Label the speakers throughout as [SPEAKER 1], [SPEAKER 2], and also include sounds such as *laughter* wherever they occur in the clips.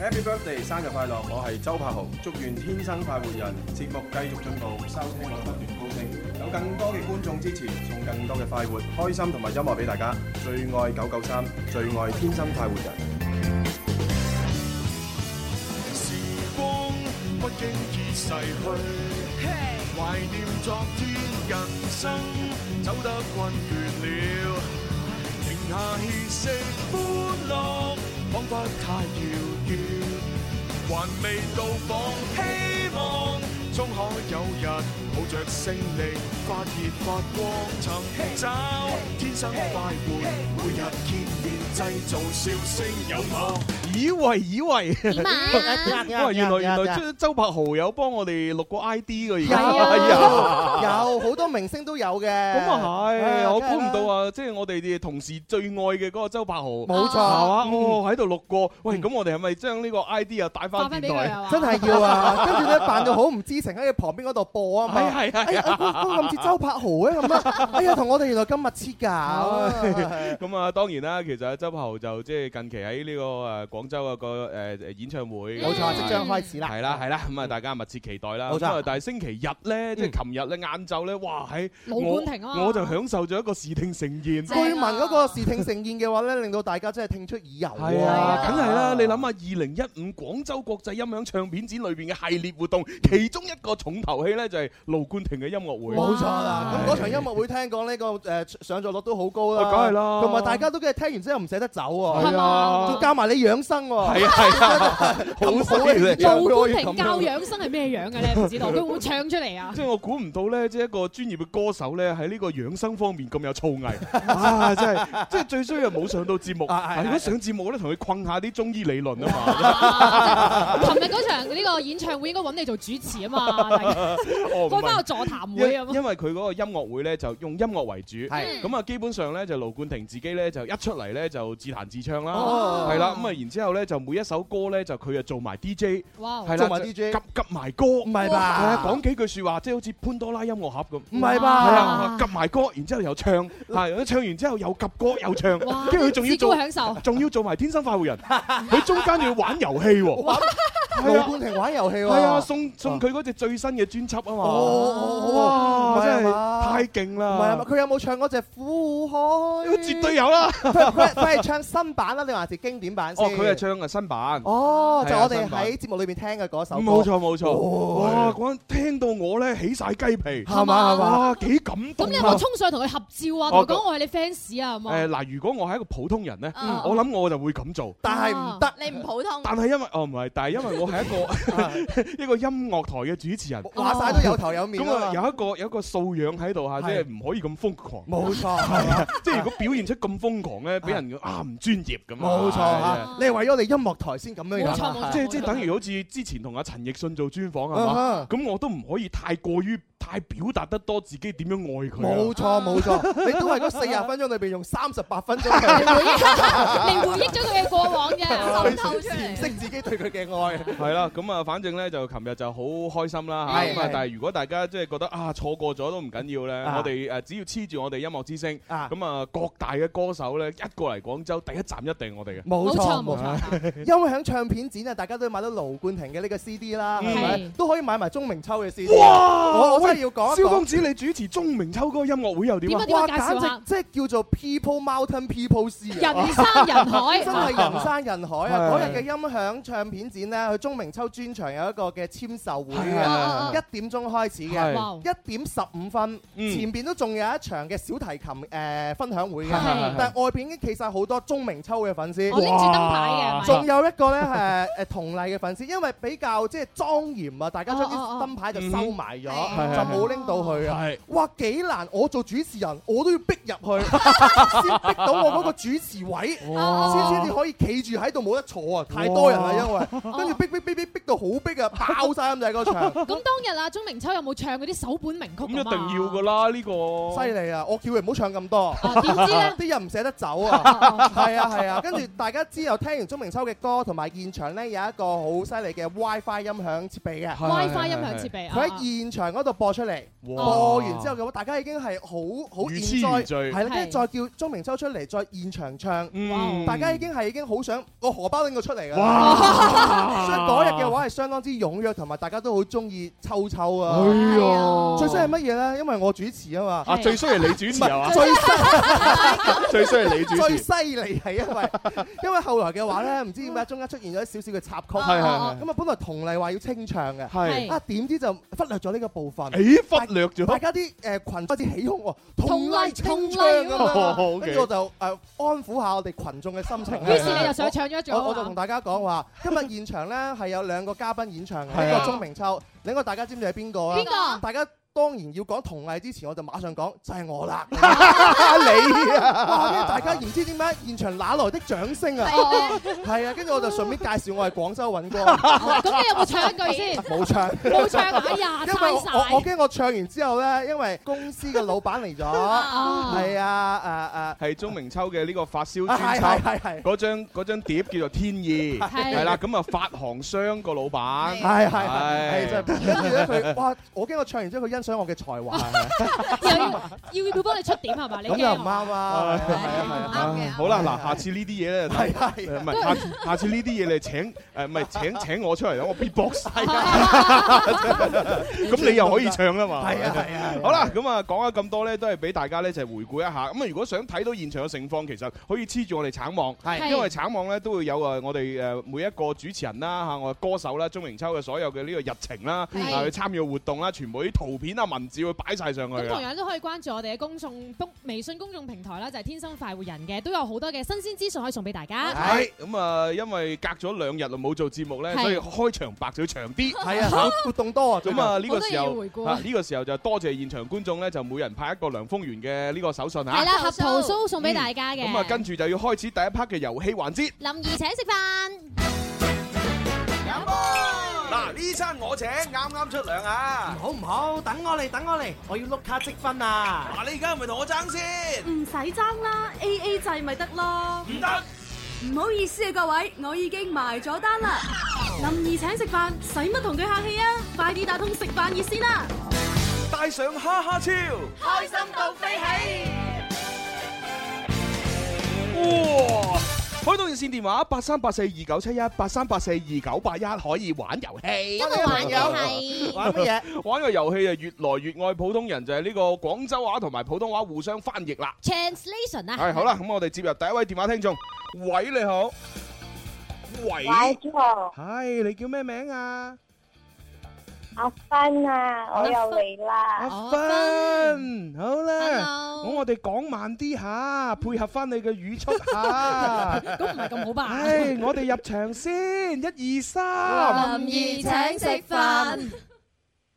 [SPEAKER 1] Happy birthday，生日快樂！我係周柏豪，祝願天生快活人節目繼續進步，收聽率不斷高升，有更多嘅觀眾支持，送更多嘅快活、開心同埋音樂俾大家。最愛九九三，最愛天生快活人。
[SPEAKER 2] 時光不經意逝去，懷念昨天，人生走得困倦了，停下歇息，歡樂彷彿太遙遠，還未到訪希望，終可有日抱着勝利發熱發光，尋找天生快活，每日見面製造笑聲有我。
[SPEAKER 3] 以為以為
[SPEAKER 2] 點啊點啊點啊
[SPEAKER 3] 哇！原來
[SPEAKER 2] 點啊
[SPEAKER 3] 原
[SPEAKER 2] 點
[SPEAKER 3] 來
[SPEAKER 2] 啊
[SPEAKER 3] 周周柏豪有幫我哋錄過 ID 嘅而家，係啊
[SPEAKER 4] 有好多明星都有嘅。
[SPEAKER 3] 咁啊
[SPEAKER 4] 啊
[SPEAKER 3] 係，我
[SPEAKER 4] 梗係
[SPEAKER 3] 估唔
[SPEAKER 4] 啦
[SPEAKER 3] 到啊！即係我哋嘅同事最愛嘅嗰個周柏豪，
[SPEAKER 4] 冇錯
[SPEAKER 3] 係嘛？哦，喺度錄過。喂，咁我哋係咪將呢個 ID 啊帶翻電 *laughs* 台？
[SPEAKER 4] 真係要啊！跟住咧扮到好唔知情喺佢旁邊嗰度播啊嘛，
[SPEAKER 3] 係係係
[SPEAKER 4] 哎呀嗰嗰個咁似周柏豪咧咁啦，哎呀同我哋原來咁密切
[SPEAKER 3] *laughs*
[SPEAKER 4] 㗎，
[SPEAKER 3] 咁啊，當然啦，其實周柏豪就即係近期喺呢個誒廣州嘅個誒誒演唱會，
[SPEAKER 4] 冇錯即將開始啦
[SPEAKER 3] 係啦係啦，咁啊大家密切期待啦。
[SPEAKER 4] 冇錯
[SPEAKER 3] 咁啊但係星期日咧，即係琴日咧晏晝咧，哇喺
[SPEAKER 4] 老觀亭啊嘛
[SPEAKER 3] 我就享受咗一個視聽盛宴。
[SPEAKER 4] 據聞嗰個視聽盛宴嘅話咧，令到大家真係聽出耳油喎
[SPEAKER 3] 係啊，梗係啦！你諗下，二零一五廣州國際音響唱片展裏邊嘅系列活動，其中一個重頭戲咧就係盧冠廷嘅音樂會。
[SPEAKER 4] 冇錯啦，咁嗰場音樂會聽講呢個誒上座率都好高啦，
[SPEAKER 3] 梗係啦
[SPEAKER 4] 同埋大家都嘅聽完之後唔捨得走喎，
[SPEAKER 3] 係啊
[SPEAKER 4] 仲加埋你養生喎，
[SPEAKER 3] 係啊係啊，好
[SPEAKER 4] 好
[SPEAKER 3] 犀利！
[SPEAKER 4] 有
[SPEAKER 5] 盧冠廷 *laughs* 教養生係咩樣嘅咧？唔知道，佢會唔會唱出嚟啊
[SPEAKER 3] 即？係我估唔到咧，即係一個專業嘅歌手咧，喺呢個養生方面咁有造 *laughs* 詣啊！真係，即係最衰係冇上到節目。啊如果上節目咧，同佢困下啲中醫理論啊嘛。
[SPEAKER 5] 琴日嗰場呢個演唱會應該揾你做主持啊嘛， *laughs* 大家
[SPEAKER 3] *laughs* 哦唔係
[SPEAKER 5] 開翻個座談會啊
[SPEAKER 3] 因
[SPEAKER 5] 嘛
[SPEAKER 3] 因。為佢嗰個音樂會咧就用音樂為主，咁啊基本上咧就盧冠廷自己咧就一出嚟咧就自彈自唱啦，
[SPEAKER 4] 哦
[SPEAKER 3] 係啦，咁啊然之後咧就每一首歌咧就佢啊做埋 DJ，
[SPEAKER 4] 哇
[SPEAKER 3] 係啦
[SPEAKER 4] 做埋
[SPEAKER 3] 就
[SPEAKER 4] DJ
[SPEAKER 3] 夾夾埋歌，唔
[SPEAKER 4] 係吧
[SPEAKER 3] 講幾句説話，即係好似潘多拉音樂盒咁，
[SPEAKER 4] 唔係吧
[SPEAKER 3] 係啊，夾埋歌，然之後又唱，係唱完之後又夾歌又唱
[SPEAKER 5] 哇，
[SPEAKER 3] 跟住佢仲要
[SPEAKER 5] 至高享
[SPEAKER 3] 做
[SPEAKER 5] 受，
[SPEAKER 3] 仲要做埋天生快活人，佢中間仲要玩遊戲喎。係啊
[SPEAKER 4] 盧冠廷玩遊戲喎，
[SPEAKER 3] 係啊，送送佢嗰隻最新嘅專輯啊嘛！
[SPEAKER 4] 哦
[SPEAKER 3] 哇，
[SPEAKER 4] 唔係啊
[SPEAKER 3] 真係
[SPEAKER 4] 嘛
[SPEAKER 3] 太勁
[SPEAKER 4] 唔係啊
[SPEAKER 3] 啦！
[SPEAKER 4] 佢有冇唱嗰只苦海？絕
[SPEAKER 3] 哦對有啦
[SPEAKER 4] 佢佢佢係唱新版啦，啊你還是經典版先？
[SPEAKER 3] 哦，佢係唱嘅新版。
[SPEAKER 4] 哦，就
[SPEAKER 3] 係啊
[SPEAKER 4] 我
[SPEAKER 3] 新
[SPEAKER 4] 哋
[SPEAKER 3] 版嗯
[SPEAKER 4] 喺節目裏邊聽嘅嗰首歌。
[SPEAKER 3] 冇錯冇錯，
[SPEAKER 4] 哦
[SPEAKER 3] 哇！嗰陣聽到我咧起晒雞皮，
[SPEAKER 4] 係嘛係嘛
[SPEAKER 3] 哇！幾感動
[SPEAKER 5] 咁
[SPEAKER 3] 啊！
[SPEAKER 5] 你有冇衝上去同佢合照啊？同佢講我係你 fans 啊？係嘛？
[SPEAKER 3] 誒嗱，如果我係一個普通人咧，
[SPEAKER 5] 嗯
[SPEAKER 3] 我諗我就會咁做。
[SPEAKER 4] 但係
[SPEAKER 5] 哦
[SPEAKER 4] 唔得，
[SPEAKER 6] 你唔普通。
[SPEAKER 3] 但係因為哦唔係，但係因為我係一
[SPEAKER 4] *laughs*
[SPEAKER 3] 個 *laughs* 一個音樂台嘅主持人，
[SPEAKER 4] 話晒都有頭有面
[SPEAKER 3] 咁啊
[SPEAKER 4] 啊嘛
[SPEAKER 3] 有一個有一個素養喺度嚇，即係
[SPEAKER 4] 係
[SPEAKER 3] 唔可以咁瘋狂。
[SPEAKER 4] 冇錯
[SPEAKER 3] *laughs* 係啊，即係如果表現出咁瘋狂咧，俾人啊唔專業咁啊。
[SPEAKER 4] 冇錯
[SPEAKER 3] 係啊
[SPEAKER 4] 啊！你係為咗我哋音樂台先咁樣樣啊。
[SPEAKER 3] 即係即係等於好似之前同阿陳奕迅做專訪係
[SPEAKER 4] 啊
[SPEAKER 3] 嘛，咁我都唔可以太過於太表達得多自己點樣愛佢啊。
[SPEAKER 4] 冇錯冇錯，你都係嗰四十分鐘裏邊用三十八
[SPEAKER 5] *laughs*
[SPEAKER 4] 分鐘嚟
[SPEAKER 5] 你回憶咗佢嘅過往
[SPEAKER 4] *laughs*
[SPEAKER 5] 啫滲透出嚟
[SPEAKER 4] 嚟，識自己對佢嘅愛。
[SPEAKER 3] 係啦，咁啊，反正咧就琴日就好開心啦嚇，
[SPEAKER 4] 係
[SPEAKER 3] 咁啊
[SPEAKER 4] 係，
[SPEAKER 3] 但係如果大家即係覺得啊錯過咗都唔緊要咧，
[SPEAKER 4] 啊
[SPEAKER 3] 我哋誒呃只要黐住我哋音樂之聲，
[SPEAKER 4] 啊
[SPEAKER 3] 咁啊各大嘅歌手咧一過嚟廣州第一站一定我哋嘅，啊
[SPEAKER 4] 冇錯冇錯，因為喺唱片展啊，大家都買到盧冠廷嘅呢個 CD 啦，係咪
[SPEAKER 5] 嗯
[SPEAKER 3] 係
[SPEAKER 4] 都可以買埋鐘明秋嘅 CD。
[SPEAKER 3] 哇
[SPEAKER 4] 我我真係
[SPEAKER 3] 喂
[SPEAKER 4] 要講一
[SPEAKER 3] 蕭
[SPEAKER 4] 講
[SPEAKER 3] 公子你主持鐘明秋嗰個音樂會又點啊？
[SPEAKER 4] 哇，簡直即係叫做 People Mountain People Sea 啊
[SPEAKER 3] 人山人海 *laughs*
[SPEAKER 4] 真係 *laughs* 人山人海啊！
[SPEAKER 3] 係
[SPEAKER 4] 嗰日嘅音響唱片展呢，佢鐘明秋專場有一個嘅簽售會
[SPEAKER 3] 係係
[SPEAKER 4] 嘅，
[SPEAKER 3] 係
[SPEAKER 4] 一點鐘開始
[SPEAKER 3] 係
[SPEAKER 4] 嘅，
[SPEAKER 3] 哇
[SPEAKER 4] 一點十五分，
[SPEAKER 3] 嗯
[SPEAKER 4] 前邊都仲有一場嘅小提琴誒分享會嘅
[SPEAKER 3] 係係係，
[SPEAKER 4] 但係外邊已經企晒好多鐘明秋嘅粉絲，
[SPEAKER 3] 我拎住燈牌嘅係咪
[SPEAKER 4] 仲有一個呢，誒誒同麗嘅粉絲，因為比較即係莊嚴啊，大家將啲燈牌就收埋咗，
[SPEAKER 3] 嗯係係
[SPEAKER 4] 就冇拎到去啊
[SPEAKER 3] 係！
[SPEAKER 4] 哇，幾難！我做主持人，我都要逼入去，先逼到我嗰個主持位，
[SPEAKER 3] 哇
[SPEAKER 4] 先先至可以企住喺度冇得坐啊！太多人啦，因為跟住逼逼逼逼逼到好逼啊，爆晒咁滯個場。
[SPEAKER 5] 咁當日啊，鐘明秋有冇唱嗰啲首本名曲啊咁
[SPEAKER 3] 咁一定要噶啦呢個，
[SPEAKER 4] 犀利啊！我叫佢唔好
[SPEAKER 5] *laughs*
[SPEAKER 4] 唱咁多，
[SPEAKER 5] 哦
[SPEAKER 4] *laughs*
[SPEAKER 5] 點知咧？ *laughs* 哦
[SPEAKER 4] 啲人唔捨得走啊，係啊係啊，跟住大家之後聽完鐘明秋嘅歌歌，同埋現場咧有一個好犀利嘅 WiFi 音響設備嘅。
[SPEAKER 5] WiFi 音響設備啊，
[SPEAKER 4] 佢喺現場嗰度播出嚟，
[SPEAKER 3] 哇
[SPEAKER 4] 播完之後嘅話，大家已經係好好
[SPEAKER 3] 如痴如
[SPEAKER 4] enjoy，
[SPEAKER 3] 醉
[SPEAKER 4] 係啦，跟住
[SPEAKER 5] 係
[SPEAKER 4] 再叫鐘明秋出嚟，再現場唱，
[SPEAKER 5] 哦
[SPEAKER 3] 嗯
[SPEAKER 4] 大家已經係已經好想個荷包拎佢出嚟㗎啦。
[SPEAKER 3] 哇！
[SPEAKER 4] 所以嗰日嘅話係相當之踴躍，同埋大家都好中意秋秋啊。
[SPEAKER 3] 哎
[SPEAKER 5] 係
[SPEAKER 3] 呀，
[SPEAKER 5] 啊
[SPEAKER 4] 最衰係乜嘢呢？因為我主持啊嘛。
[SPEAKER 3] 啊，最衰係你主持係啊嘛？
[SPEAKER 4] 最犀
[SPEAKER 3] *laughs* 最衰係你主
[SPEAKER 4] 最
[SPEAKER 3] 持，
[SPEAKER 4] 犀利係因
[SPEAKER 3] *laughs*
[SPEAKER 4] 為因為後來嘅話呢，唔知點解中間出現咗少少嘅插曲。
[SPEAKER 3] 係係係
[SPEAKER 4] 咁啊，本來同麗話要清唱嘅，
[SPEAKER 3] 係
[SPEAKER 5] 係
[SPEAKER 4] 啊點知就忽略咗呢個部分。
[SPEAKER 3] 誒忽略咗
[SPEAKER 4] 大。家啲誒羣開始起哄喎，同
[SPEAKER 5] 同
[SPEAKER 4] 麗
[SPEAKER 5] 麗
[SPEAKER 4] 清唱
[SPEAKER 5] 同麗
[SPEAKER 4] 咁
[SPEAKER 3] 哦
[SPEAKER 4] 樣，
[SPEAKER 3] ，OK
[SPEAKER 4] 跟住我就誒呃安撫下我哋群眾嘅心情。
[SPEAKER 5] 於是你就上去唱咗一啊組
[SPEAKER 4] 我我就同大家講話，今日現場咧係有兩個嘉賓演唱嘅，
[SPEAKER 3] 係
[SPEAKER 4] 一個
[SPEAKER 3] 啊
[SPEAKER 4] 鐘明秋，另一個大家知唔知係邊個啊？
[SPEAKER 5] 邊個
[SPEAKER 4] 大家當然要講同麗之前，我就馬上講就係我啦，你啊！ *laughs* 哇！跟住大家唔知點解現場哪來的掌聲啊？
[SPEAKER 5] 哦
[SPEAKER 4] 係啊，跟住我就順便介紹我係廣州尹光，
[SPEAKER 5] *laughs* 哦咁你有冇唱一句先？
[SPEAKER 4] 冇唱。
[SPEAKER 5] 冇唱
[SPEAKER 4] *laughs*
[SPEAKER 5] 啊！哎呀，
[SPEAKER 4] 因為
[SPEAKER 5] 嘥
[SPEAKER 4] 我我我
[SPEAKER 5] 晒
[SPEAKER 4] 驚我唱完之後咧，因為公司嘅老闆嚟
[SPEAKER 5] *laughs*
[SPEAKER 4] 咗，
[SPEAKER 5] 啊
[SPEAKER 4] 係啊
[SPEAKER 3] 係鐘明秋嘅呢個發燒
[SPEAKER 4] 誒誒，係
[SPEAKER 3] 專
[SPEAKER 4] 係
[SPEAKER 3] 輯，
[SPEAKER 4] 係係
[SPEAKER 3] 嗰張嗰張碟叫做《天
[SPEAKER 4] *laughs*
[SPEAKER 3] 意》，
[SPEAKER 5] 係
[SPEAKER 3] 係啦，咁啊發行商個老闆，
[SPEAKER 4] 啊係係
[SPEAKER 3] 係
[SPEAKER 4] 係真係。跟住咧
[SPEAKER 1] *laughs*
[SPEAKER 4] 佢哇，我驚我唱完之後佢欣賞我嘅才華，
[SPEAKER 5] 又要要幫你出點係嘛？你
[SPEAKER 4] 咁
[SPEAKER 5] 驚
[SPEAKER 4] 又唔啱啊！係啊係啊，
[SPEAKER 3] 唉好啦，嗱，下次呢啲嘢咧，
[SPEAKER 4] 係
[SPEAKER 3] 誒
[SPEAKER 4] 係。
[SPEAKER 3] 唔係下次下次呢啲嘢你請誒唔係
[SPEAKER 4] *laughs*
[SPEAKER 3] 請請我出嚟啦，我 beatbox，咁你又可以唱啦嘛。
[SPEAKER 4] 係啊係啊，
[SPEAKER 3] 好啦，咁啊講咗咁多咧，都係俾大家咧就係回顧一下。咁啊，如果想睇到現場嘅盛況，其實可以黐住我哋橙網，
[SPEAKER 5] 係
[SPEAKER 3] 因為橙網咧都會有啊我哋誒每一個主持人啦嚇，我嘅歌手啦，鐘明秋嘅所有嘅呢個日程啦，
[SPEAKER 5] 係
[SPEAKER 3] 啊佢參與嘅活動啦，全部啲圖片啊文字會擺晒上去
[SPEAKER 5] 咁
[SPEAKER 3] 㗎
[SPEAKER 5] 同樣都可以關注我哋嘅公眾公微信公眾平台啦，就係天生快活人嘅，都有好多嘅新鮮資訊可以送俾大家。
[SPEAKER 3] 係咁啊，因為隔咗兩日就冇做節目咧，
[SPEAKER 5] 係
[SPEAKER 3] 所以開場白就要長啲。
[SPEAKER 4] 係啊，活活動多啊，
[SPEAKER 3] 咁啊，呢
[SPEAKER 5] 好
[SPEAKER 3] 個時
[SPEAKER 5] 多嘢要回
[SPEAKER 3] 候
[SPEAKER 5] 顧
[SPEAKER 3] 啊，呢個時候就多謝現場觀眾咧，就每人派一個梁風源嘅呢個手信
[SPEAKER 5] 係
[SPEAKER 3] 嚇。
[SPEAKER 5] 啦，合桃酥送俾大家嘅。
[SPEAKER 3] 咁啊，跟住就要開始第一 part 嘅遊戲環節。
[SPEAKER 5] 林怡請食飯。
[SPEAKER 1] 嗱，呢餐我請，啱啱出糧啊！
[SPEAKER 4] 好唔好？等我嚟，等我嚟，我要碌卡積分啊！
[SPEAKER 1] 嗱，你而家係咪同我爭先？
[SPEAKER 6] 唔使爭啦，A A 制咪得咯。
[SPEAKER 1] 唔得，
[SPEAKER 6] 唔好意思啊，各位，我已經埋咗單 *laughs* 啦。林兒請食飯，使乜同佢客氣啊？快啲打通食飯熱線啦！
[SPEAKER 1] 帶上哈哈超。
[SPEAKER 6] 開心到飛起！
[SPEAKER 3] 哇！開通熱線電話八三八四二九七一八三八四二九八一可以玩遊戲。
[SPEAKER 5] 今日玩嘅係
[SPEAKER 4] 玩乜嘢？
[SPEAKER 3] 玩個遊戲啊，越來越愛普通人就係呢個廣州話同埋普通話互相翻譯啦。
[SPEAKER 5] translation 啊。
[SPEAKER 3] 係好啦，咁我哋接入第一位電話聽眾。喂，你好。喂。
[SPEAKER 7] 喂，朱豪，
[SPEAKER 3] 係，你叫咩名啊？
[SPEAKER 7] 阿芬啊，我又嚟啦，
[SPEAKER 3] 阿芬。好啦，咁
[SPEAKER 5] ，hello。
[SPEAKER 3] 我哋講慢啲下，配合翻你嘅語速下。
[SPEAKER 5] *laughs* 咁唔係咁好吧？
[SPEAKER 3] 唉，我哋入場先，一二三。
[SPEAKER 5] 林怡請食飯，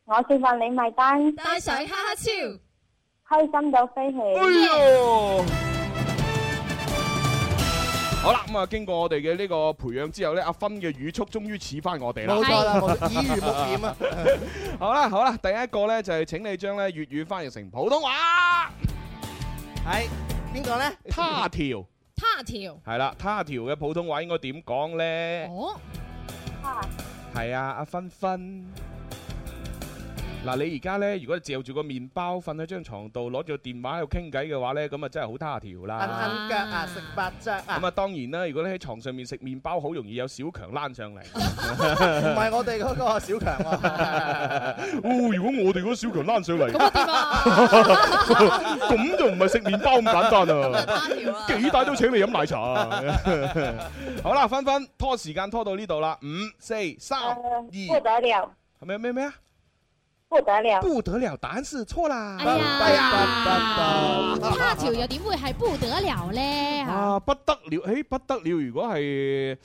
[SPEAKER 7] 我食飯你埋單，
[SPEAKER 5] 帶上哈哈超。
[SPEAKER 7] 開心到飛起。
[SPEAKER 3] 哎呦！好啦，咁啊，經過我哋嘅呢個培養之後呢，阿芬嘅語速終於似翻我哋啦
[SPEAKER 4] 冇。錯啦，冇錯耳濡目染啊！
[SPEAKER 3] *laughs* 好啦，好啦，第一個呢，就係請你將呢粵語翻譯成普通話。
[SPEAKER 4] 係邊個咧？
[SPEAKER 3] 他條
[SPEAKER 5] 他條。
[SPEAKER 3] 係啦，他條嘅普通話應該點講呢？
[SPEAKER 5] 哦，
[SPEAKER 7] 啊
[SPEAKER 3] 係啊，阿芬芬。嗱，你而家呢，如果嚼住個麵包瞓喺張床度，攞住個電話喺度傾偈嘅話呢，咁啊真係好他條
[SPEAKER 4] *laughs* 揞
[SPEAKER 3] 啦。
[SPEAKER 4] 揞腳啊，食白雀啊
[SPEAKER 3] 咁！啊，當然啦，如果你喺床上面食麵包，好容易有小強躝上嚟。
[SPEAKER 4] *laughs* 唔係我哋嗰個小強啊！
[SPEAKER 3] 哦，如果我哋嗰小強躝上嚟，
[SPEAKER 5] 咁啊點啊？
[SPEAKER 3] *laughs* 咁就唔係食麵包咁簡單啊！
[SPEAKER 6] 單條啊
[SPEAKER 3] 幾大都請你飲奶茶啊！ *laughs* 好啦，芬芬，拖時間拖到呢度啦，五、四、三、
[SPEAKER 7] 呃
[SPEAKER 3] 二，
[SPEAKER 7] 不
[SPEAKER 3] 係
[SPEAKER 7] 得了，
[SPEAKER 3] 咪咩咩啊？
[SPEAKER 7] 不得了，
[SPEAKER 3] 不得了，答案是錯啦！
[SPEAKER 5] 哎
[SPEAKER 4] 哎
[SPEAKER 5] 呀
[SPEAKER 4] 呀，
[SPEAKER 5] 他條又點會係不得了咧？
[SPEAKER 3] *laughs*
[SPEAKER 5] 嚇，
[SPEAKER 3] 啊，不得了，誒，不得了！如果係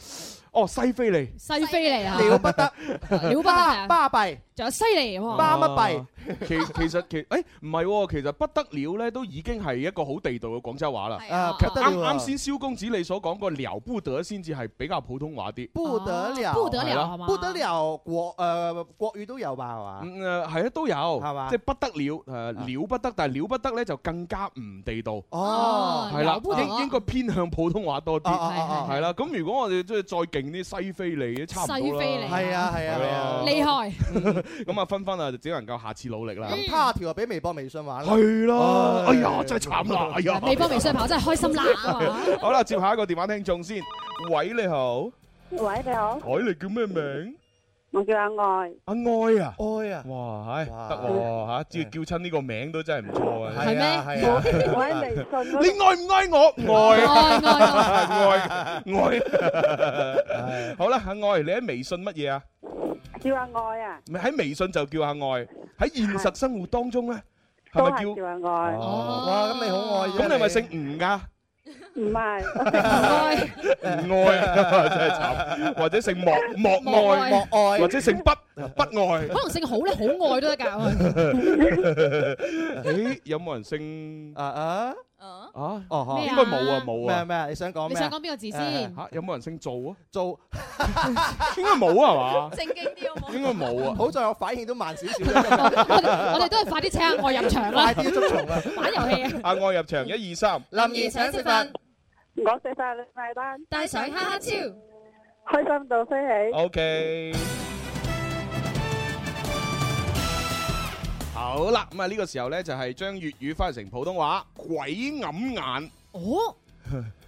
[SPEAKER 3] 哦，西非利，
[SPEAKER 5] 西非嚟啊！
[SPEAKER 4] 了不
[SPEAKER 5] *laughs*
[SPEAKER 4] 得，
[SPEAKER 5] 了不得
[SPEAKER 4] 巴
[SPEAKER 5] 啊！
[SPEAKER 4] 巴閉，
[SPEAKER 5] 仲有犀利喎！
[SPEAKER 4] 巴乜閉，
[SPEAKER 3] 其其實其誒唔係喎，其實不得了咧，都已經係一個好地道嘅廣州話啦。
[SPEAKER 4] 啊，不得
[SPEAKER 3] 啱
[SPEAKER 4] 了啊
[SPEAKER 3] 啱先蕭公子你所講個撩不得先至係比較普通話啲。
[SPEAKER 4] 不得了，
[SPEAKER 5] 不得
[SPEAKER 3] 係
[SPEAKER 5] 了
[SPEAKER 3] 咯
[SPEAKER 5] 係嘛？
[SPEAKER 4] 不得了，國誒國語都有吧，係嘛？
[SPEAKER 3] 嗯誒係啊都有，
[SPEAKER 4] 係嘛啊
[SPEAKER 3] 即係不得了誒了不得，但係了不得咧就更加唔地道，
[SPEAKER 4] 哦，
[SPEAKER 3] 係啦
[SPEAKER 5] 啊了不，得
[SPEAKER 3] 應應該偏向普通話多
[SPEAKER 4] 啊
[SPEAKER 3] 啲，
[SPEAKER 4] 啊啊啊
[SPEAKER 3] 係啦。咁如果我哋即係再勁啲西非利都差唔
[SPEAKER 5] 西
[SPEAKER 3] 多
[SPEAKER 5] 非利
[SPEAKER 3] 啦，
[SPEAKER 4] 係啊係啊係啊
[SPEAKER 3] 哦。
[SPEAKER 5] 厲害，
[SPEAKER 3] *laughs* 咁啊分分啊就只能夠下次努力啦。
[SPEAKER 4] 咁他條就俾微博微信玩啦。
[SPEAKER 3] 係啦，哎
[SPEAKER 4] 哎
[SPEAKER 3] 呀真係慘啦，哎呀。
[SPEAKER 5] 微博微信朋友真係開心
[SPEAKER 4] *laughs*
[SPEAKER 5] 啦，
[SPEAKER 3] *laughs*
[SPEAKER 5] 係嘛
[SPEAKER 3] 好啦，接下一個電話聽眾先。喂，你好，
[SPEAKER 7] 喂，你好，
[SPEAKER 3] 喂，你叫咩名？
[SPEAKER 7] 我叫阿愛，
[SPEAKER 3] 阿愛啊。
[SPEAKER 4] 愛啊，
[SPEAKER 3] 哇，唉，
[SPEAKER 4] 哇
[SPEAKER 3] 得喎嚇，只要叫親呢個名都真係唔錯啊！
[SPEAKER 5] 係咩
[SPEAKER 4] 啊係
[SPEAKER 7] 我
[SPEAKER 4] 啊。
[SPEAKER 7] 我喺微信嗰
[SPEAKER 3] 你
[SPEAKER 7] 度，
[SPEAKER 3] 愛唔愛我？愛啊
[SPEAKER 5] 愛愛
[SPEAKER 4] *laughs*
[SPEAKER 5] 愛
[SPEAKER 3] *laughs* 愛愛。好啦，阿愛，你喺微信乜嘢啊？
[SPEAKER 7] 叫阿愛啊，
[SPEAKER 3] 咪喺微信就叫阿愛，喺現實生活當中咧，
[SPEAKER 7] 都
[SPEAKER 3] 係咪
[SPEAKER 7] 係
[SPEAKER 3] 叫？
[SPEAKER 7] 叫阿
[SPEAKER 6] Ờ.
[SPEAKER 7] 愛，
[SPEAKER 3] 哦，
[SPEAKER 4] 哇，咁你好愛啫。
[SPEAKER 3] 咁你係咪姓吳噶？
[SPEAKER 7] 唔係，
[SPEAKER 5] 愛，
[SPEAKER 3] 吳愛啊真係慘，或者姓莫莫
[SPEAKER 5] 莫
[SPEAKER 3] 愛，
[SPEAKER 5] 愛
[SPEAKER 4] 莫愛
[SPEAKER 3] 或？者姓北北
[SPEAKER 5] *laughs*
[SPEAKER 3] 愛。
[SPEAKER 5] 可能姓好咧，好愛都得
[SPEAKER 3] *laughs*
[SPEAKER 5] 㗎。
[SPEAKER 3] 誒，有冇人姓
[SPEAKER 4] 啊啊，
[SPEAKER 3] 啊？
[SPEAKER 4] 哦呵
[SPEAKER 5] 咩
[SPEAKER 3] 應該冇啊，冇
[SPEAKER 4] 咩
[SPEAKER 3] 啊。
[SPEAKER 4] 咩？你想
[SPEAKER 5] 你
[SPEAKER 4] 講咩
[SPEAKER 5] 想
[SPEAKER 4] 啊？
[SPEAKER 5] 講邊個字
[SPEAKER 4] 誒
[SPEAKER 5] 先？
[SPEAKER 3] 嚇，有冇人姓做啊？
[SPEAKER 4] 做
[SPEAKER 3] *laughs* 應該冇啊，係嘛？
[SPEAKER 8] 正經啲好冇？
[SPEAKER 3] 應該冇啊。
[SPEAKER 4] 好在我反應都慢少少，
[SPEAKER 5] 我哋我哋都係快啲請阿愛入場啦
[SPEAKER 4] 快，啲捉蟲啊！
[SPEAKER 5] 玩遊戲啊！
[SPEAKER 3] 阿愛入場，一二三，
[SPEAKER 4] 林怡請食飯，
[SPEAKER 7] 我食晒你埋單，
[SPEAKER 8] 帶上哈哈超，
[SPEAKER 7] 開心到飛起。
[SPEAKER 3] OK。好啦，咁啊呢個時候咧就係將粵語翻譯成普通話，鬼揞眼
[SPEAKER 5] 哦，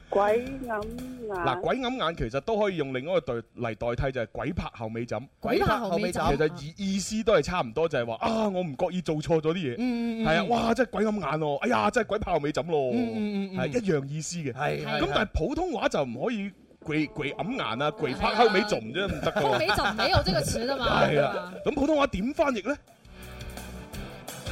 [SPEAKER 7] 鬼揞
[SPEAKER 9] 啊
[SPEAKER 3] 嗱，
[SPEAKER 7] 眼，
[SPEAKER 3] 鬼揞眼其實都可以用另一個代嚟代替，就係鬼拍後尾枕。
[SPEAKER 4] 鬼拍後尾
[SPEAKER 5] 鬼拍
[SPEAKER 4] 枕
[SPEAKER 5] 後
[SPEAKER 3] 其
[SPEAKER 5] 尾枕。
[SPEAKER 3] 實意意思都係差唔多，就係話啊，我唔覺意做錯咗啲嘢，
[SPEAKER 4] 嗯
[SPEAKER 3] 係啊，哇，真係鬼揞眼咯，哎呀，真係鬼拍後尾枕咯，
[SPEAKER 4] 嗯嗯嗯
[SPEAKER 3] 係一樣意思嘅。
[SPEAKER 4] 係
[SPEAKER 5] 係
[SPEAKER 3] 咁但係普通話就唔可以跪跪揞眼啊，跪拍後尾做唔啫，唔得噶
[SPEAKER 5] 後尾
[SPEAKER 3] 喎。
[SPEAKER 5] 就
[SPEAKER 4] 啊
[SPEAKER 5] 沒有這個詞的嘛。
[SPEAKER 3] 係啊，咁普通話點翻譯咧？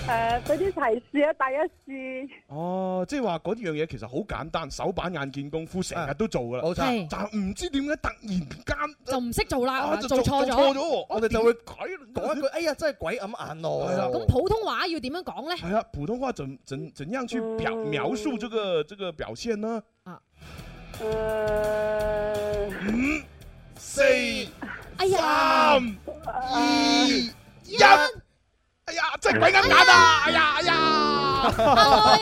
[SPEAKER 7] 誒，俾啲提示啊，第一次，
[SPEAKER 3] 哦，即係話嗰樣嘢其實好簡單，手板眼見功夫，成日都做噶啦。
[SPEAKER 4] 啊冇錯，
[SPEAKER 5] 係
[SPEAKER 3] 但係唔知點解突然間
[SPEAKER 5] 就唔識做啦，
[SPEAKER 3] 啊
[SPEAKER 5] 做錯
[SPEAKER 3] 錯
[SPEAKER 5] 咗。
[SPEAKER 3] 咗，
[SPEAKER 4] 我哋就會
[SPEAKER 3] 改
[SPEAKER 4] 講一句，哎呀，真係鬼揞眼咯。
[SPEAKER 3] 係啦
[SPEAKER 5] 咁普通話要點樣講咧？
[SPEAKER 3] 啊 *laughs* 係啊，普通話怎怎怎樣去表
[SPEAKER 7] 嗯
[SPEAKER 3] 描述這個這個表現呢？
[SPEAKER 7] 誒，
[SPEAKER 3] 五、四、
[SPEAKER 5] 哎呀，
[SPEAKER 3] 三、二、一。哎呀，真係鬼咁眼啊！哎呀，哎呀，
[SPEAKER 5] 哎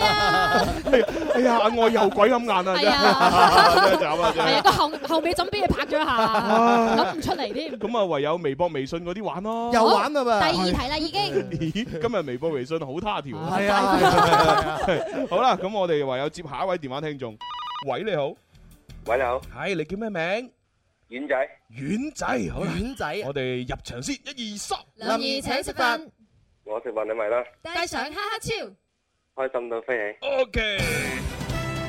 [SPEAKER 5] 呀，
[SPEAKER 3] *laughs* 哎呀，我又鬼咁眼啊！真
[SPEAKER 5] 哎
[SPEAKER 3] 係
[SPEAKER 5] 呀，
[SPEAKER 3] *laughs* 真係慘啊！真啊
[SPEAKER 5] 係啊，
[SPEAKER 3] 係。
[SPEAKER 5] 個後後尾枕俾佢拍
[SPEAKER 3] *laughs*
[SPEAKER 5] 咗一下，諗唔出嚟添。
[SPEAKER 3] 咁啊，唯有微博、微信嗰啲玩咯。
[SPEAKER 4] 又玩啊啦
[SPEAKER 8] 第
[SPEAKER 4] 噃。
[SPEAKER 8] 二題啦已經。
[SPEAKER 3] 咦，今日微博、微信好他條。
[SPEAKER 5] 啊
[SPEAKER 4] *laughs* 係啊係啊， *laughs*
[SPEAKER 3] 好啦，咁我哋唯有接下一位電話聽眾。喂，你好，
[SPEAKER 10] 喂，你好，
[SPEAKER 3] 係你叫咩名？
[SPEAKER 10] 丸仔，
[SPEAKER 3] 丸仔，好啦，
[SPEAKER 4] 丸仔啊
[SPEAKER 3] 我哋入場先，一二三。
[SPEAKER 8] 林怡請食飯，
[SPEAKER 10] 我食飯你咪啦，
[SPEAKER 8] 帶上哈哈超，
[SPEAKER 10] 開心到飛起。
[SPEAKER 3] O K。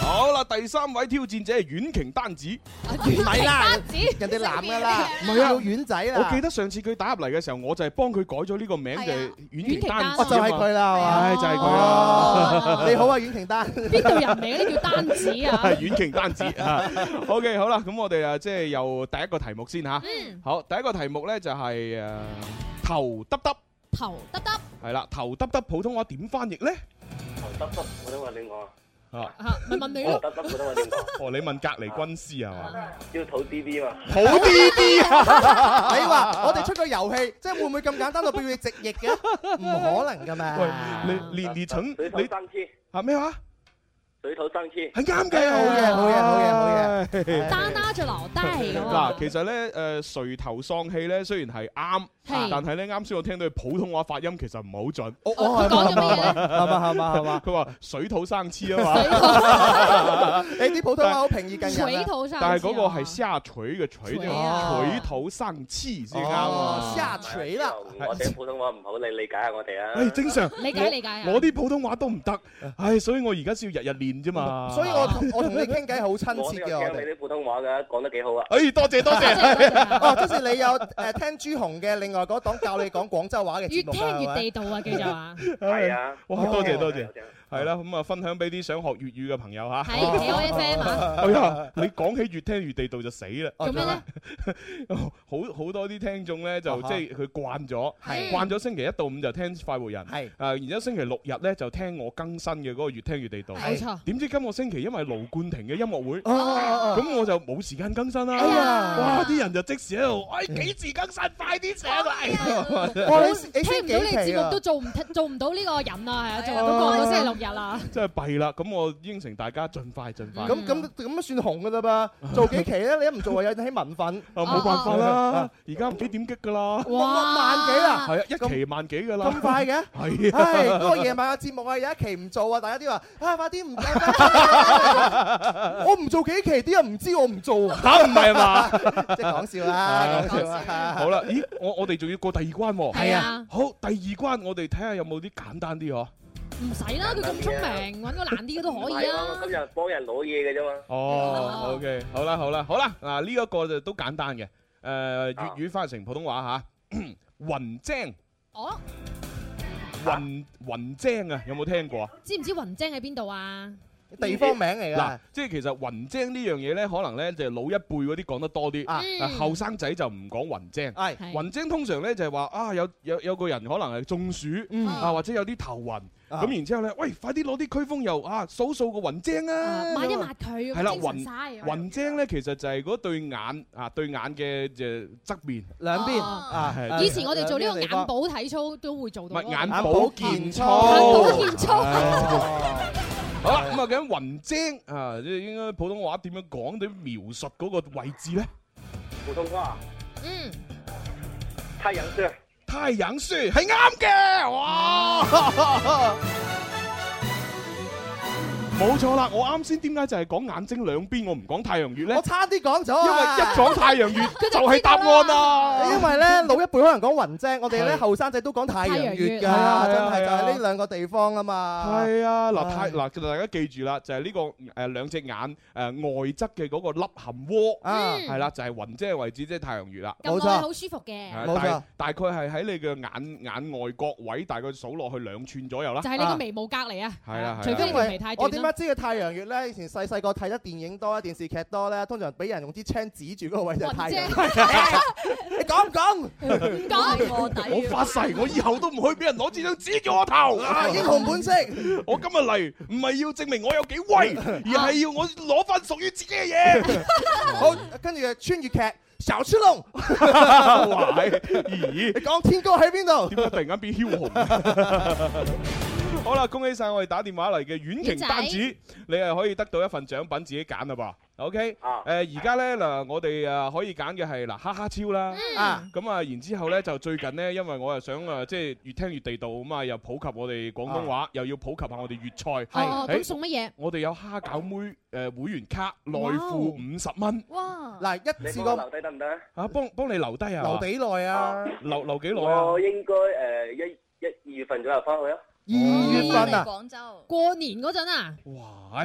[SPEAKER 3] 好啦，第三位挑戰者係阮瓊丹子。
[SPEAKER 4] 唔係啦，
[SPEAKER 5] 子
[SPEAKER 4] 人哋男噶啦，
[SPEAKER 3] 唔係啊
[SPEAKER 4] 叫丸仔啦。
[SPEAKER 3] 我記得上次佢打入嚟嘅時候，我就係幫佢改咗呢個名，就係阮瓊丹子啊
[SPEAKER 4] 哦，就係佢
[SPEAKER 3] 嘛。
[SPEAKER 4] 啦，係嘛？
[SPEAKER 3] 唉，就係佢啦。
[SPEAKER 5] *laughs*
[SPEAKER 4] 哦，你好啊，阮瓊丹。
[SPEAKER 5] 邊度人嚟嘅咧？叫單子
[SPEAKER 3] *laughs*
[SPEAKER 5] 啊
[SPEAKER 3] 係！阮瓊丹子啊。O K，好啦，咁我哋啊，即係由第一個題目先吓。
[SPEAKER 5] 嗯，
[SPEAKER 3] 好，第一個題目咧就係誒頭耷耷，
[SPEAKER 5] 頭得得，
[SPEAKER 3] 係啦，頭耷耷普通話點翻譯咧？
[SPEAKER 10] 哦得得，我都話你我，哦
[SPEAKER 3] 啊，
[SPEAKER 5] 啊咪問你咯。
[SPEAKER 10] 得得，我都
[SPEAKER 3] *laughs*
[SPEAKER 10] 話你我，
[SPEAKER 3] 哦，你問隔離軍師係嘛？
[SPEAKER 10] 要肚啲啲嘛。
[SPEAKER 3] 好啲啲啊！
[SPEAKER 4] *laughs* 你話我哋出個遊戲，即係會唔會咁簡單到俾你直譯嘅？唔可能噶嘛。
[SPEAKER 3] 喂，你你你蠢，
[SPEAKER 10] 水土
[SPEAKER 3] 你
[SPEAKER 10] 生黐，
[SPEAKER 3] 啊咩話？
[SPEAKER 10] 水土生黐。
[SPEAKER 3] 係啱嘅，
[SPEAKER 4] 好
[SPEAKER 3] *laughs*
[SPEAKER 4] 嘢好嘢好嘢好嘢
[SPEAKER 3] 嘢。
[SPEAKER 5] 單拉住留
[SPEAKER 3] *laughs*
[SPEAKER 5] 低咁啊
[SPEAKER 3] 嗱，其實咧，誒垂頭喪氣咧，雖然係啱，
[SPEAKER 5] 係
[SPEAKER 3] 但係咧，啱先我聽到佢普通話發音其實唔係好準。
[SPEAKER 4] 我
[SPEAKER 5] 佢講咗咩嘢咧？
[SPEAKER 4] 哦係嘛係嘛係嘛？
[SPEAKER 3] 佢話水土生黐啊嘛，
[SPEAKER 4] 你 *laughs* 啲普通話好平易近人
[SPEAKER 5] 水
[SPEAKER 4] 啊。
[SPEAKER 5] 土生，
[SPEAKER 3] 但係嗰個係下垂嘅垂，即
[SPEAKER 5] 垂
[SPEAKER 4] 啊
[SPEAKER 3] 係水土生黐先啱
[SPEAKER 4] 哦
[SPEAKER 3] 啊。
[SPEAKER 4] 下垂啦，
[SPEAKER 10] 我哋普通話唔好，你理解下我哋啊。
[SPEAKER 3] 誒，正常。
[SPEAKER 5] 理解理解啊！
[SPEAKER 3] 我啲普通話都唔得，唉，所以我而家先要日日練啫嘛。
[SPEAKER 4] 所以我同 *laughs* 我同你傾偈好親
[SPEAKER 10] 我都
[SPEAKER 4] 切
[SPEAKER 10] 有
[SPEAKER 4] 嘅我
[SPEAKER 10] 聽你
[SPEAKER 4] 哋。
[SPEAKER 10] 啲普通話㗎，講得幾好啊。
[SPEAKER 3] 唉，多謝
[SPEAKER 5] *laughs* 多
[SPEAKER 3] 多謝。
[SPEAKER 5] 謝多謝啊
[SPEAKER 4] 哦，即是你有誒聽朱紅嘅另外嗰檔教你講廣州話嘅
[SPEAKER 5] 越
[SPEAKER 4] 節目
[SPEAKER 5] 聽
[SPEAKER 4] 啦，係
[SPEAKER 5] 越地
[SPEAKER 3] *laughs*
[SPEAKER 4] 咪？
[SPEAKER 5] 道啊，叫做啊！
[SPEAKER 10] 係啊，
[SPEAKER 3] 哇，多謝多謝。
[SPEAKER 10] 係
[SPEAKER 3] 係啦，咁啊分享俾啲想學粵語嘅朋友吓。
[SPEAKER 8] 喺 KOFM 啊，
[SPEAKER 3] *laughs* 哎呀，你講起越聽越地道就死啦！
[SPEAKER 8] 做咩咧？
[SPEAKER 3] *laughs* 好好多啲聽眾咧就
[SPEAKER 4] 啊
[SPEAKER 3] 即
[SPEAKER 4] 哈
[SPEAKER 3] 係佢慣咗，
[SPEAKER 8] 係
[SPEAKER 3] 慣咗星期一到五就聽快活人，
[SPEAKER 4] 係
[SPEAKER 3] 啊，然之後星期六日咧就聽我更新嘅嗰個越聽越地道。
[SPEAKER 5] 冇錯。
[SPEAKER 3] 點知今個星期因為盧冠廷嘅音樂會，
[SPEAKER 4] 哦，
[SPEAKER 3] 咁我就冇時間更新
[SPEAKER 8] 哎
[SPEAKER 3] 啦。
[SPEAKER 8] 呀
[SPEAKER 3] 哇！啲人就即時喺度，哎幾時更新？快啲上 *laughs* 嚟！
[SPEAKER 4] 哇你你
[SPEAKER 5] 聽
[SPEAKER 4] 先
[SPEAKER 5] 唔
[SPEAKER 4] 幾
[SPEAKER 5] 到你
[SPEAKER 4] 期
[SPEAKER 5] 節
[SPEAKER 4] 啊
[SPEAKER 5] 目都？做唔做唔到呢個人啊，係啊，做唔
[SPEAKER 4] 係啊
[SPEAKER 5] 到個個星期六日啊，
[SPEAKER 3] 真係弊啦！咁我應承大家，盡快盡快。
[SPEAKER 4] *laughs* 咁咁咁算紅
[SPEAKER 3] *laughs*
[SPEAKER 4] 噶啦噃，做幾期咧？你一唔做話引起民憤，
[SPEAKER 3] 啊冇
[SPEAKER 4] 哦
[SPEAKER 3] 辦法啦，而家唔知點擊㗎啦，
[SPEAKER 4] 哇萬幾啦，
[SPEAKER 3] 係啊，一期萬幾㗎啦，
[SPEAKER 4] 咁快嘅？
[SPEAKER 3] 係啊。
[SPEAKER 4] 唉，嗰個夜晚嘅節目啊，有一期唔做啊，大家啲話啊，快啲唔做啦！
[SPEAKER 3] *laughs*
[SPEAKER 4] 我唔做幾期，啲人唔知我唔做啊，
[SPEAKER 3] 嚇唔係嘛？
[SPEAKER 4] *laughs*
[SPEAKER 3] 啊
[SPEAKER 4] 即係講笑啦，講笑啦。
[SPEAKER 3] 好啦，咦，我我哋仲要過第二關喎。
[SPEAKER 5] 係啊，
[SPEAKER 3] 好，第二關我哋睇下有冇啲簡單啲嗬。
[SPEAKER 5] 唔使啦，佢咁聰明，揾個難啲嘅都可以
[SPEAKER 10] 唔係我今
[SPEAKER 5] 啊。
[SPEAKER 10] 日幫人攞嘢嘅啫嘛。
[SPEAKER 3] 哦，OK，好啦，好啦，好啦，嗱呢一個就都簡單嘅，誒
[SPEAKER 4] 啊
[SPEAKER 3] 粵語翻譯成普通話嚇， *clears throat* 雲精
[SPEAKER 5] 哦，
[SPEAKER 3] 雲雲精啊，有冇聽過啊？
[SPEAKER 5] 知唔知雲精喺邊度啊？
[SPEAKER 4] 地方名
[SPEAKER 3] 嗱
[SPEAKER 4] 嚟㗎，，
[SPEAKER 3] 即係其實雲精呢樣嘢咧，可能咧就係老一輩嗰啲講得多啲，
[SPEAKER 4] 啊
[SPEAKER 3] 啊後生仔就唔講雲精。
[SPEAKER 4] 係
[SPEAKER 5] 嗯係
[SPEAKER 3] 雲精通常咧就係話啊，有有有個人可能係中暑
[SPEAKER 4] 嗯
[SPEAKER 3] 啊，或者有啲頭暈，
[SPEAKER 4] 啊
[SPEAKER 3] 咁然之後咧，喂，快啲攞啲驅風油啊，掃掃個雲精啊，
[SPEAKER 6] Ờ,
[SPEAKER 5] 啊抹一抹佢，
[SPEAKER 3] 係啦
[SPEAKER 5] 精神
[SPEAKER 3] 雲
[SPEAKER 4] 啊
[SPEAKER 5] 曬。
[SPEAKER 3] 雲精咧，其實就係嗰對眼啊，對眼嘅誒側面，
[SPEAKER 4] 兩邊
[SPEAKER 5] 哦
[SPEAKER 4] 啊。
[SPEAKER 3] 係
[SPEAKER 4] 啊
[SPEAKER 5] 以前我哋做呢個
[SPEAKER 4] 兩邊地
[SPEAKER 5] 眼
[SPEAKER 4] 方
[SPEAKER 5] 保體操都會做
[SPEAKER 3] 唔
[SPEAKER 5] 到嗰
[SPEAKER 3] 係
[SPEAKER 5] 個。
[SPEAKER 3] 眼
[SPEAKER 4] 眼
[SPEAKER 3] 保
[SPEAKER 4] 保
[SPEAKER 3] 健
[SPEAKER 4] 健
[SPEAKER 3] 操。
[SPEAKER 4] 操
[SPEAKER 5] 眼保健操。
[SPEAKER 3] 好啦，咁啊，究竟雲精啊，即係應該普通話點樣講？點描述嗰個位置咧？
[SPEAKER 10] 普通話，
[SPEAKER 8] 嗯，
[SPEAKER 10] 太陽穴。
[SPEAKER 3] 太陽穴係啱嘅，哇！冇錯啦，我啱先點解就係講眼睛兩邊，我唔講太陽穴咧
[SPEAKER 4] 我？差啲講咗
[SPEAKER 3] 因為
[SPEAKER 4] 啊
[SPEAKER 3] 一講太陽穴就係答案啦
[SPEAKER 4] 因。為咧老一輩可能講雲精，我哋
[SPEAKER 3] 係
[SPEAKER 4] 咧後生仔都講太陽
[SPEAKER 5] 太陽穴
[SPEAKER 4] 穴
[SPEAKER 5] 係
[SPEAKER 3] 啊
[SPEAKER 4] 㗎，
[SPEAKER 3] 係
[SPEAKER 4] 真
[SPEAKER 3] 啊
[SPEAKER 4] 係就
[SPEAKER 3] 係啊
[SPEAKER 4] 係呢兩個地方啊嘛。
[SPEAKER 3] 係啊，嗱太
[SPEAKER 4] 唉
[SPEAKER 3] 嗱，大家記住啦，就係呢個誒兩隻眼誒外側嘅嗰個凹陷窩，
[SPEAKER 4] 啊，
[SPEAKER 5] 嗯
[SPEAKER 3] 係啦，就係雲遮位置，即係太陽穴啦。
[SPEAKER 5] 撳
[SPEAKER 4] 冇錯
[SPEAKER 5] 落去好舒服嘅
[SPEAKER 3] 係，啊
[SPEAKER 4] 冇錯
[SPEAKER 3] 大大概係喺你嘅眼眼外角位，大概數落去兩寸左右啦
[SPEAKER 5] 就。係你個眉毛隔離啊。
[SPEAKER 3] 係啦係啦
[SPEAKER 5] 除非你
[SPEAKER 4] 因
[SPEAKER 5] 條
[SPEAKER 4] 為
[SPEAKER 5] 眉太
[SPEAKER 4] 我
[SPEAKER 5] 短
[SPEAKER 4] 點
[SPEAKER 5] 啦
[SPEAKER 4] 解。知嘅太陽穴咧？以前細細個睇得電影多、電視劇多咧，通常俾人用支槍指住嗰個位就係太陽穴。你講唔講？
[SPEAKER 5] 唔講我
[SPEAKER 3] *laughs* 我
[SPEAKER 5] 底。
[SPEAKER 3] 發誓，我以後都唔可以俾人攞支槍指住我頭。
[SPEAKER 4] 啊，英雄本色。
[SPEAKER 3] *laughs* 我今日嚟唔係要證明我有幾
[SPEAKER 4] *laughs*
[SPEAKER 3] 威，而係要我攞翻屬於自己嘅嘢。
[SPEAKER 4] 好，跟住就穿越劇。小出龍，
[SPEAKER 3] 哇！咦？
[SPEAKER 4] 你講天哥喺邊度？
[SPEAKER 3] 點解突然間變枭
[SPEAKER 4] *laughs*
[SPEAKER 3] 雄嘅？好啦，恭喜晒我哋打電話嚟嘅婉瓊單子，你係可以得到一份獎品，自己揀啦噃。OK，誒
[SPEAKER 10] 啊
[SPEAKER 3] 而家咧嗱，我哋誒可以揀嘅係嗱哈哈超啦，
[SPEAKER 5] 嗯
[SPEAKER 4] 啊，
[SPEAKER 3] 咁啊然之後咧就最近呢，因為我又想啊誒即係越聽越地道咁啊，又普及我哋廣東
[SPEAKER 4] 啊
[SPEAKER 3] 話，又要普及下我哋粵菜。
[SPEAKER 5] 哦，
[SPEAKER 3] 誒
[SPEAKER 5] 咁送乜嘢？
[SPEAKER 3] 我哋有蝦餃妹誒會員卡內付五十蚊
[SPEAKER 8] 哇，
[SPEAKER 4] 嗱，一
[SPEAKER 10] 你
[SPEAKER 4] 次
[SPEAKER 10] 幫我留
[SPEAKER 4] 過
[SPEAKER 10] 低得唔得啊？
[SPEAKER 3] 啊，幫幫你留低啊，
[SPEAKER 4] 留幾耐啊？
[SPEAKER 3] 留留幾耐啊
[SPEAKER 10] 我？應該誒一一二月份左右翻去啊。
[SPEAKER 4] 二月份
[SPEAKER 8] 嚟
[SPEAKER 4] 啊，
[SPEAKER 8] 廣州，
[SPEAKER 5] 過年嗰陣啊，
[SPEAKER 3] 哇！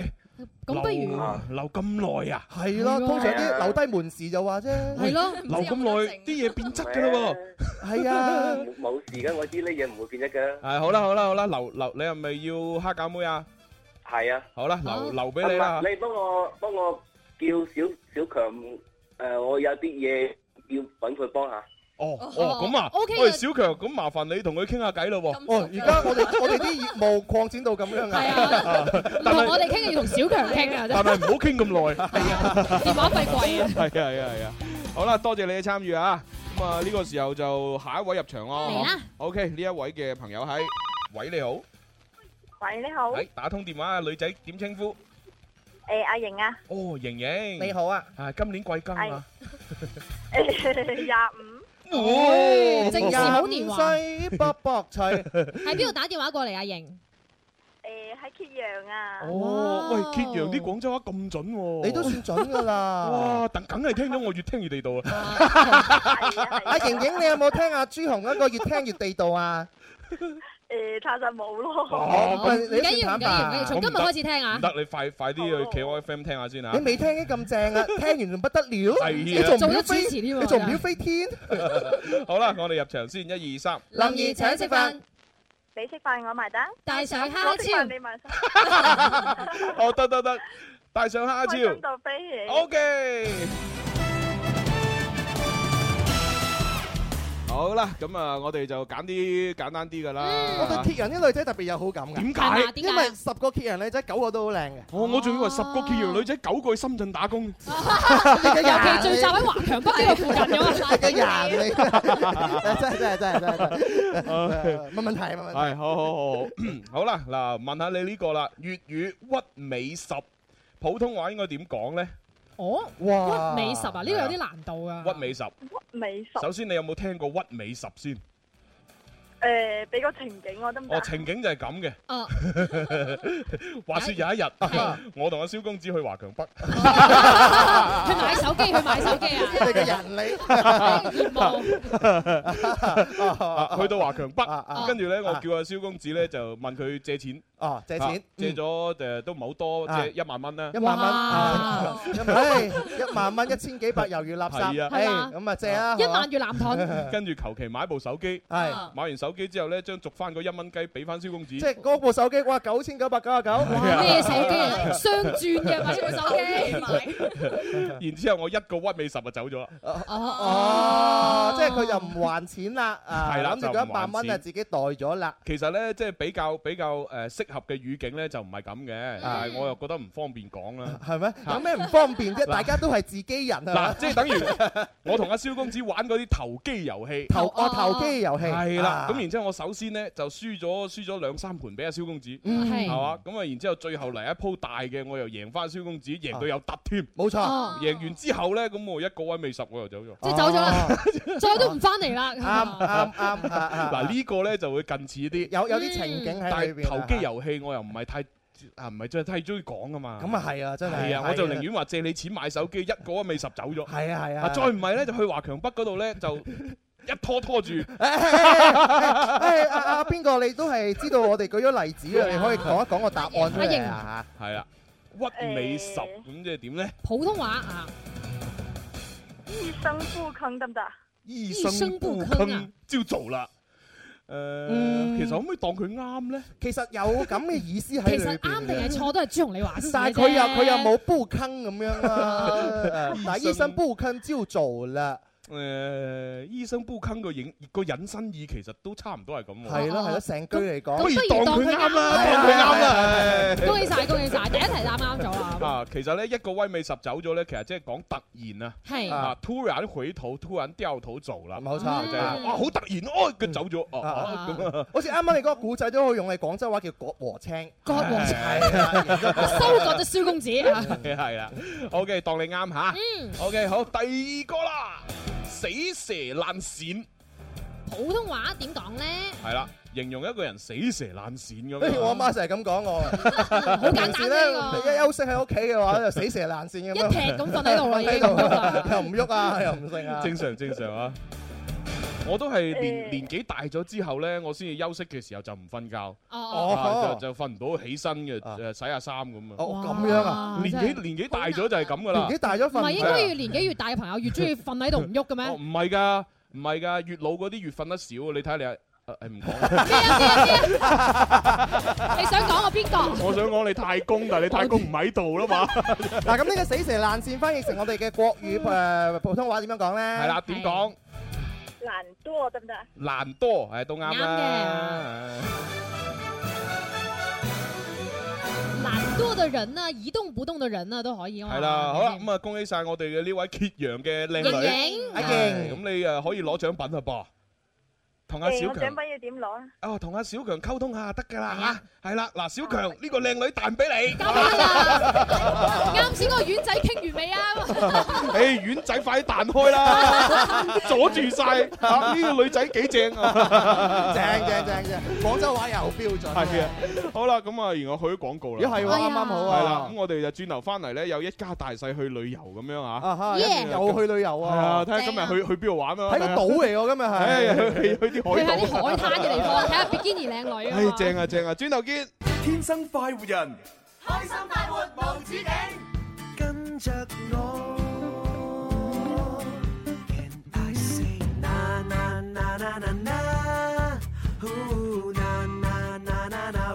[SPEAKER 5] 咁不
[SPEAKER 3] 留
[SPEAKER 5] 如
[SPEAKER 3] 留咁耐啊？
[SPEAKER 4] 係咯，通常啲留低門市就話啫。
[SPEAKER 5] 係咯，
[SPEAKER 3] 留咁耐，啲嘢變質㗎啦喎。 *laughs*
[SPEAKER 4] 係啊，
[SPEAKER 10] 咩冇事㗎，我知呢嘢唔會變質㗎。
[SPEAKER 3] 係好啦好啦好啦，留留你係咪要蝦餃妹啊？
[SPEAKER 10] 係啊。
[SPEAKER 3] 好啦，
[SPEAKER 5] 好
[SPEAKER 3] 留留俾你啦
[SPEAKER 10] 唔係。啊你幫我幫我叫小小強誒，我有啲嘢要揾佢幫下。
[SPEAKER 3] 哦哦咁啊
[SPEAKER 5] 哦，OK 啊
[SPEAKER 3] 喂小強，咁麻煩你同佢傾下偈咯
[SPEAKER 8] 咁熟
[SPEAKER 4] 哦，而
[SPEAKER 8] 㗎
[SPEAKER 4] 家我哋我哋啲業務擴展到咁樣
[SPEAKER 5] 係
[SPEAKER 4] 啊，
[SPEAKER 5] 啊，唔
[SPEAKER 3] 但係
[SPEAKER 5] 同我哋傾嘅要同小強傾啊，
[SPEAKER 3] 喎。但係唔好傾咁耐。
[SPEAKER 5] 電話費貴啊。
[SPEAKER 3] 係啊係啊係啊。好啦，多謝你嘅參與啊。咁啊呢個時候就下一位入場咯。
[SPEAKER 5] 嚟啦。
[SPEAKER 3] OK，呢一位嘅朋友喺，喂你好，
[SPEAKER 7] 喂，你好，
[SPEAKER 3] 喺打通電話啊，女仔點稱呼？
[SPEAKER 7] 诶，阿瑩啊，
[SPEAKER 3] 哦，瑩瑩。
[SPEAKER 4] 你。好啊，
[SPEAKER 3] 啊，今年貴庚啊？
[SPEAKER 7] *laughs* 廿五，
[SPEAKER 3] 哦
[SPEAKER 5] 正是好年華
[SPEAKER 4] 廿五歲卜卜脆，
[SPEAKER 5] 喺邊度打電話過嚟啊？瑩，
[SPEAKER 7] 诶，喺揭陽啊，
[SPEAKER 3] *laughs* 哦，喂，揭陽啲廣州話咁準喎。
[SPEAKER 4] 你都算準㗎啦。
[SPEAKER 3] 哇！但梗係聽咗我越聽越地道啊啦。
[SPEAKER 7] 係啊，
[SPEAKER 4] *laughs* 阿瑩瑩，你有冇聽阿朱紅嗰個越聽越地道啊？
[SPEAKER 7] 诶，坦白冇咯，
[SPEAKER 3] 哦，咁
[SPEAKER 5] 唔緊要唔緊要唔緊要，從今日開始聽
[SPEAKER 3] 唔
[SPEAKER 5] 啊。
[SPEAKER 3] 得，你快快啲去企 O F M 聽下先啊
[SPEAKER 4] 你！
[SPEAKER 3] *laughs*
[SPEAKER 4] 未聽啲咁正啊，聽完仲不得了，
[SPEAKER 3] 係啊
[SPEAKER 4] 你仲
[SPEAKER 5] 做
[SPEAKER 4] 唔
[SPEAKER 5] 得
[SPEAKER 4] 曉
[SPEAKER 5] 支持
[SPEAKER 4] 飛？
[SPEAKER 5] 添喎
[SPEAKER 4] 你仲唔曉飛天？
[SPEAKER 3] 好啦，我哋入場先，一二三， *laughs*
[SPEAKER 8] 林怡請食飯，
[SPEAKER 7] 你食飯我埋單，
[SPEAKER 8] 大上
[SPEAKER 7] 我
[SPEAKER 8] 蝦
[SPEAKER 7] 食飯
[SPEAKER 8] 超
[SPEAKER 7] 你，埋單，
[SPEAKER 3] 哦，得得得，帶上蝦
[SPEAKER 7] 開心
[SPEAKER 3] 超。
[SPEAKER 7] 到飛起。
[SPEAKER 3] O K。好啦，咁啊，我哋就揀啲簡單啲噶
[SPEAKER 5] 嗯
[SPEAKER 4] 我對
[SPEAKER 3] 啦。
[SPEAKER 4] 揭人啲女仔特別有好感嘅，
[SPEAKER 3] 點
[SPEAKER 5] 係嘛？
[SPEAKER 3] 解？
[SPEAKER 5] 點
[SPEAKER 4] 因為
[SPEAKER 5] 解？
[SPEAKER 4] 十個揭人女仔九個都好靚嘅。
[SPEAKER 3] 我我仲以為十個揭陽女仔九個去深圳打工。
[SPEAKER 5] 尤其聚集喺華強北呢個附近咁啊！
[SPEAKER 4] 嘅人嚟嘅，真係真係真係真係真係， *laughs* 冇問題冇問題。
[SPEAKER 3] 係，好好好好，好啦，嗱，問下你呢個啦，粵語屈尾十，普通話應該點講呢？
[SPEAKER 5] 哦，屈
[SPEAKER 4] 哇
[SPEAKER 5] 美十啊，呢個有啲難度啊。
[SPEAKER 3] 屈尾十，
[SPEAKER 7] 美啊術
[SPEAKER 3] 首先你有冇聽過屈尾十先？
[SPEAKER 7] 誒，俾個情景我得唔得
[SPEAKER 3] 哦，？情景就係咁嘅。
[SPEAKER 5] 哦，
[SPEAKER 3] 話說有一日
[SPEAKER 5] 係，
[SPEAKER 3] 我同阿蕭公子去華強北，
[SPEAKER 5] 去買手機，去買手
[SPEAKER 6] à?
[SPEAKER 5] 機啊！
[SPEAKER 4] 你嘅人嚟，
[SPEAKER 5] 業務
[SPEAKER 3] 啊去到華強
[SPEAKER 4] 啊啊
[SPEAKER 3] 北，跟住呢，我叫阿蕭公子呢，就問佢借錢，
[SPEAKER 4] 哦，借
[SPEAKER 3] 啊
[SPEAKER 4] 錢，
[SPEAKER 3] 借咗誒都唔係好多，
[SPEAKER 4] 啊
[SPEAKER 3] 借一萬蚊啦
[SPEAKER 4] 一。萬蚊，
[SPEAKER 5] 哇
[SPEAKER 4] 啊一唉一萬蚊一千幾百猶如垃
[SPEAKER 3] 係
[SPEAKER 4] 圾，
[SPEAKER 3] 啊
[SPEAKER 4] 唉
[SPEAKER 5] 係嘛
[SPEAKER 4] 咁啊借啊，
[SPEAKER 5] 一萬越南盾，
[SPEAKER 3] 跟住求其買部手機，
[SPEAKER 4] 係。
[SPEAKER 3] 買完手機之後呢，將續翻嗰一蚊雞俾翻蕭公子
[SPEAKER 4] 即。係嗰部手機，哇九千九百九十九，
[SPEAKER 5] 哇咩手機啊？雙轉嘅買部手機，
[SPEAKER 3] 然之後我一個屈尾十就走咗啦，
[SPEAKER 4] 哦，即係佢就唔還錢啦，啊
[SPEAKER 3] 係啦
[SPEAKER 4] 諗住嗰一百
[SPEAKER 3] 就唔
[SPEAKER 4] 蚊啊
[SPEAKER 3] 還錢
[SPEAKER 4] 自己袋咗啦，
[SPEAKER 3] 其實呢，即係比較比較誒、呃、適合嘅語境呢，就唔係咁嘅，但係我又覺得唔方便講啦。
[SPEAKER 4] 係咪？有咩唔方便啫？大家都係自己人係嘛
[SPEAKER 3] 嗱，？即係等
[SPEAKER 4] *laughs*
[SPEAKER 3] 於我同阿蕭公子玩嗰啲投機遊戲，
[SPEAKER 4] 投
[SPEAKER 5] 哦
[SPEAKER 4] 我投機遊戲
[SPEAKER 3] 係啦
[SPEAKER 4] 啊。
[SPEAKER 3] 咁然之後我首先呢，就輸咗輸咗兩三盤俾阿蕭公子，
[SPEAKER 4] 嗯
[SPEAKER 3] 係
[SPEAKER 5] 係
[SPEAKER 3] 嘛？咁啊，然之後最後嚟一鋪大嘅，我又贏翻蕭公子，贏到有突添。
[SPEAKER 4] 冇錯。
[SPEAKER 5] 哦，
[SPEAKER 3] 贏完之後呢，咁我一個位未十，我又走咗。
[SPEAKER 5] 即係 *laughs* 走咗啦，
[SPEAKER 4] 哦
[SPEAKER 5] 再都唔翻嚟啦。 *laughs*
[SPEAKER 4] 啱啱啱啊啊
[SPEAKER 3] 嗱，呢個呢就會近似啲，
[SPEAKER 4] 有有啲情景
[SPEAKER 3] 但
[SPEAKER 4] 喺裏
[SPEAKER 3] 係
[SPEAKER 4] 邊啊。
[SPEAKER 3] 投機遊戲我又唔係太啊唔係真係太中意講噶嘛。
[SPEAKER 4] 咁啊係啊，真係。
[SPEAKER 3] 係啊，我就寧願話借你錢買手機，一個都未十走咗。
[SPEAKER 4] 係啊係
[SPEAKER 3] 啊，
[SPEAKER 4] 啊。
[SPEAKER 3] 再唔係咧就去華強北嗰度咧
[SPEAKER 4] *laughs*
[SPEAKER 3] 就一拖拖住。
[SPEAKER 4] 誒啊啊邊個你都係知道我哋舉咗例子啊，你可以講一講個答案出嚟啊
[SPEAKER 3] 係啦，屈尾十
[SPEAKER 7] 誒
[SPEAKER 3] 咁即係點咧？
[SPEAKER 5] 普通話啊，
[SPEAKER 7] 醫生不坑得唔得？
[SPEAKER 3] 醫
[SPEAKER 5] 生不
[SPEAKER 3] 不
[SPEAKER 5] 吭啊，
[SPEAKER 3] 朝做啦。誒，
[SPEAKER 4] 嗯
[SPEAKER 3] 其實可唔可以當佢啱咧？
[SPEAKER 4] 其實有咁嘅意思喺
[SPEAKER 5] 其
[SPEAKER 4] 裏
[SPEAKER 5] 實啱定係
[SPEAKER 4] 邊。
[SPEAKER 5] 錯都係朱紅你話事嘅啫
[SPEAKER 4] 但係佢又佢又冇煲
[SPEAKER 3] 啊
[SPEAKER 4] 坑咁
[SPEAKER 5] *laughs*
[SPEAKER 4] 樣啦，啊但係醫生煲坑朝做啦，
[SPEAKER 3] 誒，醫生不坑個影個引申意其實都差唔多係咁喎。
[SPEAKER 4] 係咯係咯，成句
[SPEAKER 5] 咁
[SPEAKER 4] 嚟講
[SPEAKER 3] 不如
[SPEAKER 5] 不如
[SPEAKER 3] 當
[SPEAKER 5] 當
[SPEAKER 3] 佢
[SPEAKER 5] 佢
[SPEAKER 3] 啱啦，啊
[SPEAKER 5] 啱啊
[SPEAKER 3] 當佢啱啦。
[SPEAKER 5] 恭喜晒，恭喜晒！第一題答啱咗啦，
[SPEAKER 3] 啊，其實咧一個威尾十走咗咧，其實即係講突然啊，
[SPEAKER 5] 係
[SPEAKER 3] 啊，突然回頭，突然掉頭做啦。
[SPEAKER 4] 冇
[SPEAKER 3] 就係
[SPEAKER 4] 錯，啊
[SPEAKER 3] 哇，好突然哦，佢走咗哦
[SPEAKER 4] 啊
[SPEAKER 3] 哦，咁啊，
[SPEAKER 4] 好似啱啱你嗰個古仔都可以用嚟廣州話叫割禾青，
[SPEAKER 5] 割禾青
[SPEAKER 4] *laughs* 係啦
[SPEAKER 5] 收割咗蕭公子啊！
[SPEAKER 3] *laughs* 係係啦，OK，當你啱吓，OK，好，第二個啦，死蛇爛鱔，
[SPEAKER 5] 普通話點講咧？
[SPEAKER 3] 係啦，形容一個人死蛇爛鱔咁
[SPEAKER 4] 哎我阿
[SPEAKER 3] 樣。
[SPEAKER 4] 媽成日咁講我，
[SPEAKER 5] 好簡
[SPEAKER 4] 平
[SPEAKER 5] 單
[SPEAKER 4] 時咧
[SPEAKER 5] 呢
[SPEAKER 4] 一休息喺屋企嘅話就死蛇爛
[SPEAKER 5] 個，一
[SPEAKER 4] 鱔咁樣
[SPEAKER 5] 劈咁瞓喺度啊
[SPEAKER 4] *laughs*
[SPEAKER 5] 啦，已經
[SPEAKER 4] 喺
[SPEAKER 5] 唔喐
[SPEAKER 4] 度，又
[SPEAKER 5] 啦。
[SPEAKER 4] 唔喐啊，又唔剩啊，
[SPEAKER 3] 正常正常啊！我都係
[SPEAKER 7] 誒
[SPEAKER 3] 年年紀大咗之後咧，我先至休息嘅時候就唔瞓覺，
[SPEAKER 5] 哦，
[SPEAKER 3] 啊
[SPEAKER 4] 哦
[SPEAKER 3] 就，就瞓唔到起身嘅，
[SPEAKER 4] 啊
[SPEAKER 3] 誒洗下衫咁啊。
[SPEAKER 4] 哦咁樣啊，
[SPEAKER 5] 啊
[SPEAKER 3] 年紀年紀大咗就係咁噶
[SPEAKER 4] 年
[SPEAKER 3] 啦
[SPEAKER 4] 紀。大咗
[SPEAKER 5] 唔係
[SPEAKER 4] 瞓
[SPEAKER 5] 應
[SPEAKER 4] 唔
[SPEAKER 5] 該越年紀越大嘅朋友越中意瞓喺度唔喐嘅咩？
[SPEAKER 3] 哦，唔係㗎，唔係㗎，越老嗰啲越瞓得少啊。你睇下你啊，誒唔 *laughs* 講。
[SPEAKER 5] 你想講我邊個？
[SPEAKER 3] 我想講你太公，但係你太公唔喺度啦嘛。
[SPEAKER 4] 嗱啊咁呢個死蛇爛鱔翻譯成我哋嘅國語
[SPEAKER 5] 嗯
[SPEAKER 4] 誒普通話點樣講咧？
[SPEAKER 3] 係啦，點講
[SPEAKER 7] 難多得唔得？
[SPEAKER 3] 難多，係都啱啦。
[SPEAKER 5] 懶惰的人啊，一動不動的人啊都可以啊嘛。
[SPEAKER 3] 係啦，好啦，咁
[SPEAKER 5] 啊，
[SPEAKER 3] 啊，恭喜晒我哋嘅呢位揭陽嘅靚
[SPEAKER 5] 盈
[SPEAKER 3] 女。
[SPEAKER 5] 盈
[SPEAKER 4] 阿
[SPEAKER 3] 係
[SPEAKER 4] 瑩
[SPEAKER 3] 咁你誒可以攞獎品啦噃。同阿
[SPEAKER 7] 誒，我
[SPEAKER 3] 小
[SPEAKER 7] 獎
[SPEAKER 3] 強
[SPEAKER 7] 品要點攞啊？
[SPEAKER 3] 啊，同阿小強溝通下得㗎
[SPEAKER 5] 係啊
[SPEAKER 3] 啦嚇。係啦，嗱，小強呢個靚女彈俾你。
[SPEAKER 5] 交俾你啦。啱先嗰個丸仔傾完未
[SPEAKER 3] *laughs*
[SPEAKER 5] 啊？
[SPEAKER 3] 誒，丸仔快啲彈開
[SPEAKER 4] *laughs*
[SPEAKER 3] 啦，阻住晒啊！呢個女仔幾正啊！
[SPEAKER 4] 正正正正，廣州話又好標準啊。
[SPEAKER 3] 係啊，好啦，咁啊，然後去咗廣告啦。
[SPEAKER 4] 咦係喎，
[SPEAKER 5] 哎呀
[SPEAKER 4] 啱啱好
[SPEAKER 3] 係啦，
[SPEAKER 4] 啊
[SPEAKER 3] 咁。我哋就轉頭翻嚟咧，有一家大細去旅遊咁樣啊，
[SPEAKER 4] 啊哈，
[SPEAKER 5] Yeah
[SPEAKER 4] 又去旅遊
[SPEAKER 3] 係
[SPEAKER 4] 啊
[SPEAKER 3] 啊，睇，下今日去去邊度玩啊，
[SPEAKER 4] 喺個島嚟喎，
[SPEAKER 3] *laughs*
[SPEAKER 4] 今日
[SPEAKER 3] 唉，
[SPEAKER 4] 係。
[SPEAKER 3] 去去去
[SPEAKER 5] 去
[SPEAKER 3] 啲海
[SPEAKER 5] 下啲
[SPEAKER 3] 島，
[SPEAKER 5] 海灘嘅地方，睇下比基尼靚女啊
[SPEAKER 3] 唉，
[SPEAKER 5] 嘛。
[SPEAKER 3] 正啊正啊，轉頭見。
[SPEAKER 2] 天生快活人，
[SPEAKER 9] 跟着我。Can I say na na na na na na? Ooh, na na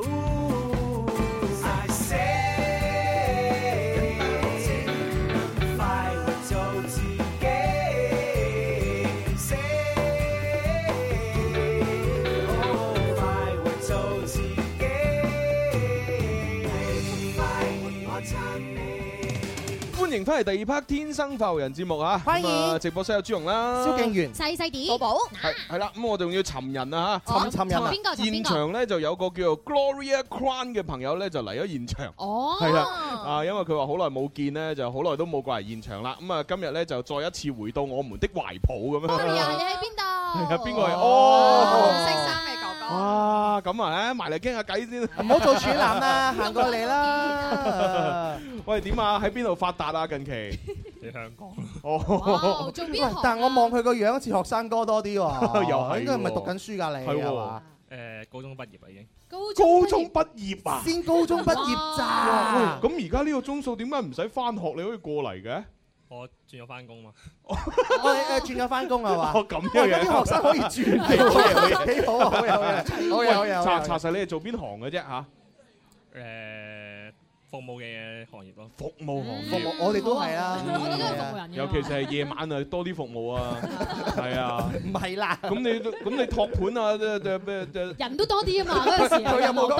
[SPEAKER 3] 翻嚟第二 part《天生快活人》節目啊！
[SPEAKER 8] 歡迎
[SPEAKER 3] 咁啊直播室有朱容啦，
[SPEAKER 8] 細細啲，寶寶，
[SPEAKER 3] 係係啦，咁我仲要尋人啊嚇，
[SPEAKER 8] 尋尋人啊邊個尋邊個
[SPEAKER 3] 現場咧就有個叫做 Gloria Kwan 嘅朋友咧就嚟咗現場。
[SPEAKER 8] 哦
[SPEAKER 3] 係啦，啊，因為佢話好耐冇見咧，就好耐都冇過嚟現場啦。咁啊，今日咧就再一次回到我們的懷抱咁樣。
[SPEAKER 8] Gloria，你喺邊度？
[SPEAKER 3] 係啊，邊個係？哦，
[SPEAKER 8] 識衫嘅哥哥。
[SPEAKER 3] 哇，咁啊，埋嚟傾下偈先。唔
[SPEAKER 4] 好做處男啦，行過嚟啦。
[SPEAKER 3] 喂，點啊？喺邊度發達啊？近期喺香港。哦，
[SPEAKER 5] 啊
[SPEAKER 4] 喂但係我望佢個樣似學生哥多啲
[SPEAKER 3] *laughs*
[SPEAKER 4] 喎，
[SPEAKER 3] 又係
[SPEAKER 4] 應該唔
[SPEAKER 3] 喎
[SPEAKER 4] 係讀緊書㗎你
[SPEAKER 3] 係喎
[SPEAKER 4] 係嘛？
[SPEAKER 11] 誒，高中畢業啦已經。
[SPEAKER 3] 高中畢業啊？
[SPEAKER 4] 先高中畢業咋？
[SPEAKER 3] 哇喂咁而家呢個鐘數點解唔使翻學你可以過嚟嘅？
[SPEAKER 11] 我轉咗翻工嘛。
[SPEAKER 4] 我哦哋誒轉咗翻工啊係嘛？
[SPEAKER 3] *laughs* 哦咁樣嘅
[SPEAKER 4] 喂咁啲學生可以
[SPEAKER 3] *laughs*
[SPEAKER 4] 轉
[SPEAKER 3] 係好嘢好嘢
[SPEAKER 4] 幾好啊！好嘢好嘢好嘢好嘢好嘢
[SPEAKER 3] 查查實你係做邊行嘅啫嚇？
[SPEAKER 11] 誒，服務嘅行業咯。
[SPEAKER 3] 服務行業，
[SPEAKER 4] 服務我哋都
[SPEAKER 5] *laughs*
[SPEAKER 4] 係啊
[SPEAKER 3] 嗯
[SPEAKER 4] 我哋都係服務人㗎
[SPEAKER 3] 尤其是係夜晚啊，多啲服務啊，係啊。
[SPEAKER 4] 唔係啦，
[SPEAKER 3] 咁你都咁你托盤啊，即即即
[SPEAKER 5] 人都多啲啊
[SPEAKER 3] *laughs*
[SPEAKER 5] 嘛，嗰陣時又人多啊。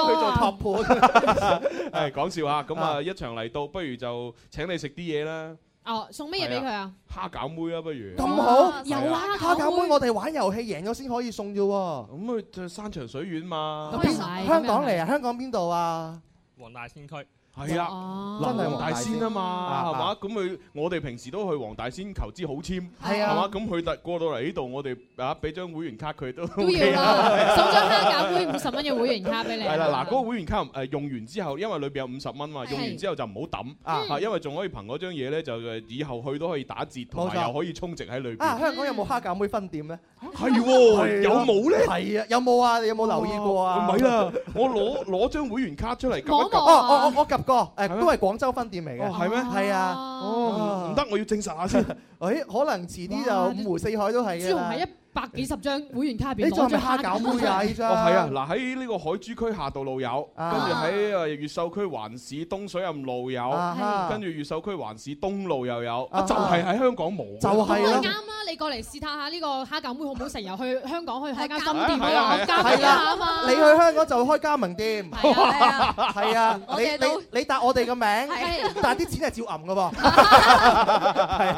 [SPEAKER 4] 托 *laughs*
[SPEAKER 3] 係講笑啊！咁啊，一場嚟到，不如就請你食啲嘢啦，
[SPEAKER 5] 哦，送乜嘢俾佢啊？
[SPEAKER 3] 蝦餃妹啊，不如
[SPEAKER 4] 咁好
[SPEAKER 5] 有啊
[SPEAKER 4] 蝦餃妹我哋玩遊戲贏咗先可以送啫喎。
[SPEAKER 3] 咁佢就山長水遠嘛。
[SPEAKER 4] 咁邊香港嚟啊？香港邊度啊？
[SPEAKER 11] 黃大仙區。
[SPEAKER 3] 係啊，
[SPEAKER 5] 哦
[SPEAKER 3] 嗱
[SPEAKER 4] 真係
[SPEAKER 3] 黃大仙啊嘛，
[SPEAKER 4] 黃
[SPEAKER 3] 係
[SPEAKER 4] 大仙
[SPEAKER 3] 嘛？咁佢我哋平時都去黃大仙求支好簽，
[SPEAKER 4] 係啊
[SPEAKER 3] 係嘛？咁佢特過到嚟呢度，我哋啊俾張會員卡佢都
[SPEAKER 5] 都
[SPEAKER 3] OK 啊
[SPEAKER 5] 要啦，送張蝦餃杯五十蚊嘅會員卡俾你。
[SPEAKER 3] 係啦，嗱，嗰個會員卡誒用完之後，因為裏邊有五十蚊嘛，用完之後就唔好抌
[SPEAKER 4] 嗯
[SPEAKER 3] 啊，因為仲可以憑嗰張嘢咧，就誒以後去都可以打折，同
[SPEAKER 4] 冇錯
[SPEAKER 3] 埋又可以充值喺裏
[SPEAKER 4] 啊，
[SPEAKER 3] 邊。
[SPEAKER 4] 香港有冇蝦餃妹分店咧？
[SPEAKER 3] 係喎，有冇咧？
[SPEAKER 4] 係啊，有冇啊？你有冇留意過
[SPEAKER 3] 哦唔
[SPEAKER 4] 啊？
[SPEAKER 3] 係啦，我攞攞張會員卡出嚟撳一
[SPEAKER 4] 哦，
[SPEAKER 3] 撳。
[SPEAKER 4] 我我我及過，誒都係廣州分店嚟嘅，
[SPEAKER 3] 哦係咩
[SPEAKER 4] 係啊，哦
[SPEAKER 3] 唔得，我要證實
[SPEAKER 4] *laughs*
[SPEAKER 3] 下先。誒，
[SPEAKER 4] 可能遲啲就五湖四海都係嘅
[SPEAKER 5] 朱紅
[SPEAKER 4] 啦
[SPEAKER 5] 係。一百幾十張會員卡入邊
[SPEAKER 4] 你
[SPEAKER 5] 攞
[SPEAKER 4] 仲係咪
[SPEAKER 5] 張
[SPEAKER 4] 蝦餃妹啊？依張
[SPEAKER 3] 哦，係啊，，嗱喺呢個海珠區下道路有，跟
[SPEAKER 4] 啊
[SPEAKER 3] 住喺誒越秀區環市東水蔭路有
[SPEAKER 4] 啊哈，
[SPEAKER 3] 跟住越秀區環市東路又有，
[SPEAKER 4] 啊
[SPEAKER 3] 啊就係喺香港冇。
[SPEAKER 4] 就係
[SPEAKER 5] 咁
[SPEAKER 4] 啦
[SPEAKER 5] 啊啱啦！你過嚟試探下呢個蝦餃妹好唔好食，又去香港去開間分店
[SPEAKER 3] 係啊係
[SPEAKER 5] 啊
[SPEAKER 3] 啊，
[SPEAKER 5] 交易一下啊嘛。
[SPEAKER 4] 你去香港就開加盟店，
[SPEAKER 5] 啊
[SPEAKER 4] 係啊，
[SPEAKER 5] 我
[SPEAKER 4] 你
[SPEAKER 5] 哋都
[SPEAKER 4] 你你答我哋嘅名
[SPEAKER 5] 係，
[SPEAKER 4] 但係啲錢係照揞嘅喎。
[SPEAKER 3] *laughs*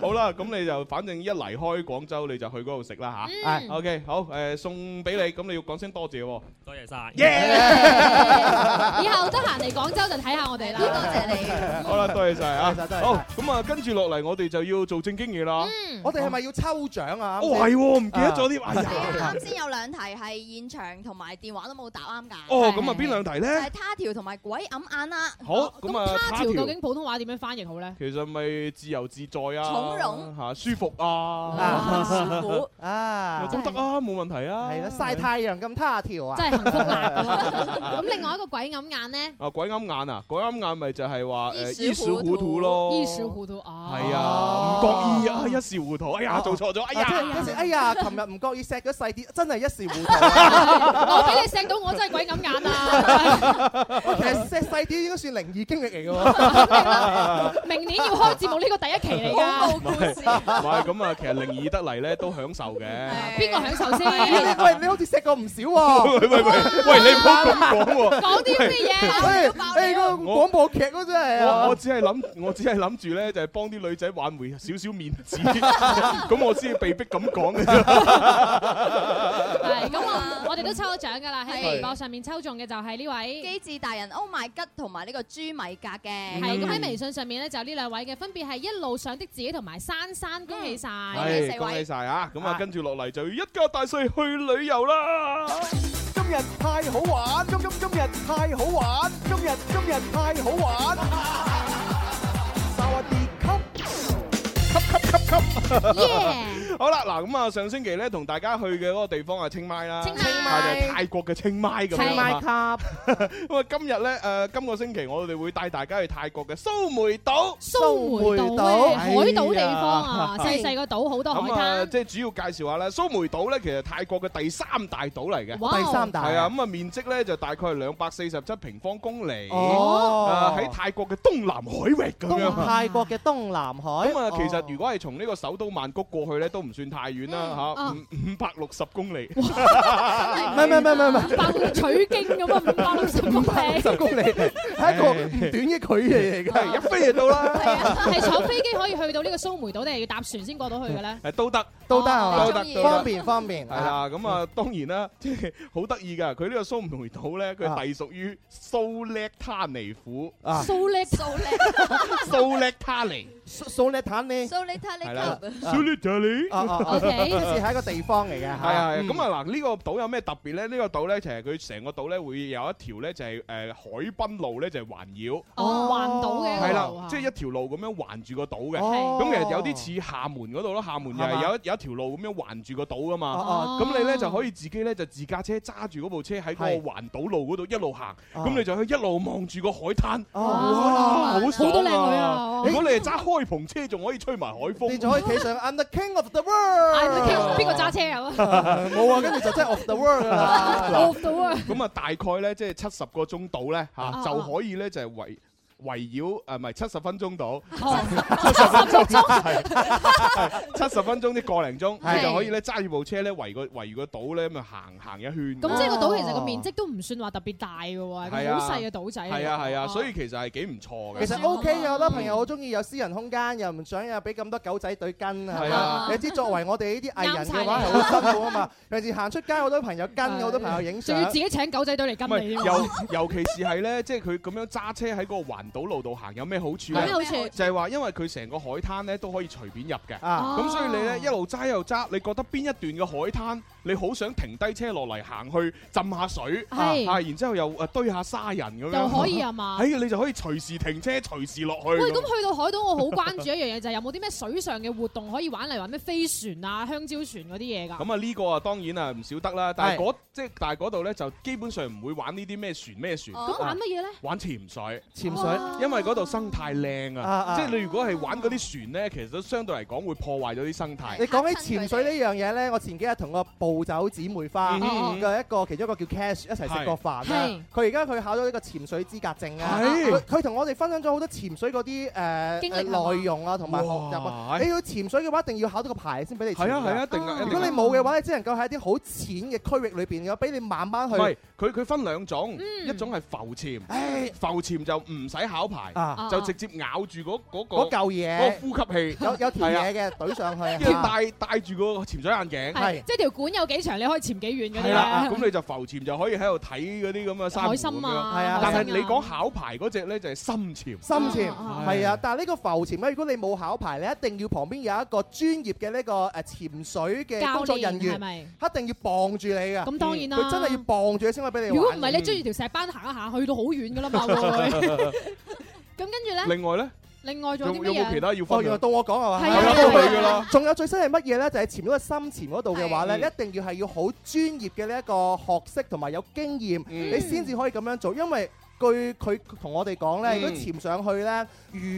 [SPEAKER 3] 好啦，咁你就反正一離開廣州你就去嗰度食啦吓。
[SPEAKER 4] 嗯
[SPEAKER 3] OK，好誒，送俾你，咁你要講聲多謝喎。
[SPEAKER 11] 多謝晒。
[SPEAKER 12] *laughs*
[SPEAKER 4] *laughs*
[SPEAKER 5] 以後得閒嚟廣州就睇下我哋啦。多謝你。
[SPEAKER 3] 好啦，多謝晒啊
[SPEAKER 4] 多謝晒。
[SPEAKER 3] 好，咁啊，跟住落嚟我哋就要做正經嘢啦。
[SPEAKER 5] 嗯
[SPEAKER 4] 我哋係咪要抽獎啊？
[SPEAKER 3] 哦，係喎，唔記得咗添。哎
[SPEAKER 12] 係啊，
[SPEAKER 3] 呀
[SPEAKER 12] 啱，先有兩題係現場同埋電話都冇答啱㗎。
[SPEAKER 3] 哦，咁啊，邊兩題
[SPEAKER 12] 就
[SPEAKER 3] 咧
[SPEAKER 12] 係？他條同埋鬼揞眼啦。
[SPEAKER 3] 好，咁啊，
[SPEAKER 5] 蝦
[SPEAKER 3] 他
[SPEAKER 5] 條
[SPEAKER 3] 條
[SPEAKER 5] 究竟普通話點樣翻譯好咧？
[SPEAKER 3] 其實咪自由自在
[SPEAKER 5] 從
[SPEAKER 3] 啊
[SPEAKER 5] 容，
[SPEAKER 3] 嚇舒服啊
[SPEAKER 4] 啊，，師傅啊，
[SPEAKER 3] 都得啊，冇問題啊。
[SPEAKER 4] 係啦，曬太陽咁他條啊，
[SPEAKER 5] 真係
[SPEAKER 3] 哦
[SPEAKER 5] 幸福
[SPEAKER 3] 辣
[SPEAKER 5] 咁另外一個鬼揞眼咧，
[SPEAKER 3] 啊，鬼啱眼啊，鬼啱眼咪就係話誒
[SPEAKER 5] 衣食
[SPEAKER 3] 衣食
[SPEAKER 5] 糊
[SPEAKER 3] 糊
[SPEAKER 5] 塗
[SPEAKER 3] 塗咯，
[SPEAKER 5] 衣食糊塗啊。
[SPEAKER 3] 係啊，唔覺意啊，一時糊塗，哎呀，做錯咗，哎
[SPEAKER 4] 哦啊即係
[SPEAKER 3] 呀
[SPEAKER 4] 有。時哎呀，琴日唔覺意錫咗細啲，真係一時糊啊
[SPEAKER 5] 我俾你
[SPEAKER 4] 塗。
[SPEAKER 5] 錫到我真係鬼揞眼啊！
[SPEAKER 4] 哦喂，其實錫細啲應該算靈異經歷嚟嘅喎。
[SPEAKER 5] 明年要開節目呢個第一期嚟
[SPEAKER 3] 唔
[SPEAKER 5] 㗎，
[SPEAKER 3] 係，唔係咁啊，其實靈異得嚟咧都享受嘅。
[SPEAKER 5] 邊個享受先？
[SPEAKER 4] 喂，你好似錫過唔少
[SPEAKER 3] 喂
[SPEAKER 4] 喎。
[SPEAKER 3] 喂喂，喂你唔好咁講喎。
[SPEAKER 5] 講啲咩嘢啊
[SPEAKER 4] 喂？誒，嗰個廣播劇嗰真係啊
[SPEAKER 3] 我我只係諗，我只係諗住咧，就係幫啲女仔挽回少少面子，咁我先被逼咁講嘅啫。
[SPEAKER 5] 係咁我我哋都抽咗獎㗎啦，喺
[SPEAKER 12] 啊係
[SPEAKER 5] 微博上面抽中嘅就係呢位。
[SPEAKER 12] 機智大人 Oh my God 同埋呢個朱米格嘅。
[SPEAKER 5] 係咁喺微信上面咧就有呢兩位嘅，分別係一路上的自己同埋珊珊，恭喜晒！
[SPEAKER 3] 係恭喜晒啊！咁
[SPEAKER 5] À.
[SPEAKER 3] 啊，跟住落嚟就要一家大細去旅遊啦。
[SPEAKER 4] 今日太好玩，今今今日太好玩，今日今日太好玩。沙瓦迪卡，
[SPEAKER 3] *laughs* 好啦，嗱咁啊，上星期咧同大家去嘅嗰個地方係清邁啦，
[SPEAKER 5] 清邁
[SPEAKER 3] 啊就係泰國嘅清邁咁樣啊。 *laughs*
[SPEAKER 4] 卡，
[SPEAKER 3] 咁啊，今日咧誒，今個星期我哋會帶大家去泰國嘅蘇梅島。哎
[SPEAKER 5] 蘇梅島咧，海島地方
[SPEAKER 3] *laughs*
[SPEAKER 5] 啊，
[SPEAKER 3] 哎呀
[SPEAKER 5] 細細個島好多海
[SPEAKER 3] 咁啊，
[SPEAKER 5] 灘。
[SPEAKER 3] 即係主要介紹下啦。蘇梅島咧，其實泰國嘅第三大島嚟嘅。
[SPEAKER 5] 哇第三大
[SPEAKER 3] 係啊，咁啊面積咧就大概係兩百四十七平方公里。
[SPEAKER 4] 哦
[SPEAKER 3] 啊喺泰國嘅東南海域咁樣。
[SPEAKER 4] 東泰國嘅東南海。
[SPEAKER 3] 咁啊，其實如果係從呢個首都曼谷過去咧，都唔唔算太遠啦吓，
[SPEAKER 5] 啊
[SPEAKER 3] 五五百六十公里。
[SPEAKER 4] 唔係唔係唔係唔係，
[SPEAKER 5] 百六取經咁啊，五百六十公里，
[SPEAKER 4] 十
[SPEAKER 3] *laughs*
[SPEAKER 4] 公里係一個唔短嘅距離嚟
[SPEAKER 3] 㗎，一飛就到啦。
[SPEAKER 5] 係坐飛機可以去到呢個蘇梅島，定係要搭船先過到去嘅
[SPEAKER 3] *laughs*
[SPEAKER 5] 咧？
[SPEAKER 3] 誒都得，
[SPEAKER 4] 都得係嘛
[SPEAKER 3] 都得
[SPEAKER 4] 你中意啊方便方便
[SPEAKER 3] 係啦，咁
[SPEAKER 4] 嗯
[SPEAKER 3] 啊，當然啦， *laughs* 即係好得意㗎。佢呢個蘇梅島咧，佢隸屬於蘇叻他尼府
[SPEAKER 4] 啊
[SPEAKER 5] 蘇叻蘇
[SPEAKER 3] 叻蘇叻他尼。
[SPEAKER 4] 蘇蘇叻坦呢？
[SPEAKER 12] 蘇叻坦
[SPEAKER 3] 係啦
[SPEAKER 4] 蘇
[SPEAKER 3] 叻坦呢 *laughs*
[SPEAKER 4] 哦哦哦，即係一個地方嚟嘅嚇。
[SPEAKER 3] 係啊，
[SPEAKER 4] 嗯
[SPEAKER 3] 咁啊嗱，呢個島有咩特別咧？呢個島咧，其實佢成個島咧會有一條咧就係誒海濱路咧就係環繞，
[SPEAKER 5] 哦環島嘅一個
[SPEAKER 3] 係
[SPEAKER 5] 路啊
[SPEAKER 3] 啦，即係一條路咁樣環住個島嘅。
[SPEAKER 5] 哦
[SPEAKER 3] 咁其實有啲似廈門嗰度咯，廈門又
[SPEAKER 4] 係嘛
[SPEAKER 3] 係有一有一條路咁樣環住個島噶嘛
[SPEAKER 4] 哦。
[SPEAKER 3] 咁你咧就可以自己咧就自駕車揸住嗰部車喺個
[SPEAKER 4] 係
[SPEAKER 3] 環島路嗰度一路行，
[SPEAKER 4] 哦
[SPEAKER 3] 咁你就去一路望住個海灘，
[SPEAKER 5] 哦
[SPEAKER 4] 哇
[SPEAKER 3] 好
[SPEAKER 4] 好
[SPEAKER 3] 爽
[SPEAKER 4] 多靚女啊
[SPEAKER 3] 如果你係揸開篷車，仲可以吹埋海風，
[SPEAKER 4] 你仲可以企上 I'm the king of the world。
[SPEAKER 5] I'm the king of- 邊個揸車
[SPEAKER 3] *laughs*
[SPEAKER 5] 啊
[SPEAKER 4] 冇啊，跟住就真係 of the
[SPEAKER 5] *laughs*
[SPEAKER 4] world 㗎啦。
[SPEAKER 5] Of the world
[SPEAKER 3] 咁啊，大概咧即係七十個鐘度咧
[SPEAKER 5] 啊
[SPEAKER 3] 嚇，就可以咧就係圍圍繞呃誒唔係七十分鐘
[SPEAKER 5] 哦
[SPEAKER 3] *laughs* 度，七十分鐘即個零鐘，
[SPEAKER 5] 係
[SPEAKER 3] 你就可以咧揸住部車咧圍個圍個島咧咁啊行行一圈。
[SPEAKER 5] 咁即係個島其實個面積都唔算話特別大嘅喎，係
[SPEAKER 3] 係
[SPEAKER 5] 個
[SPEAKER 3] 啊
[SPEAKER 5] 好細嘅島仔嚟㗎。哦
[SPEAKER 3] 係啊係啊，所以其實係幾唔錯嘅。
[SPEAKER 4] 其實 OK 嘅，我覺得朋友好中意有私人空間，又唔想又俾咁多狗仔隊跟啊。
[SPEAKER 3] 係啊
[SPEAKER 4] 你知作為我哋呢啲藝人嘅
[SPEAKER 5] 啱
[SPEAKER 4] 話
[SPEAKER 5] 晒
[SPEAKER 4] 係
[SPEAKER 5] 你
[SPEAKER 4] 好辛苦啊嘛。平時行出街好多朋友跟，好多朋友影相。
[SPEAKER 5] 仲要自己請狗仔隊嚟
[SPEAKER 3] 唔
[SPEAKER 5] 跟
[SPEAKER 3] 係
[SPEAKER 5] 你添。
[SPEAKER 3] 尤尤其是係咧， *laughs* 即係佢咁樣揸車喺個環島路度行，有咩好處
[SPEAKER 5] 有
[SPEAKER 3] 咧？
[SPEAKER 5] 咩好處
[SPEAKER 3] 就係話因為佢成個海灘咧都可以隨便入嘅，
[SPEAKER 4] 啊
[SPEAKER 3] 咁所以你咧一路揸一路揸，你覺得邊一段嘅海灘你好想停低車落嚟行去浸下水，
[SPEAKER 5] 係
[SPEAKER 3] 啊，然之後又誒堆下沙人咁樣，
[SPEAKER 5] 又可以係啊嘛
[SPEAKER 3] *laughs* 哎你就可以隨時停車，隨時落去。
[SPEAKER 5] 喂，咁去到海島，我好關注一樣嘢就係有冇啲咩水上嘅活動可以玩，例如話咩飛船啊、香蕉船嗰啲嘢㗎。
[SPEAKER 3] 咁啊呢個啊當然啊唔少得啦，但係
[SPEAKER 5] 係
[SPEAKER 3] 嗰即係但係嗰度咧就基本上唔會玩呢啲咩船咩船。
[SPEAKER 5] 咁玩乜嘢哦咧？
[SPEAKER 3] 玩潛水，
[SPEAKER 4] 哦潛水
[SPEAKER 3] 因為嗰度生態靚
[SPEAKER 4] 啊
[SPEAKER 3] 啊，
[SPEAKER 4] 啊
[SPEAKER 3] 即係你如果係玩嗰啲船咧，其實都相對嚟講會破壞咗啲生態。
[SPEAKER 4] 你講起潛水呢樣嘢咧，我前幾日同個暴走姊妹花
[SPEAKER 3] 嗯嗯嗯
[SPEAKER 4] 嘅一個其中一個叫 Cash 一齊食過飯啦
[SPEAKER 3] 係。
[SPEAKER 4] 佢而家佢考咗呢個潛水資格證啊！
[SPEAKER 3] 係
[SPEAKER 4] 佢佢同我哋分享咗好多潛水嗰啲誒
[SPEAKER 3] 經歷係嘛
[SPEAKER 4] 誒內容啊，同埋學習啊
[SPEAKER 3] 哇。
[SPEAKER 4] 你要潛水嘅話，一定要考到個牌先俾你潛㗎。
[SPEAKER 3] 係啊係啊一定㗎一定㗎
[SPEAKER 4] 如果你冇嘅話，你只能夠喺一啲好淺嘅區域裏邊，俾你慢慢
[SPEAKER 3] 唔
[SPEAKER 4] 去。嗯
[SPEAKER 3] 係，佢佢分兩種，一種係浮潛
[SPEAKER 4] 唉，
[SPEAKER 3] 浮潛就唔使考牌
[SPEAKER 4] 啊，
[SPEAKER 3] 就直接咬住嗰嗰個
[SPEAKER 4] 嗰嚿嘢
[SPEAKER 3] 嗰個呼吸器，
[SPEAKER 4] 有有條
[SPEAKER 3] 係啊
[SPEAKER 4] 嘢嘅懟上去
[SPEAKER 3] 跟住
[SPEAKER 4] 啊。
[SPEAKER 3] 戴戴住個潛水眼鏡，
[SPEAKER 5] 係，即係條管有幾長，你可以潛幾遠嗰啲啊
[SPEAKER 3] 係啦，啊咁
[SPEAKER 5] 咧。
[SPEAKER 3] 你就浮潛就可以喺度睇嗰啲咁嘅珊瑚
[SPEAKER 5] 海參啊
[SPEAKER 3] 咁樣
[SPEAKER 5] 係啊
[SPEAKER 3] 但係
[SPEAKER 5] 海參啊
[SPEAKER 3] 你講考牌嗰只咧就係深潛，
[SPEAKER 4] 深潛
[SPEAKER 3] 啊
[SPEAKER 5] *laughs*
[SPEAKER 4] 係啊，但係呢個浮潛咧，如果你冇考牌，你一定要旁邊有一個專業嘅呢個誒潛水嘅工作人員，
[SPEAKER 5] 教練係咪
[SPEAKER 4] 一定要傍住你嘅。
[SPEAKER 5] 咁當然啦
[SPEAKER 4] 佢真係要傍住你先可以俾你玩。
[SPEAKER 5] 如果唔係，你追住條石斑行一行，去到好遠㗎啦
[SPEAKER 3] *laughs*
[SPEAKER 5] 嘛會。咁跟住咧，
[SPEAKER 3] 另外咧，
[SPEAKER 5] 另外仲有啲
[SPEAKER 3] 有
[SPEAKER 5] 乜
[SPEAKER 3] 冇
[SPEAKER 5] 嘢
[SPEAKER 3] 其？他要
[SPEAKER 4] 哦，
[SPEAKER 3] 分
[SPEAKER 4] 原來
[SPEAKER 3] 享？
[SPEAKER 4] 到我講係嘛？
[SPEAKER 5] 係啊係啊到你㗎
[SPEAKER 3] 啦。嗯
[SPEAKER 4] 仲有最犀利乜嘢咧？就係潛到深潛嗰度嘅話咧，
[SPEAKER 3] 係
[SPEAKER 4] 你一定要係要好專業嘅呢一個學識同埋有經驗，
[SPEAKER 3] 嗯
[SPEAKER 4] 你先至可以咁樣做，因為。據佢同我哋講咧，如果
[SPEAKER 3] 嗯
[SPEAKER 4] 潛上去咧，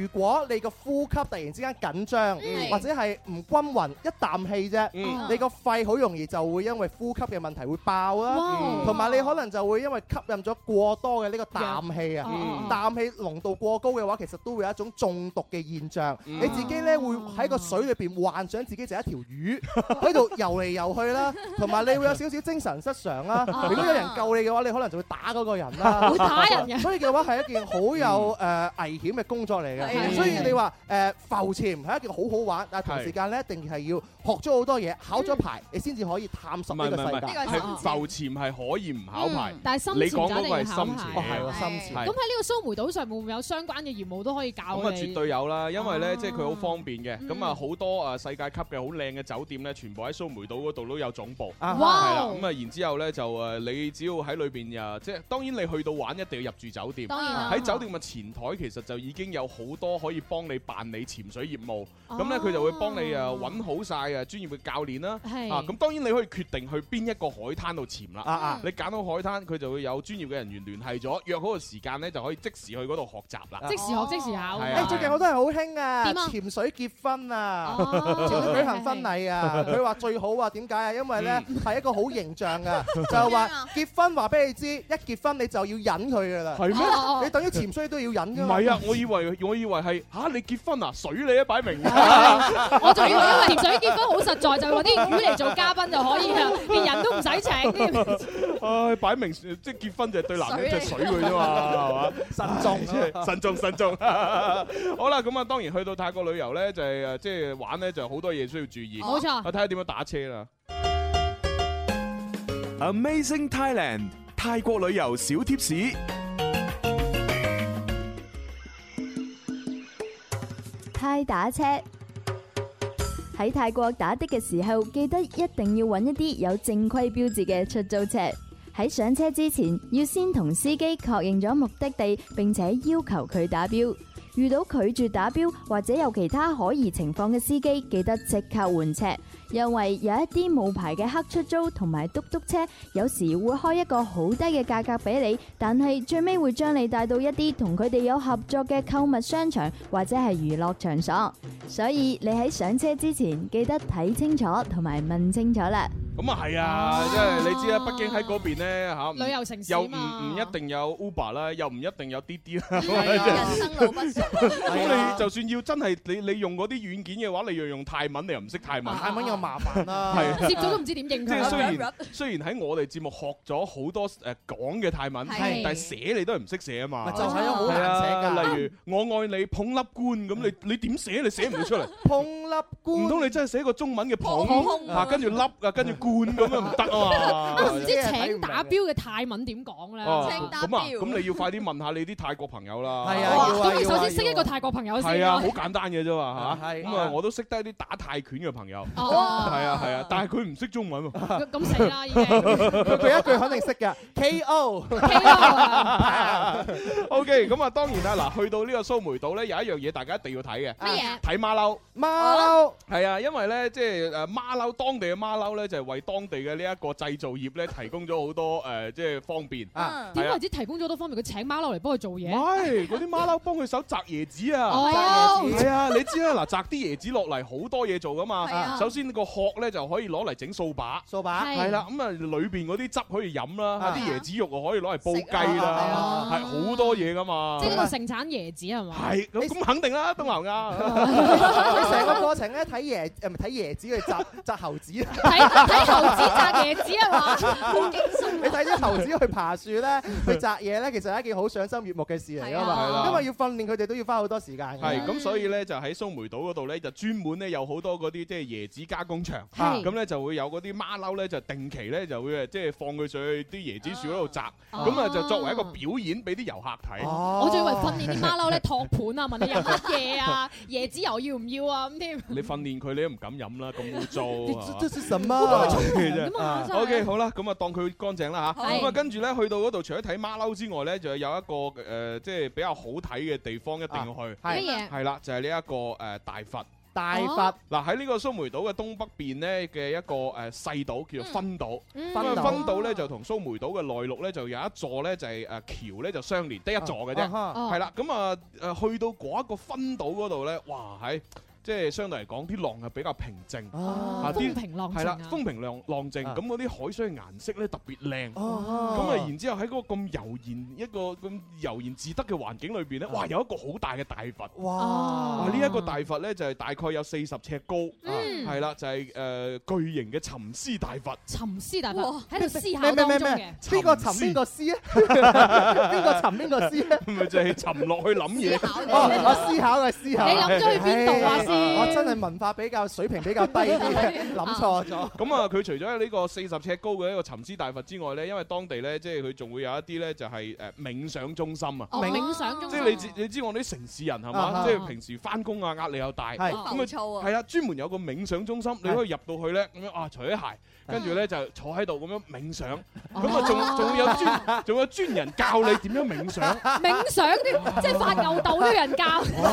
[SPEAKER 4] 如果你個呼吸突然之間緊張，
[SPEAKER 3] 嗯
[SPEAKER 4] 或者係唔均勻一啖氣啫，
[SPEAKER 3] 嗯
[SPEAKER 4] 你個肺好容易就會因為呼吸嘅問題會爆
[SPEAKER 3] 哇
[SPEAKER 4] 啦，同
[SPEAKER 3] 嗯
[SPEAKER 4] 埋你可能就會因為吸引咗過多嘅呢個氮氣啊
[SPEAKER 3] 嗯，
[SPEAKER 4] 氮氣濃度過高嘅話，其實都會有一種中毒嘅現象，
[SPEAKER 3] 嗯
[SPEAKER 4] 你自己咧會喺個水裏邊幻想自己就係一條魚喺度游嚟游去啦，同埋你會有少少精神失常啦。
[SPEAKER 5] 啊
[SPEAKER 4] 如果有人救你嘅話，你可能就會打嗰個人啦，
[SPEAKER 5] 會打人嘅
[SPEAKER 4] *laughs* 所以嘅話係一件好有誒危險嘅工作嚟
[SPEAKER 5] 係
[SPEAKER 4] 嘅。所以你話誒浮潛係一件好好玩，但係同時間咧一定係要學咗好多嘢，考咗牌你先至可以探
[SPEAKER 3] 唔
[SPEAKER 4] 索
[SPEAKER 3] 係
[SPEAKER 4] 呢
[SPEAKER 3] 唔
[SPEAKER 4] 個
[SPEAKER 3] 係
[SPEAKER 4] 世
[SPEAKER 3] 唔
[SPEAKER 4] 界。
[SPEAKER 3] 係，係浮潛係可以唔考牌
[SPEAKER 5] 嗯，但係深潛
[SPEAKER 3] 你講嗰個
[SPEAKER 5] 就
[SPEAKER 3] 係
[SPEAKER 5] 一定
[SPEAKER 3] 深
[SPEAKER 5] 要考
[SPEAKER 3] 潛，
[SPEAKER 5] 牌
[SPEAKER 4] 哦係喎深
[SPEAKER 5] 咁喺
[SPEAKER 4] 潛
[SPEAKER 5] 呢個蘇梅島上會唔會有相關嘅業務都可以教
[SPEAKER 3] 咁
[SPEAKER 5] 我
[SPEAKER 3] 啊，
[SPEAKER 5] 哋
[SPEAKER 3] 絕對有啦，因
[SPEAKER 5] 啊
[SPEAKER 3] 為咧，即係佢好方便嘅。
[SPEAKER 5] 嗯
[SPEAKER 3] 咁啊，好多啊世界級嘅好靚嘅酒店咧，全部喺蘇梅島嗰度都有總部。
[SPEAKER 4] 啊
[SPEAKER 3] 係
[SPEAKER 4] 哇
[SPEAKER 3] 啦，咁啊，然之後咧就誒，你只要喺裏邊啊，即係當然你去到玩一定要入住酒店。
[SPEAKER 5] 當然啦
[SPEAKER 3] 喺酒店嘅前台其實就已經有好多可以幫你辦理潛水業務。
[SPEAKER 5] 哦
[SPEAKER 3] 咁咧佢就會幫你啊揾好晒啊專業嘅教練啦。
[SPEAKER 5] 係
[SPEAKER 3] 啊，咁當然你可以決定去邊一個海灘度潛啦。
[SPEAKER 4] 啊啊
[SPEAKER 3] 你揀好海灘，佢就會有專業嘅人員聯繫咗，約好個時間咧就可以即時去嗰度學習啦。
[SPEAKER 5] 即時學即時考。
[SPEAKER 3] 係啊
[SPEAKER 4] 誒最近我都係好興啊，
[SPEAKER 5] 點啊
[SPEAKER 4] 潛水結婚啊，
[SPEAKER 5] 哦
[SPEAKER 4] 潛水舉行婚禮啊。
[SPEAKER 3] 係係係
[SPEAKER 4] 佢話最好啊，點解啊？因為咧係一個好形象噶，就係話結婚話俾你知，一結婚你就要忍佢噶啦。
[SPEAKER 3] 係咩哦哦哦
[SPEAKER 4] *laughs* 你等於潛水都要忍㗎。
[SPEAKER 3] 唔係啊，我以為我以為係吓你結婚啊，水你啊，擺明。
[SPEAKER 5] *laughs* 我仲以為因為潛水結婚好實在，就揾啲魚嚟做嘉賓就可以
[SPEAKER 3] *laughs*
[SPEAKER 5] 啦，連人都唔使請添。
[SPEAKER 3] 唉，擺明即係結婚就係對男
[SPEAKER 5] 水嚟啊
[SPEAKER 3] 人隻水佢
[SPEAKER 5] *laughs*
[SPEAKER 3] 啫嘛，係嘛？
[SPEAKER 4] 慎重
[SPEAKER 3] 唉真係慎重，慎重。 *laughs* 好啦，咁啊，當然去到泰國旅遊咧，就係呃誒，即係玩咧，就好多嘢需要注意。啊
[SPEAKER 5] 冇錯
[SPEAKER 3] 我睇下點樣打車啦。
[SPEAKER 13] Amazing Thailand，泰國旅遊小貼士。
[SPEAKER 14] 泰打車喺泰國打的嘅時候，記得一定要揾一啲有正規標誌嘅出租車。喺上車之前，要先同司機確認咗目的地，並且要求佢打標。遇到拒絕打標或者有其他可疑情況嘅司機，記得即刻換車，因為有一啲冇牌嘅黑出租同埋嘟嘟車，有時會開一個好低嘅價格俾你，但係最尾會將你帶到一啲同佢哋有合作嘅購物商場或者係娛樂場所。所以你喺上車之前，記得睇清楚同埋問清楚啦。
[SPEAKER 3] 咁啊係啊，即係你知啦，畢竟喺嗰邊咧嚇，唔
[SPEAKER 5] 哦旅遊城市
[SPEAKER 3] 又唔
[SPEAKER 5] 嘛啊
[SPEAKER 3] 唔一定有 Uber 啦，又唔一定有滴滴啦。
[SPEAKER 5] 人生路不熟。啊
[SPEAKER 3] *laughs*
[SPEAKER 4] 啊
[SPEAKER 3] 咁你就算要真係你你用嗰啲軟件嘅話，你要用泰文，你又唔識泰文。
[SPEAKER 4] 啊泰文又麻煩啦，啊
[SPEAKER 3] 係啊
[SPEAKER 5] 接咗都唔知點應
[SPEAKER 3] 即係
[SPEAKER 5] 佢。
[SPEAKER 3] 雖然雖然喺我哋節目學咗好多誒講嘅泰文，
[SPEAKER 5] 係
[SPEAKER 3] 但係寫你都係唔識寫啊嘛。
[SPEAKER 4] 咪就係啊好難
[SPEAKER 3] 係啊
[SPEAKER 4] 寫㗎
[SPEAKER 3] 例如我愛你捧粒官咁，你你點寫你寫唔到出嚟。
[SPEAKER 4] 碰粒官
[SPEAKER 3] 唔通你真係寫個中文嘅
[SPEAKER 5] 捧
[SPEAKER 3] 捧啊，跟住粒啊，跟住罐咁啊，唔得啊
[SPEAKER 5] 我
[SPEAKER 3] 嘛
[SPEAKER 5] 唔。知請打標嘅泰文點講咧
[SPEAKER 3] 哦，咁啊，咁你要快啲問下你啲泰國朋友啦。
[SPEAKER 4] 啊
[SPEAKER 3] 係
[SPEAKER 5] 哇咁你首先識一個泰國朋友先
[SPEAKER 3] 係
[SPEAKER 5] 啦
[SPEAKER 3] 啊，好簡單嘅啫嘛嚇。
[SPEAKER 4] 係
[SPEAKER 3] 咁啊，我都識得啲打泰拳嘅朋友。
[SPEAKER 5] 哦
[SPEAKER 3] 係啊係啊，但係佢唔識中文喎。
[SPEAKER 5] 咁死啦已
[SPEAKER 3] *laughs*
[SPEAKER 5] 經。
[SPEAKER 4] 佢佢一句肯定識㗎，K.O. *laughs*
[SPEAKER 3] O K，咁啊，當然啦，嗱，去到呢個蘇梅島咧，有一樣嘢大家一定要睇嘅。
[SPEAKER 4] 乜
[SPEAKER 5] 啊嘢？
[SPEAKER 3] 睇馬騮。
[SPEAKER 4] 馬騮
[SPEAKER 3] 係啊，因為咧，即係誒馬騮當地嘅馬騮咧，就係為當地嘅呢一個製造業咧，提供咗好多誒即係方便。
[SPEAKER 5] 啊
[SPEAKER 3] 係
[SPEAKER 5] 點
[SPEAKER 3] 啊
[SPEAKER 5] 為之提供咗好多方面？佢請馬騮嚟幫佢做嘢。
[SPEAKER 3] 唔係，嗰啲馬騮幫佢手摘椰子啊！
[SPEAKER 5] 哦摘椰子
[SPEAKER 3] 係啊，你知啦， *laughs* 嗱，摘啲椰子落嚟好多嘢做噶嘛
[SPEAKER 5] 係啊。
[SPEAKER 3] 首先個殼咧就可以攞嚟整掃把，
[SPEAKER 4] 掃把
[SPEAKER 5] 係
[SPEAKER 3] 係啦。咁啊，裏邊嗰啲汁可以飲啦，
[SPEAKER 5] 係
[SPEAKER 3] 啲
[SPEAKER 5] 啊
[SPEAKER 3] 椰子肉啊可以攞嚟煲雞啦，係好多嘢噶
[SPEAKER 4] 哦
[SPEAKER 3] 嘛。
[SPEAKER 5] 即係嗰個盛產椰子係啊嘛？
[SPEAKER 3] 係咁咁肯定啦，東南
[SPEAKER 5] *laughs*
[SPEAKER 3] 亞。
[SPEAKER 4] 你成個過程咧睇椰誒唔係睇椰子去摘摘猴子，啊睇
[SPEAKER 5] 睇猴子摘椰子係嘛好驚
[SPEAKER 4] 驚你睇啲猴子去爬樹咧，去摘嘢咧，其實係一件好賞心悅目嘅事嚟㗎
[SPEAKER 3] 係
[SPEAKER 4] 嘛
[SPEAKER 3] 啊，
[SPEAKER 4] 因為要訓練佢哋都要花好多時間㗎。
[SPEAKER 3] 係咁，所以咧就喺蘇梅島嗰度咧，就專門咧有好多嗰啲即係椰子加工場，
[SPEAKER 4] 係
[SPEAKER 3] 咁咧就會有嗰啲馬騮咧就定期咧就會誒即係放佢上去啲椰子樹嗰度摘，咁啊就作為一個表演俾啲遊客睇。
[SPEAKER 4] 哦
[SPEAKER 5] 我仲以為訓練啲馬騮咧托盤啊，問你飲乜嘢
[SPEAKER 4] *laughs*
[SPEAKER 5] 啊，椰子油要唔要啊咁添。
[SPEAKER 3] 你訓練佢，你都唔敢飲啦，咁污糟。係嘛
[SPEAKER 4] 這是什麼？
[SPEAKER 5] 嘛真係
[SPEAKER 3] O K，好啦，咁啊當佢乾淨啦吓，
[SPEAKER 5] 係
[SPEAKER 3] 咁啊跟住咧去到嗰度，除咗睇馬騮之外咧，就有一個誒即係比較好睇嘅地方一定要去。
[SPEAKER 4] 係乜嘢
[SPEAKER 3] 係啦，就係呢一個誒大佛。
[SPEAKER 4] 大佛
[SPEAKER 3] 嗱喺呢個蘇梅島嘅東北邊咧嘅一個誒細島叫做分島，
[SPEAKER 4] 嗯
[SPEAKER 3] 咁啊
[SPEAKER 4] 分島
[SPEAKER 3] 分島咧就同蘇梅島嘅內陸咧就有一座咧就係誒橋咧就相連，得一座嘅啫，
[SPEAKER 4] 啊哈哦
[SPEAKER 3] 係啦，咁啊誒去到嗰一個分島嗰度咧，哇喺即係相對嚟講啲浪係比較平靜，
[SPEAKER 4] 哦
[SPEAKER 3] 啲
[SPEAKER 4] 風平浪靜啊
[SPEAKER 3] 係啦，風平浪浪靜，
[SPEAKER 4] 啊
[SPEAKER 3] 咁嗰啲海水嘅顏色咧特別靚，
[SPEAKER 4] 哦
[SPEAKER 3] 咁啊然之後喺嗰個咁悠然一個咁悠然自得嘅環境裏邊咧，哇有一個好大嘅大佛，
[SPEAKER 4] 啊哇
[SPEAKER 3] 哇！呢一個大佛咧就係大概有四十尺高，
[SPEAKER 5] 嗯
[SPEAKER 3] 係啦，就係誒巨型嘅沉思大佛。
[SPEAKER 5] 沉思大佛
[SPEAKER 4] 哇
[SPEAKER 5] 喺度思考當中嘅。
[SPEAKER 4] 邊個沉邊個思
[SPEAKER 3] *laughs*
[SPEAKER 4] 啊？ *laughs* 邊個沉邊個思啊？
[SPEAKER 3] 咪就係沉落去諗嘢。啊
[SPEAKER 4] 哦，我思考嘅思考。
[SPEAKER 3] 你諗咗去邊度啊
[SPEAKER 4] 唉
[SPEAKER 3] 先
[SPEAKER 4] 我真係文化比較水平比較低啲，
[SPEAKER 3] *laughs*
[SPEAKER 4] 諗錯咗。
[SPEAKER 3] 咁啊，佢除咗有呢個四十尺高嘅一個沉思大佛之外咧，因為當地咧，即係佢仲會有一啲咧，就係誒冥想中心啊。
[SPEAKER 5] 哦冥想中
[SPEAKER 3] 即
[SPEAKER 5] 心
[SPEAKER 3] 係你知你知我啲城市人係
[SPEAKER 5] 啊
[SPEAKER 3] 嘛，
[SPEAKER 5] 哈
[SPEAKER 3] 即係平時翻工啊，壓力又大，
[SPEAKER 5] 係
[SPEAKER 3] 咁啊
[SPEAKER 5] 浮躁啊
[SPEAKER 3] 係啊，專門有個冥想中
[SPEAKER 4] 啊
[SPEAKER 3] 心，你可以入到去咧，咁樣啊，除咗鞋，跟住咧就坐喺度咁樣冥想，咁啊
[SPEAKER 4] 哦
[SPEAKER 3] 仲仲會有專仲有專人教你點樣冥想。
[SPEAKER 5] 冥想啲，即係發吽豆都有人教。
[SPEAKER 4] 哦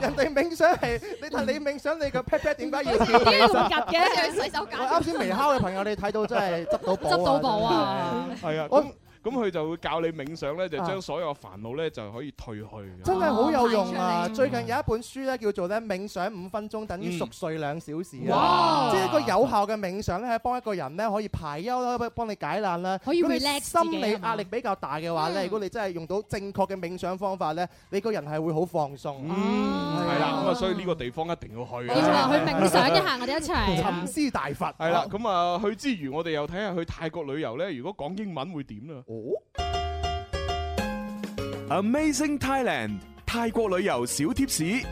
[SPEAKER 4] 人哋冥想係你睇你冥想你個 pat pat
[SPEAKER 5] *laughs*
[SPEAKER 4] 點解要啊
[SPEAKER 5] 點解要咁
[SPEAKER 4] 夾
[SPEAKER 5] 夾嘅洗手間
[SPEAKER 4] 我啱先微烤嘅朋友，你睇到真係執到寶啊！
[SPEAKER 5] 執到寶啊
[SPEAKER 3] 係啊，
[SPEAKER 4] 我
[SPEAKER 3] 咁咁佢就會教你冥想咧，就
[SPEAKER 4] 啊
[SPEAKER 3] 將所有煩惱咧就可以退去。
[SPEAKER 4] 真係好有用啊！最近有一本書咧叫做咧冥想五分鐘等於熟睡兩小時啊，
[SPEAKER 3] 嗯哇
[SPEAKER 4] 即係一個有效嘅冥想咧，幫一個人咧可以排憂啦，幫幫你解難啦。
[SPEAKER 5] 可以
[SPEAKER 4] 如果你
[SPEAKER 5] relax
[SPEAKER 3] 啊
[SPEAKER 5] 自己
[SPEAKER 4] 心理
[SPEAKER 5] 係嘛
[SPEAKER 4] 壓力比較大嘅話咧，
[SPEAKER 5] 嗯
[SPEAKER 4] 如果你真係用到正確嘅冥想方法咧，你個人係會好放鬆。嗯，
[SPEAKER 3] 係啦，咁啊，所以呢個地方一定要去啊。
[SPEAKER 5] 要話去冥想一下，我哋一齊
[SPEAKER 4] 沉思大佛。
[SPEAKER 3] 係啦，咁啊，去之餘我哋又睇下去泰國旅遊咧，如果講英文會點啦？
[SPEAKER 13] Amazing Thailand 泰國旅遊小貼士。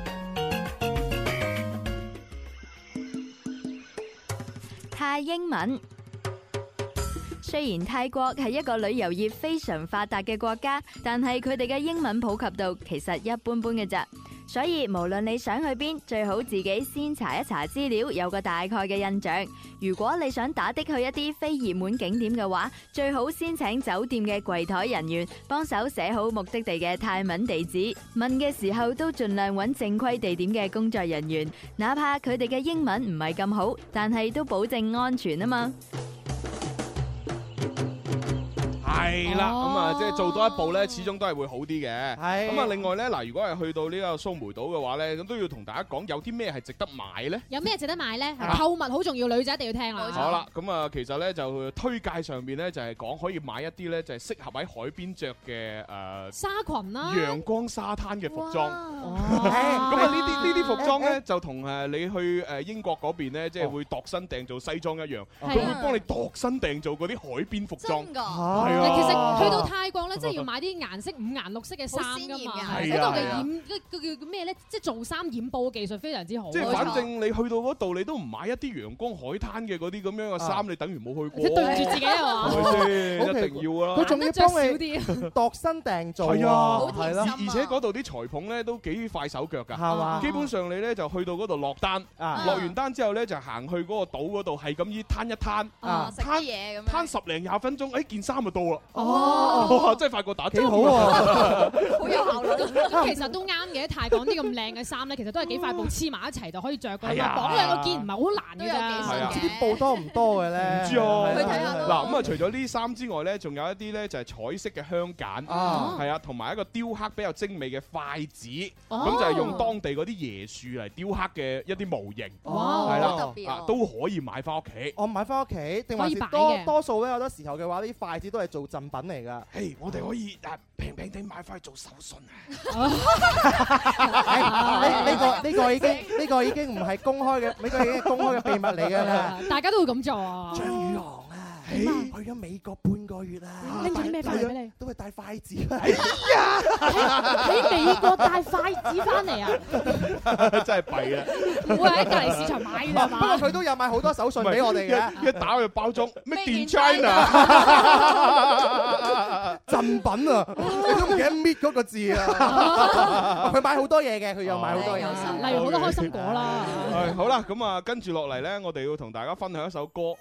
[SPEAKER 14] 泰英文。雖然泰國係一個旅遊業非常發達嘅國家，但係佢哋嘅英文普及度其實一般般嘅咋。所以無論你想去邊，最好自己先查一查資料，有個大概嘅印象。如果你想打的去一啲非熱門景點嘅話，最好先請酒店嘅櫃台人員幫手寫好目的地嘅泰文地址。問嘅時候都盡量揾正規地點嘅工作人員，哪怕佢哋嘅英文唔係咁好，但係都保證安全啊嘛。
[SPEAKER 3] 係啦，咁啊，即係做多一步咧，始終都係會好啲嘅。
[SPEAKER 4] 係
[SPEAKER 3] 咁啊，另外咧，嗱，如果係去到呢個蘇梅島嘅話咧，咁都要同大家講有啲咩係值得買咧。
[SPEAKER 5] 有咩值得買咧？
[SPEAKER 3] 啊
[SPEAKER 5] 購物好重要，女仔一定要聽啦。
[SPEAKER 3] 好啦，咁啊，其實咧就推介上面咧就係講可以買一啲咧就係適合喺海邊着嘅誒
[SPEAKER 5] 紗裙啦，
[SPEAKER 3] 陽光沙灘嘅服裝。
[SPEAKER 5] 哦
[SPEAKER 3] 咁啊，呢啲呢啲服裝
[SPEAKER 5] 誒
[SPEAKER 3] 咧就同誒你去誒英國嗰邊咧，即係會度身訂做西裝一樣，
[SPEAKER 5] 係
[SPEAKER 3] 佢
[SPEAKER 5] 啊
[SPEAKER 3] 會幫你度身訂做嗰啲海邊服裝。
[SPEAKER 5] 㗎
[SPEAKER 3] 係
[SPEAKER 5] 其
[SPEAKER 3] 啊，
[SPEAKER 5] 實去到泰國
[SPEAKER 3] *laughs*
[SPEAKER 5] 咧，真係要買啲顏色五顏六色嘅衫㗎嘛。
[SPEAKER 3] 好鮮豔㗎
[SPEAKER 5] 嗰度嘅
[SPEAKER 3] 係啊
[SPEAKER 5] 染嗰叫叫咩咧？即係做衫染布嘅技術非常
[SPEAKER 4] 啊
[SPEAKER 5] 之好。
[SPEAKER 3] 即係反正你去到嗰度，你都唔買一啲陽光海灘嘅嗰啲咁樣嘅衫，你等於冇去過。
[SPEAKER 5] 即係對唔住自己啊嘛
[SPEAKER 3] 係咪先
[SPEAKER 4] 啊 *laughs* 好奇
[SPEAKER 3] 一定要啊！
[SPEAKER 4] 佢仲要
[SPEAKER 5] 懶得着
[SPEAKER 4] 幫你度身訂做
[SPEAKER 3] 係
[SPEAKER 4] 啊，
[SPEAKER 3] 啊，
[SPEAKER 4] 係
[SPEAKER 3] 而
[SPEAKER 4] 咯。
[SPEAKER 3] 而且嗰度啲裁縫咧都幾快手腳㗎，
[SPEAKER 4] 係嘛
[SPEAKER 3] 基本上你咧就去到嗰度落單，
[SPEAKER 4] 啊
[SPEAKER 3] 落完單之後咧就行去嗰個島嗰度，係咁依攤一攤，
[SPEAKER 12] 啊食啲
[SPEAKER 3] 攤
[SPEAKER 12] 嘢咁樣
[SPEAKER 3] 攤十零廿分鐘，誒件衫就到啦。
[SPEAKER 12] 哦
[SPEAKER 3] 哇真係快過打針。
[SPEAKER 4] 幾好啊
[SPEAKER 5] *laughs*
[SPEAKER 4] 喎！
[SPEAKER 5] 好有效率。
[SPEAKER 3] *laughs*
[SPEAKER 5] 啊咁其實都啱嘅，泰國啲咁靚嘅衫咧，其實都係幾塊布黐埋一齊就可以着㗎
[SPEAKER 3] 係
[SPEAKER 5] 啦。
[SPEAKER 3] 啊
[SPEAKER 5] 綁兩個結唔係好難㗎
[SPEAKER 3] 係
[SPEAKER 5] 咋
[SPEAKER 3] 啊。
[SPEAKER 4] 啲布多唔多嘅咧？
[SPEAKER 3] 唔知啊
[SPEAKER 4] 係，
[SPEAKER 3] 嗱咁啊，除咗呢三之外咧，仲有一啲咧就係彩色嘅香揀，
[SPEAKER 4] 啊
[SPEAKER 3] 係啊，同埋一個雕刻比較精美嘅筷子，
[SPEAKER 4] 哦
[SPEAKER 3] 咁就係用當地嗰啲椰樹嚟雕刻嘅一啲模型，
[SPEAKER 4] 哇
[SPEAKER 3] 係
[SPEAKER 4] 好特別
[SPEAKER 3] 啦，
[SPEAKER 4] 啊
[SPEAKER 3] 啊都可以買翻屋企。
[SPEAKER 4] 我哦買翻屋企，定還是
[SPEAKER 3] 可以擺
[SPEAKER 4] 多
[SPEAKER 3] 嘅
[SPEAKER 4] 多數咧？好多時候嘅話，呢啲筷子都係做贈品嚟㗎。
[SPEAKER 3] 誒，我哋可以誒平平地買翻去做手信啊！
[SPEAKER 4] *laughs* 呢呢個呢個已經呢個已經唔係公開嘅，呢個已經係公開嘅秘密嚟㗎啦。
[SPEAKER 5] 大家都會咁做啊。
[SPEAKER 4] 張宇航啊，去咗美國半個月啊，
[SPEAKER 5] 拎咗啲咩翻嚟俾
[SPEAKER 4] 你？都係帶筷子啊啦。
[SPEAKER 5] 喺美國帶筷子翻嚟啊！
[SPEAKER 3] *laughs* 真係弊啊！
[SPEAKER 5] 會喺隔離市場買㗎嘛
[SPEAKER 4] 不過佢都有買好多手信俾我哋嘅。
[SPEAKER 3] 一一打去包裝，Made in 啊 China，
[SPEAKER 4] *laughs* 贈品啊！你都唔記得搣嗰個字啊！ *laughs* 佢買好多嘢嘅，佢又買好多
[SPEAKER 3] 哦
[SPEAKER 4] 嘢，
[SPEAKER 5] 例如好多開心果啦。
[SPEAKER 3] 係好啦，咁啊，跟住落嚟呢，我哋要同大家分享一首歌。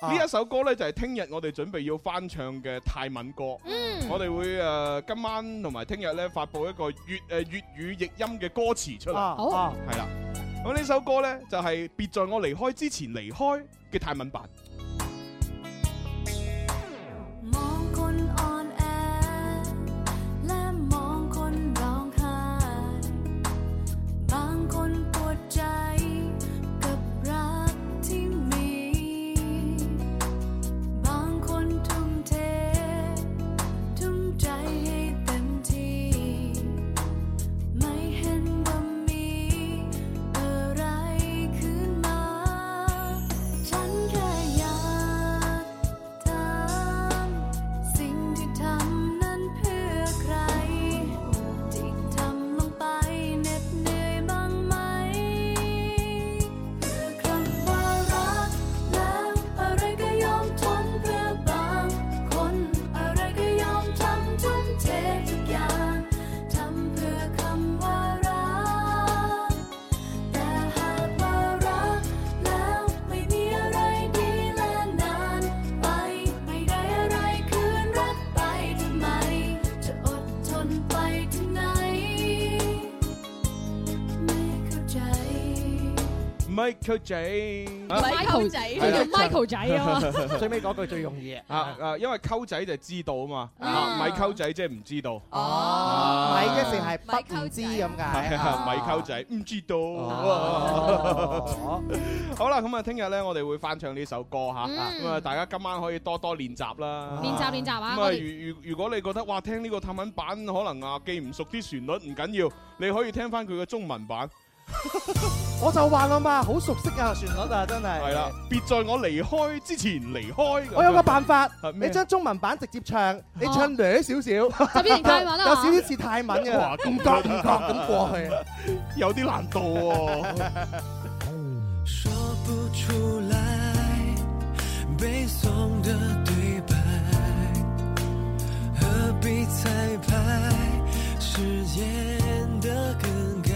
[SPEAKER 4] 啊
[SPEAKER 3] 呢一首歌呢，就係聽日我哋準備要翻唱嘅泰文歌。
[SPEAKER 5] 嗯
[SPEAKER 3] 我哋會誒今晚同埋聽日呢，發布一個粵誒粵語譯音嘅歌詞出嚟。
[SPEAKER 4] 啊好啊
[SPEAKER 3] 係啦。咁呢首歌呢，就係別在我離開之前離開嘅泰文版。
[SPEAKER 15] มองคนอ่อนแอ และมองคนร้องไห้ บางคนปวดใจกับรักที่มี บางคนทุ่มเท ทุ่มใจให้เต็มที่ ไม่เห็นว่ามีอะไรขึ้นมา ฉันแค่อยาก
[SPEAKER 3] Michael 仔啊
[SPEAKER 5] Michael 仔佢叫 Michael 仔啊嘛
[SPEAKER 4] *laughs* 最尾嗰句最容易
[SPEAKER 3] 啊啊，因為溝仔就係知道啊嘛，啊米溝仔即係唔知道。啊
[SPEAKER 4] 哦，米一定係不唔知咁解 *laughs*
[SPEAKER 3] 係啊，米溝仔唔知
[SPEAKER 4] 哦
[SPEAKER 3] 道。 *laughs* 好啦，咁啊，聽日咧我哋會翻唱呢首歌吓，
[SPEAKER 5] 嗯
[SPEAKER 3] 咁啊，大家今晚可以多多練習啦。
[SPEAKER 5] 練習練習啊
[SPEAKER 3] 咁
[SPEAKER 5] 我
[SPEAKER 3] 啊，
[SPEAKER 5] 哋
[SPEAKER 3] 如如如果你覺得哇，聽呢個探文版可能啊記唔熟啲旋律，唔緊要，你可以聽翻佢嘅中文版。
[SPEAKER 4] 我就話啦嘛，好熟悉啊旋律啊，真係。
[SPEAKER 3] 係啦，別在我離開之前離開。
[SPEAKER 4] 我有個辦法
[SPEAKER 3] 係，咩
[SPEAKER 4] 你將中文版直接唱，你唱略少少，
[SPEAKER 3] 就變成泰文啦
[SPEAKER 9] 啊
[SPEAKER 4] 有少少似泰文嘅
[SPEAKER 3] 哇，
[SPEAKER 4] 唔覺唔覺咁過去。
[SPEAKER 3] 有啲難度喎。
[SPEAKER 9] 说不出来背诵的对白，何必彩排时间的更改，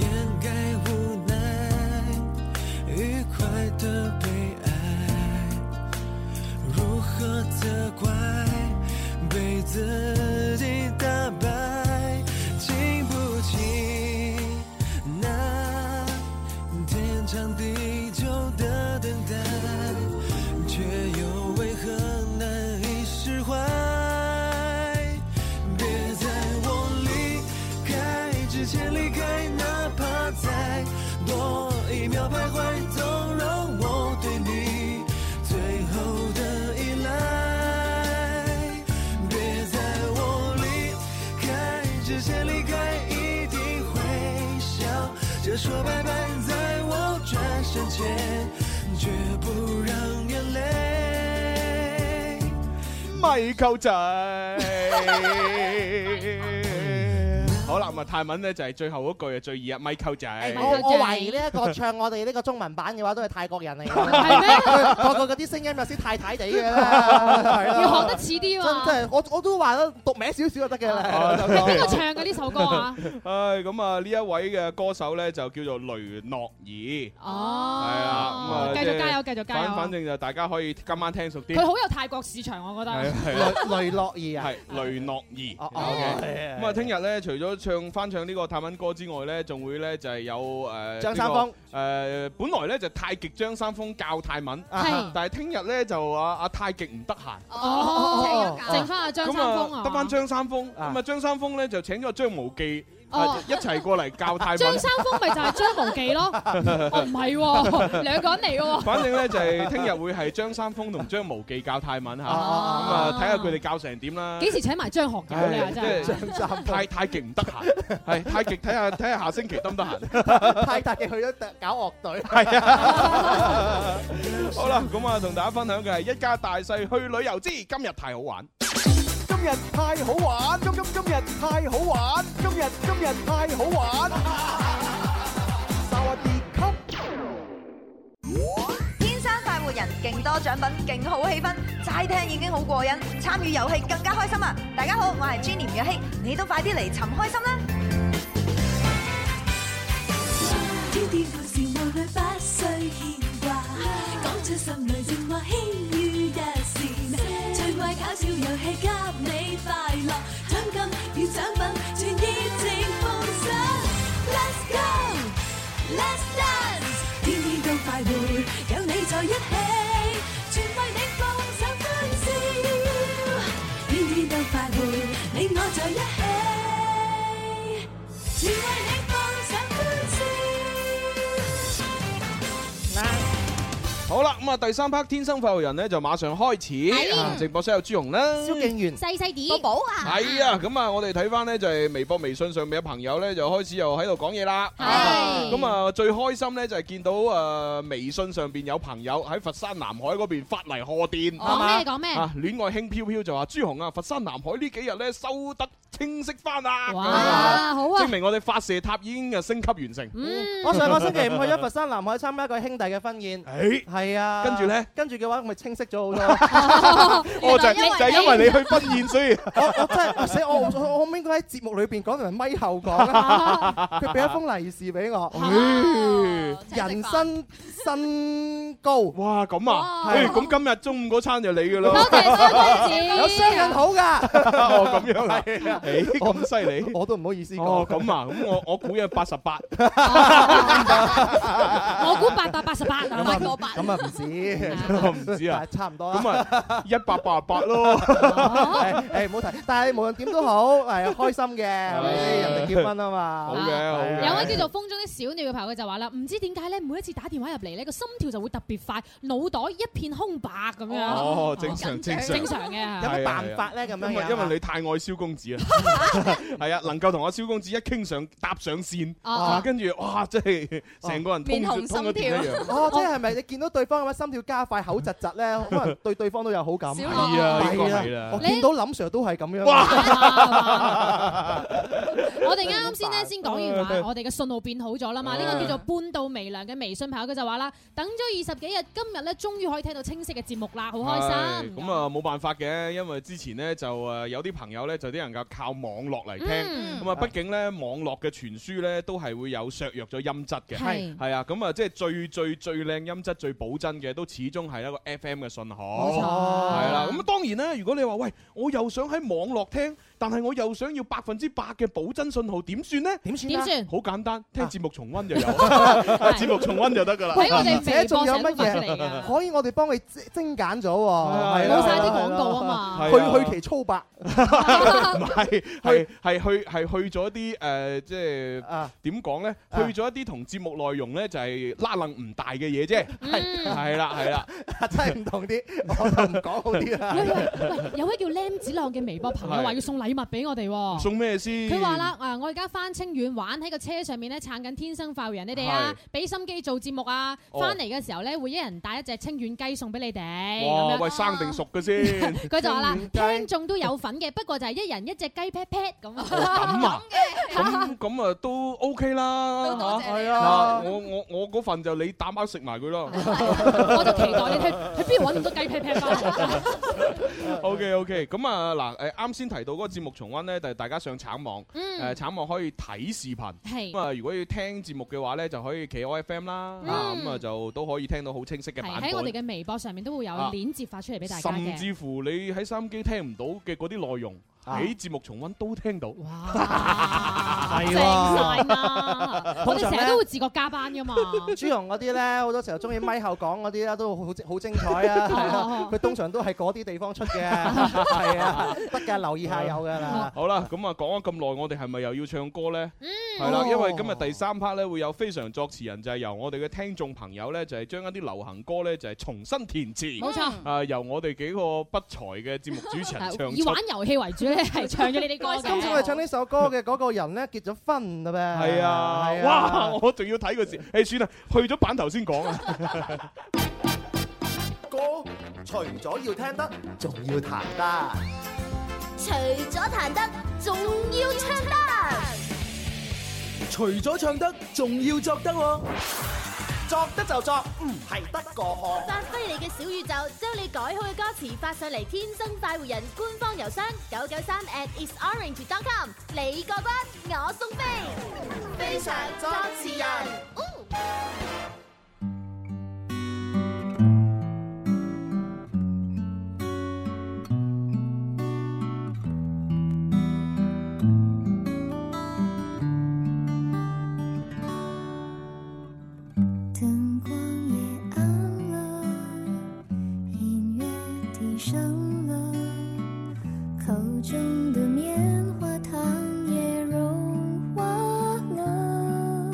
[SPEAKER 9] 掩盖无奈，愉快的悲哀，如何责怪，被自己打败，经不起那天长地久的等待，却又为何难以释怀？别在我离开之前离开，哪怕再多一秒徘徊，都让我对你最后的依赖。别在我离开之前离开，一定会笑着说拜拜。在我转身前，绝不让眼泪。
[SPEAKER 3] 咪溝
[SPEAKER 4] *laughs*
[SPEAKER 3] 仔。好啦，咁啊泰文咧就係最後嗰句啊最易啊，咪溝
[SPEAKER 5] 哎
[SPEAKER 3] 仔。
[SPEAKER 4] 我哎我懷疑呢一
[SPEAKER 5] *laughs*
[SPEAKER 4] 個唱我哋呢個中文版嘅話，都係泰國人嚟嘅。
[SPEAKER 5] 係
[SPEAKER 4] 咩？個個嗰啲聲音有啲太太地嘅啦，
[SPEAKER 5] 要學得似啲喎
[SPEAKER 4] 真真係，我我都話啦，讀名少少就得嘅啦。
[SPEAKER 5] 係邊個唱嘅呢首歌
[SPEAKER 3] *laughs*
[SPEAKER 5] 啊？
[SPEAKER 3] 唉，咁啊呢一位嘅歌手咧就叫做雷諾兒。
[SPEAKER 5] 哦，
[SPEAKER 3] 係啊，咁啊
[SPEAKER 5] 繼續加油繼續加油
[SPEAKER 3] 反反正就大家可以今晚聽熟啲。
[SPEAKER 5] 佢好有泰國市場，我覺
[SPEAKER 3] 啊
[SPEAKER 5] 得。
[SPEAKER 4] 雷諾兒
[SPEAKER 3] 啊，係雷諾兒。
[SPEAKER 4] 哦
[SPEAKER 3] OK 咁啊，聽日咧，除咗唱翻唱呢個泰文歌之外咧，仲會咧就係有誒
[SPEAKER 4] 張三豐
[SPEAKER 3] 誒，本來咧就太極張三豐教泰文，
[SPEAKER 4] 係
[SPEAKER 3] 但係聽日咧就啊阿太極唔得閒。
[SPEAKER 5] 哦，剩翻阿張三豐
[SPEAKER 3] 咁啊，得
[SPEAKER 5] 啊
[SPEAKER 3] 翻。張三豐，咁啊張三豐咧就請咗張無忌
[SPEAKER 5] 哦
[SPEAKER 3] 啊一齊過嚟
[SPEAKER 5] *laughs*
[SPEAKER 3] 教泰文。
[SPEAKER 5] 張三豐咪就係張無忌咯， *laughs*
[SPEAKER 4] *laughs*
[SPEAKER 5] 哦唔係喎，兩個人嚟嘅喎。
[SPEAKER 3] 反正咧就係聽日會係張三豐同張無忌教泰文嚇，咁啊睇下佢哋教成點啦。
[SPEAKER 5] 幾時請埋張學友你啊？真係。
[SPEAKER 3] 張三太太極唔得閒，係太極睇下睇下下星期得唔得閒。
[SPEAKER 4] *laughs* 太太地去咗搞樂隊。
[SPEAKER 3] 係 *laughs* 啊， *laughs* 好啦，咁啊同大家分享嘅係一家大細去旅遊之今日太好玩。
[SPEAKER 2] 今日太好玩，今今今日太好玩，今日今日太好玩。
[SPEAKER 16] 天生快活人，勁多獎品，勁好氣氛，齋聽已經好過癮，參與遊戲更加開心啊！大家好，我係 Jenny 吳若希，你都快啲嚟尋開心啦！
[SPEAKER 15] 天天歡笑，無慮不需牽掛，講出心裏情話，輕於一線。趣味搞笑遊戲給你快樂，獎金與獎品全熱情奉上。Let's go，Let's dance，天天都快活，有你在一起，全為你放上歡笑。天天都快活，你我在一起。全為你放上歡笑。
[SPEAKER 3] 好啦，咁啊第三 part 天生快活人咧就馬上開始，
[SPEAKER 12] 係
[SPEAKER 3] 啊直播室有朱紅啦，蕭
[SPEAKER 17] *laughs*
[SPEAKER 4] 敬元
[SPEAKER 12] 細細啲，寶寶啊，
[SPEAKER 3] 係啊，咁啊，我哋睇翻呢，就係微博、微信上面嘅朋友呢，就開始又喺度講嘢啦。咁啊，最開心呢，就係見到誒微信上邊有朋友喺佛山南海嗰邊發嚟賀電，
[SPEAKER 5] 講咩講咩
[SPEAKER 3] 啊，戀愛輕飄飄就話朱紅啊，佛山南海呢幾日呢，收得清晰翻啦。哇，
[SPEAKER 4] 好啊
[SPEAKER 3] 證明我哋發射塔已經啊升級完成。
[SPEAKER 4] 我上個星期五去咗佛山南海參加一個兄弟嘅婚宴，
[SPEAKER 3] 誒
[SPEAKER 4] 係係啊，
[SPEAKER 3] 跟住呢，
[SPEAKER 4] 跟住嘅話
[SPEAKER 3] *laughs*
[SPEAKER 4] 咪清晰咗好多。
[SPEAKER 3] 哦就係就係因為你去婚宴，所以
[SPEAKER 4] *laughs* 我我真係死我我我唔應該喺節目裏邊講同埋咪後講啊！
[SPEAKER 3] *laughs*
[SPEAKER 4] 佢俾一封利是俾我，人生新高。
[SPEAKER 3] 哇咁啊，誒咁今日中午嗰餐就你噶啦，
[SPEAKER 4] 有雙引好㗎。
[SPEAKER 3] *laughs* 哦咁樣啊，
[SPEAKER 4] 係啊
[SPEAKER 3] 誒咁犀利，
[SPEAKER 4] 我都唔好意思講。
[SPEAKER 3] 哦咁啊，咁我我估有八十八，
[SPEAKER 5] 我估八百八十八啊，八個八。
[SPEAKER 4] 咁啊唔止，
[SPEAKER 3] 唔止啊，
[SPEAKER 4] 差唔多
[SPEAKER 3] 咁啊一百八十八咯，
[SPEAKER 4] 誒哦誒唔好提，但係無論點都好，係開心嘅，係咪先人哋結婚啊嘛。
[SPEAKER 3] 好嘅好嘅，
[SPEAKER 5] 有位叫做風中的小鳥嘅朋友佢就話啦，唔知點解咧，每一次打電話入嚟咧，個心跳就會特別快，腦袋一片空白咁樣。
[SPEAKER 3] 哦正常正常啊
[SPEAKER 5] 正常嘅。啊
[SPEAKER 3] 有乜辦法
[SPEAKER 4] 咧咁啊
[SPEAKER 3] 因啊為因為你太愛蕭公子啊，係啊，能夠同阿蕭公子一傾上搭上線，
[SPEAKER 4] 哦
[SPEAKER 3] 啊跟住哇，即係成個人通咗通咗電一樣。
[SPEAKER 4] 哦，即係咪你見到對方咁樣心跳加快、口窒窒咧，可能對對方都有好感。
[SPEAKER 3] 小樂係啊應該係啦
[SPEAKER 4] 我見到林 Sir 都係咁樣。
[SPEAKER 5] 我哋啱啱先咧，先講完
[SPEAKER 4] 明白
[SPEAKER 5] 話，我哋嘅信號變好咗啦
[SPEAKER 3] *laughs* 啊
[SPEAKER 5] 嘛。呢個叫做半道微涼嘅微信朋友，佢就話啦，等咗二十幾日，今日咧終於可以聽到清晰嘅節目啦，好開心。
[SPEAKER 3] 係咁啊，冇辦法嘅，因為之前呢，就誒有啲朋友呢，就啲人夠靠網絡嚟聽，
[SPEAKER 5] 嗯
[SPEAKER 3] 咁啊畢竟呢，網絡嘅傳輸呢，都係會有削弱咗音質嘅，
[SPEAKER 5] 係
[SPEAKER 3] 係啊，咁啊即係最最最靚音質最保真嘅，都始終係一個 FM 嘅信號，
[SPEAKER 4] 冇錯
[SPEAKER 3] 係啦。咁當然啦，如果你話喂，我又想喺網絡聽，但係我又想要百分之百嘅保真信號，點算呢？
[SPEAKER 4] 點算啊點算啊
[SPEAKER 3] 好簡單，聽節目重温就有， *laughs* 節目重温就得㗎啦。
[SPEAKER 4] 而且仲有乜嘢可以我哋幫你精精簡咗喎？
[SPEAKER 3] 冇晒啲
[SPEAKER 4] 廣
[SPEAKER 3] 告啊嘛係啊
[SPEAKER 4] 去去其粗白。 *laughs*
[SPEAKER 3] 唔係係係去係去咗啲誒，即
[SPEAKER 4] 啊
[SPEAKER 3] 係點講咧？去咗一啲同節目內容咧就係拉楞唔大嘅嘢啫，係係啦係啦，
[SPEAKER 4] 嗯 *laughs* 真係唔同啲，我就唔講好啲啊啦。
[SPEAKER 5] 喂喂喂，有位叫 Lam 子朗嘅微博朋友話
[SPEAKER 3] 係
[SPEAKER 5] 要送禮物俾我哋喎。
[SPEAKER 3] *laughs* 送咩先？
[SPEAKER 5] 佢話啦，啊，我而家翻清遠玩喺個車上面咧，撐緊《天生快活人》你哋啊
[SPEAKER 3] 係，
[SPEAKER 5] 俾心機做節目啊，
[SPEAKER 3] 哦
[SPEAKER 5] 翻嚟嘅時候咧，會一人帶一隻清遠雞送俾你哋。
[SPEAKER 3] 哇！
[SPEAKER 5] 咁
[SPEAKER 3] 喂，
[SPEAKER 5] 樣
[SPEAKER 3] 生定熟嘅先，
[SPEAKER 5] *laughs* 佢就話啦，聽眾都有份嘅，不過就係一人一隻雞 pat pat 咁
[SPEAKER 3] *laughs*
[SPEAKER 5] 啊。 *laughs*
[SPEAKER 3] 咁啊，咁咁啊都 OK 啦，
[SPEAKER 5] 都多謝你
[SPEAKER 3] 嚇
[SPEAKER 5] 啊
[SPEAKER 3] 我我我嗰份就你打包食埋佢咯。
[SPEAKER 5] *laughs* 我就期待你去去邊度揾咁多雞 pat
[SPEAKER 3] *laughs*
[SPEAKER 5] pat 翻嚟。
[SPEAKER 3] O K O K，咁啊嗱，誒啱先提到嗰個節目重温咧，就係大家上橙網，
[SPEAKER 5] 嗯
[SPEAKER 3] 誒橙網可以睇視頻，
[SPEAKER 5] 係
[SPEAKER 3] 咁啊如果要聽節目嘅話咧，就可以企 O F M 啦，啊咁啊就都可以聽到好清晰嘅
[SPEAKER 5] 係
[SPEAKER 3] 版
[SPEAKER 5] 喺我哋
[SPEAKER 3] 本。
[SPEAKER 5] 嘅微博上面都會有
[SPEAKER 3] 啊
[SPEAKER 5] 鏈接發出嚟俾大家
[SPEAKER 3] 甚
[SPEAKER 5] 嘅。
[SPEAKER 3] 至乎你喺收音機聽唔到嘅嗰啲內容，
[SPEAKER 4] 啊
[SPEAKER 3] 喺節目重温都聽到。
[SPEAKER 4] *laughs* 係
[SPEAKER 5] 正晒
[SPEAKER 4] *laughs*
[SPEAKER 5] 啦！我哋成日都會自覺加班噶嘛。
[SPEAKER 4] 朱紅嗰啲咧，好多時候中意咪後講嗰啲咧，都好精好精彩啊！係啊佢通常都係嗰啲地方出嘅，係啊，得㗎，留意下有㗎
[SPEAKER 5] *laughs*
[SPEAKER 4] 啦。
[SPEAKER 3] 好啦，咁啊講咗咁耐，我哋係咪又要唱歌呢？
[SPEAKER 5] 嗯
[SPEAKER 3] 係啦
[SPEAKER 4] 哦，
[SPEAKER 3] 因為今日第三 part 咧會有非常作詞人，就係由我哋嘅聽眾朋友咧，就係將一啲流行歌咧，就係重新填詞。
[SPEAKER 5] 冇錯
[SPEAKER 3] 啊，由我哋幾個不才嘅節目主持人
[SPEAKER 5] *laughs*
[SPEAKER 3] 唱出。
[SPEAKER 5] 啊以玩遊戲為主咧， *laughs* 係唱咗呢啲
[SPEAKER 3] *laughs*
[SPEAKER 5] 歌嘅。
[SPEAKER 4] 今次我哋唱呢首歌嘅嗰個人咧，結咗婚啦噃。
[SPEAKER 3] 係啊
[SPEAKER 4] 係，
[SPEAKER 3] 哇！我仲要睇個
[SPEAKER 5] *laughs*
[SPEAKER 3] 字，誒，算啦，去咗版頭先講啊。
[SPEAKER 4] 歌除咗要聽得，仲要彈得。
[SPEAKER 17] 除咗彈得，仲要唱得。
[SPEAKER 18] 除咗唱得，仲要作得喎。
[SPEAKER 4] 作得就作，唔係得過河。
[SPEAKER 17] 發揮你嘅小宇宙，將你改好嘅歌詞發上嚟，天生快活人官方郵箱九九三 at isorange.com，你過關，我送飛，非常作詞人。
[SPEAKER 15] 灯光也暗了，音乐低声了，口中的棉花糖也融化了，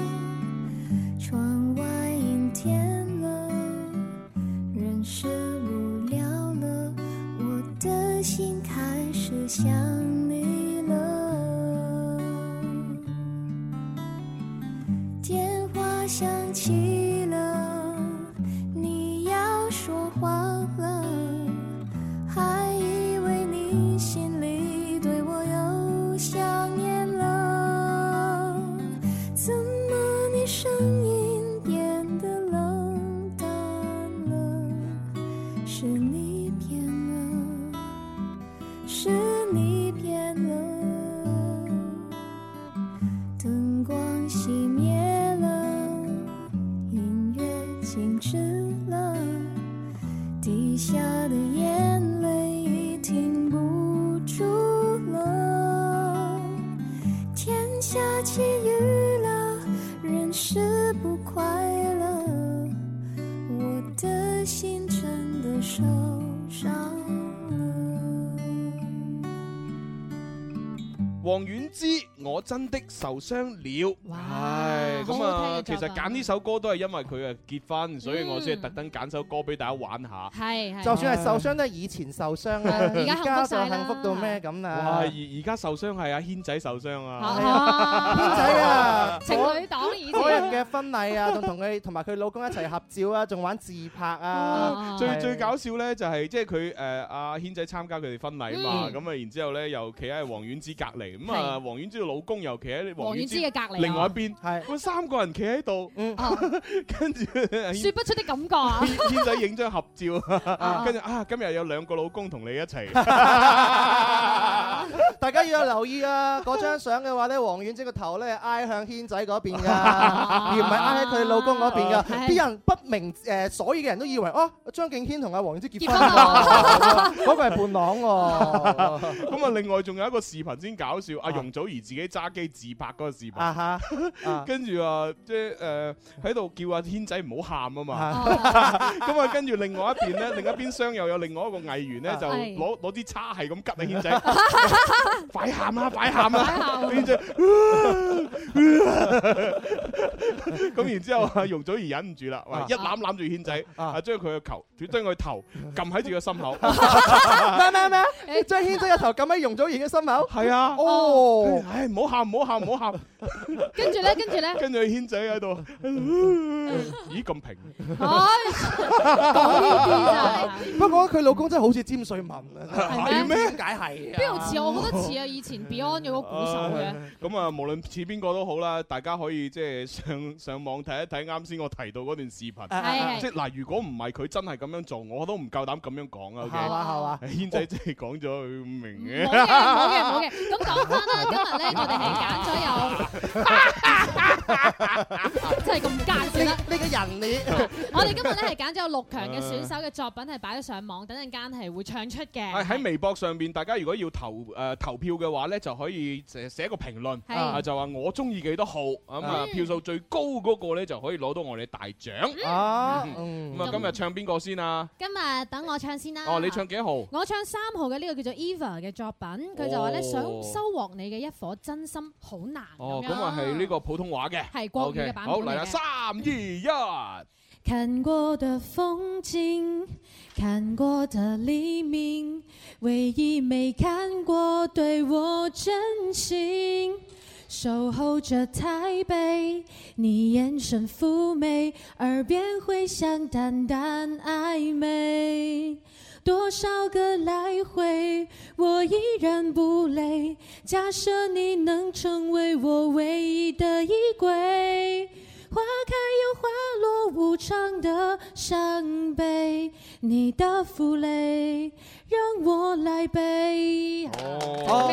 [SPEAKER 15] 窗外阴天了，人是无聊了，我的心开始想你了。电话响起了，下的眼泪已停不住了。天下起雨了，人是不快乐，我的心真的受伤了。
[SPEAKER 3] 王菀之，我真的受傷了。唉，咁
[SPEAKER 5] 好好
[SPEAKER 3] 啊，其
[SPEAKER 5] 聽嘅作品嗯
[SPEAKER 3] 實揀呢首歌都係因為佢啊結婚，所以我先係特登揀首歌俾大家玩下。
[SPEAKER 5] 係係
[SPEAKER 4] 就算係受傷都係以前受傷啦，
[SPEAKER 5] 係而家幸福
[SPEAKER 4] 家就
[SPEAKER 5] 晒啦
[SPEAKER 4] 幸福到咩咁
[SPEAKER 3] 哇！
[SPEAKER 4] 啦
[SPEAKER 3] 而？而家受傷係阿軒仔受傷啊。
[SPEAKER 4] 軒仔啊，
[SPEAKER 5] *laughs* 情侶檔以前
[SPEAKER 4] 嗰日嘅婚禮啊，仲同佢同埋佢老公一齊合照啊，仲玩自拍啊，
[SPEAKER 3] 最
[SPEAKER 4] 係
[SPEAKER 3] 最搞笑咧就係即係佢誒阿軒仔參加佢哋婚禮嘛，
[SPEAKER 4] 嗯
[SPEAKER 3] 咁啊然之後咧又企喺王菀之隔離，咁啊
[SPEAKER 5] 係
[SPEAKER 3] 王菀之嘅老公又企喺
[SPEAKER 5] 王菀之嘅隔離啊啊
[SPEAKER 3] 另外一邊，
[SPEAKER 4] 係
[SPEAKER 3] 咁三個人企喺度， *laughs* 跟住
[SPEAKER 5] *laughs* 說不出的感覺啊！
[SPEAKER 3] 軒軒仔影張合照啊，跟住啊今日有兩個老公同你一齊， *laughs*
[SPEAKER 4] 大家要有留意啊！嗰張相嘅話咧，黃遠之個頭咧挨向軒仔嗰邊
[SPEAKER 3] *laughs*
[SPEAKER 4] 㗎，而唔係挨喺佢老公嗰邊㗎。啲人不明誒所以嘅人都以為哦，張敬軒同阿黃遠之結婚喎， *laughs* 嗰個係伴郎
[SPEAKER 3] *laughs*
[SPEAKER 4] 喎。
[SPEAKER 3] 咁啊另外仲有一個視頻先搞笑，阿容祖兒自己揸機自拍嗰個視頻。
[SPEAKER 4] 啊哈！
[SPEAKER 3] *laughs* 跟住啊，即係誒喺度叫阿軒仔唔好喊啊嘛。
[SPEAKER 4] 啊
[SPEAKER 3] *laughs* 咁啊，跟住另外一邊咧，另一邊廂又有另外一個藝員
[SPEAKER 4] 啊
[SPEAKER 3] 咧，就
[SPEAKER 5] 係
[SPEAKER 3] 攞攞啲叉係咁吉阿軒仔，
[SPEAKER 4] *laughs*
[SPEAKER 3] 快喊啦，快喊
[SPEAKER 5] 快喊
[SPEAKER 3] 啦！
[SPEAKER 5] 啊
[SPEAKER 3] 軒 *laughs* 仔，咁然之後啊，容祖兒忍唔住啦，哇
[SPEAKER 4] 啊
[SPEAKER 3] 一攬攬住軒仔，啊將佢個球，將佢個頭撳喺住個
[SPEAKER 4] *laughs*
[SPEAKER 3] 心口。 *laughs*
[SPEAKER 4] 咩咩咩？張軒仔個頭撳喺容祖兒嘅心口。
[SPEAKER 3] 係啊
[SPEAKER 4] 哦，
[SPEAKER 3] 唉，唔好喊，唔好喊，唔好喊。
[SPEAKER 5] 跟
[SPEAKER 3] *laughs*
[SPEAKER 5] 住咧，跟住咧，
[SPEAKER 3] 跟住軒仔喺度，咦咁平？
[SPEAKER 5] 講呢啲啊，
[SPEAKER 4] 不過佢老公真係好似詹瑞文啊，
[SPEAKER 3] 係咩
[SPEAKER 4] 點解
[SPEAKER 3] 哎
[SPEAKER 4] 係啊？
[SPEAKER 5] 邊度似啊？我覺得似啊，以前 Beyond 嘅嗰個鼓手嘅。
[SPEAKER 3] 咁啊，無論似邊個都好啦，大家可以即係上 *laughs* 上網睇一睇啱先我提到嗰段視頻，
[SPEAKER 5] 係
[SPEAKER 3] 即係嗱，如果唔係佢真係咁樣做，我都唔夠膽咁樣講啊。OK？
[SPEAKER 4] 係嘛係嘛
[SPEAKER 3] 軒仔真係講咗，佢唔明
[SPEAKER 5] 冇嘅，冇嘅，冇
[SPEAKER 3] 嘅。
[SPEAKER 5] *laughs* 嘅。咁講翻啦，今日咧我哋係揀咗有，
[SPEAKER 3] 啊
[SPEAKER 5] 真係咁奸笑
[SPEAKER 4] 你
[SPEAKER 5] 啦！
[SPEAKER 4] 你個人
[SPEAKER 3] *laughs*
[SPEAKER 4] 你
[SPEAKER 5] 我哋今日咧係揀咗有六強嘅選手嘅作品係擺咗上網，等陣間係會唱出
[SPEAKER 3] 係
[SPEAKER 5] 嘅。
[SPEAKER 3] 喺微博上邊，大家如果要投誒、呃投票嘅話咧，就可以誒寫個評論，
[SPEAKER 5] 係
[SPEAKER 3] 啊就話我中意幾多號，咁啊
[SPEAKER 5] 嗯
[SPEAKER 3] 票數最高嗰個咧就可以攞到我哋大獎。
[SPEAKER 4] 啊，
[SPEAKER 3] 咁啊今日唱邊個先啊？
[SPEAKER 5] 今日等我唱先啦。
[SPEAKER 3] 哦，你唱幾號？
[SPEAKER 5] 我唱三號嘅呢個叫做 Eva 嘅作品，佢就話咧
[SPEAKER 3] 哦
[SPEAKER 5] 想收穫你嘅一顆真心好難
[SPEAKER 3] 哦，
[SPEAKER 5] 咁
[SPEAKER 3] 咁啊
[SPEAKER 5] 樣。
[SPEAKER 3] 係呢個普通話嘅，
[SPEAKER 5] 係國語嘅
[SPEAKER 3] OK，
[SPEAKER 5] 版本
[SPEAKER 3] 好嚟
[SPEAKER 5] 嚟
[SPEAKER 3] 啦，
[SPEAKER 5] 嘅
[SPEAKER 3] 三二一。
[SPEAKER 19] 看过的风景，看过的黎明，唯一没看过对我真心。守候着台北，你眼神妩媚，耳边回响淡淡暧昧。多少个来回，我依然不累。假设你能成为我唯一的依归。花开又花落，无常的伤悲，你的负累让我来背。
[SPEAKER 3] 哦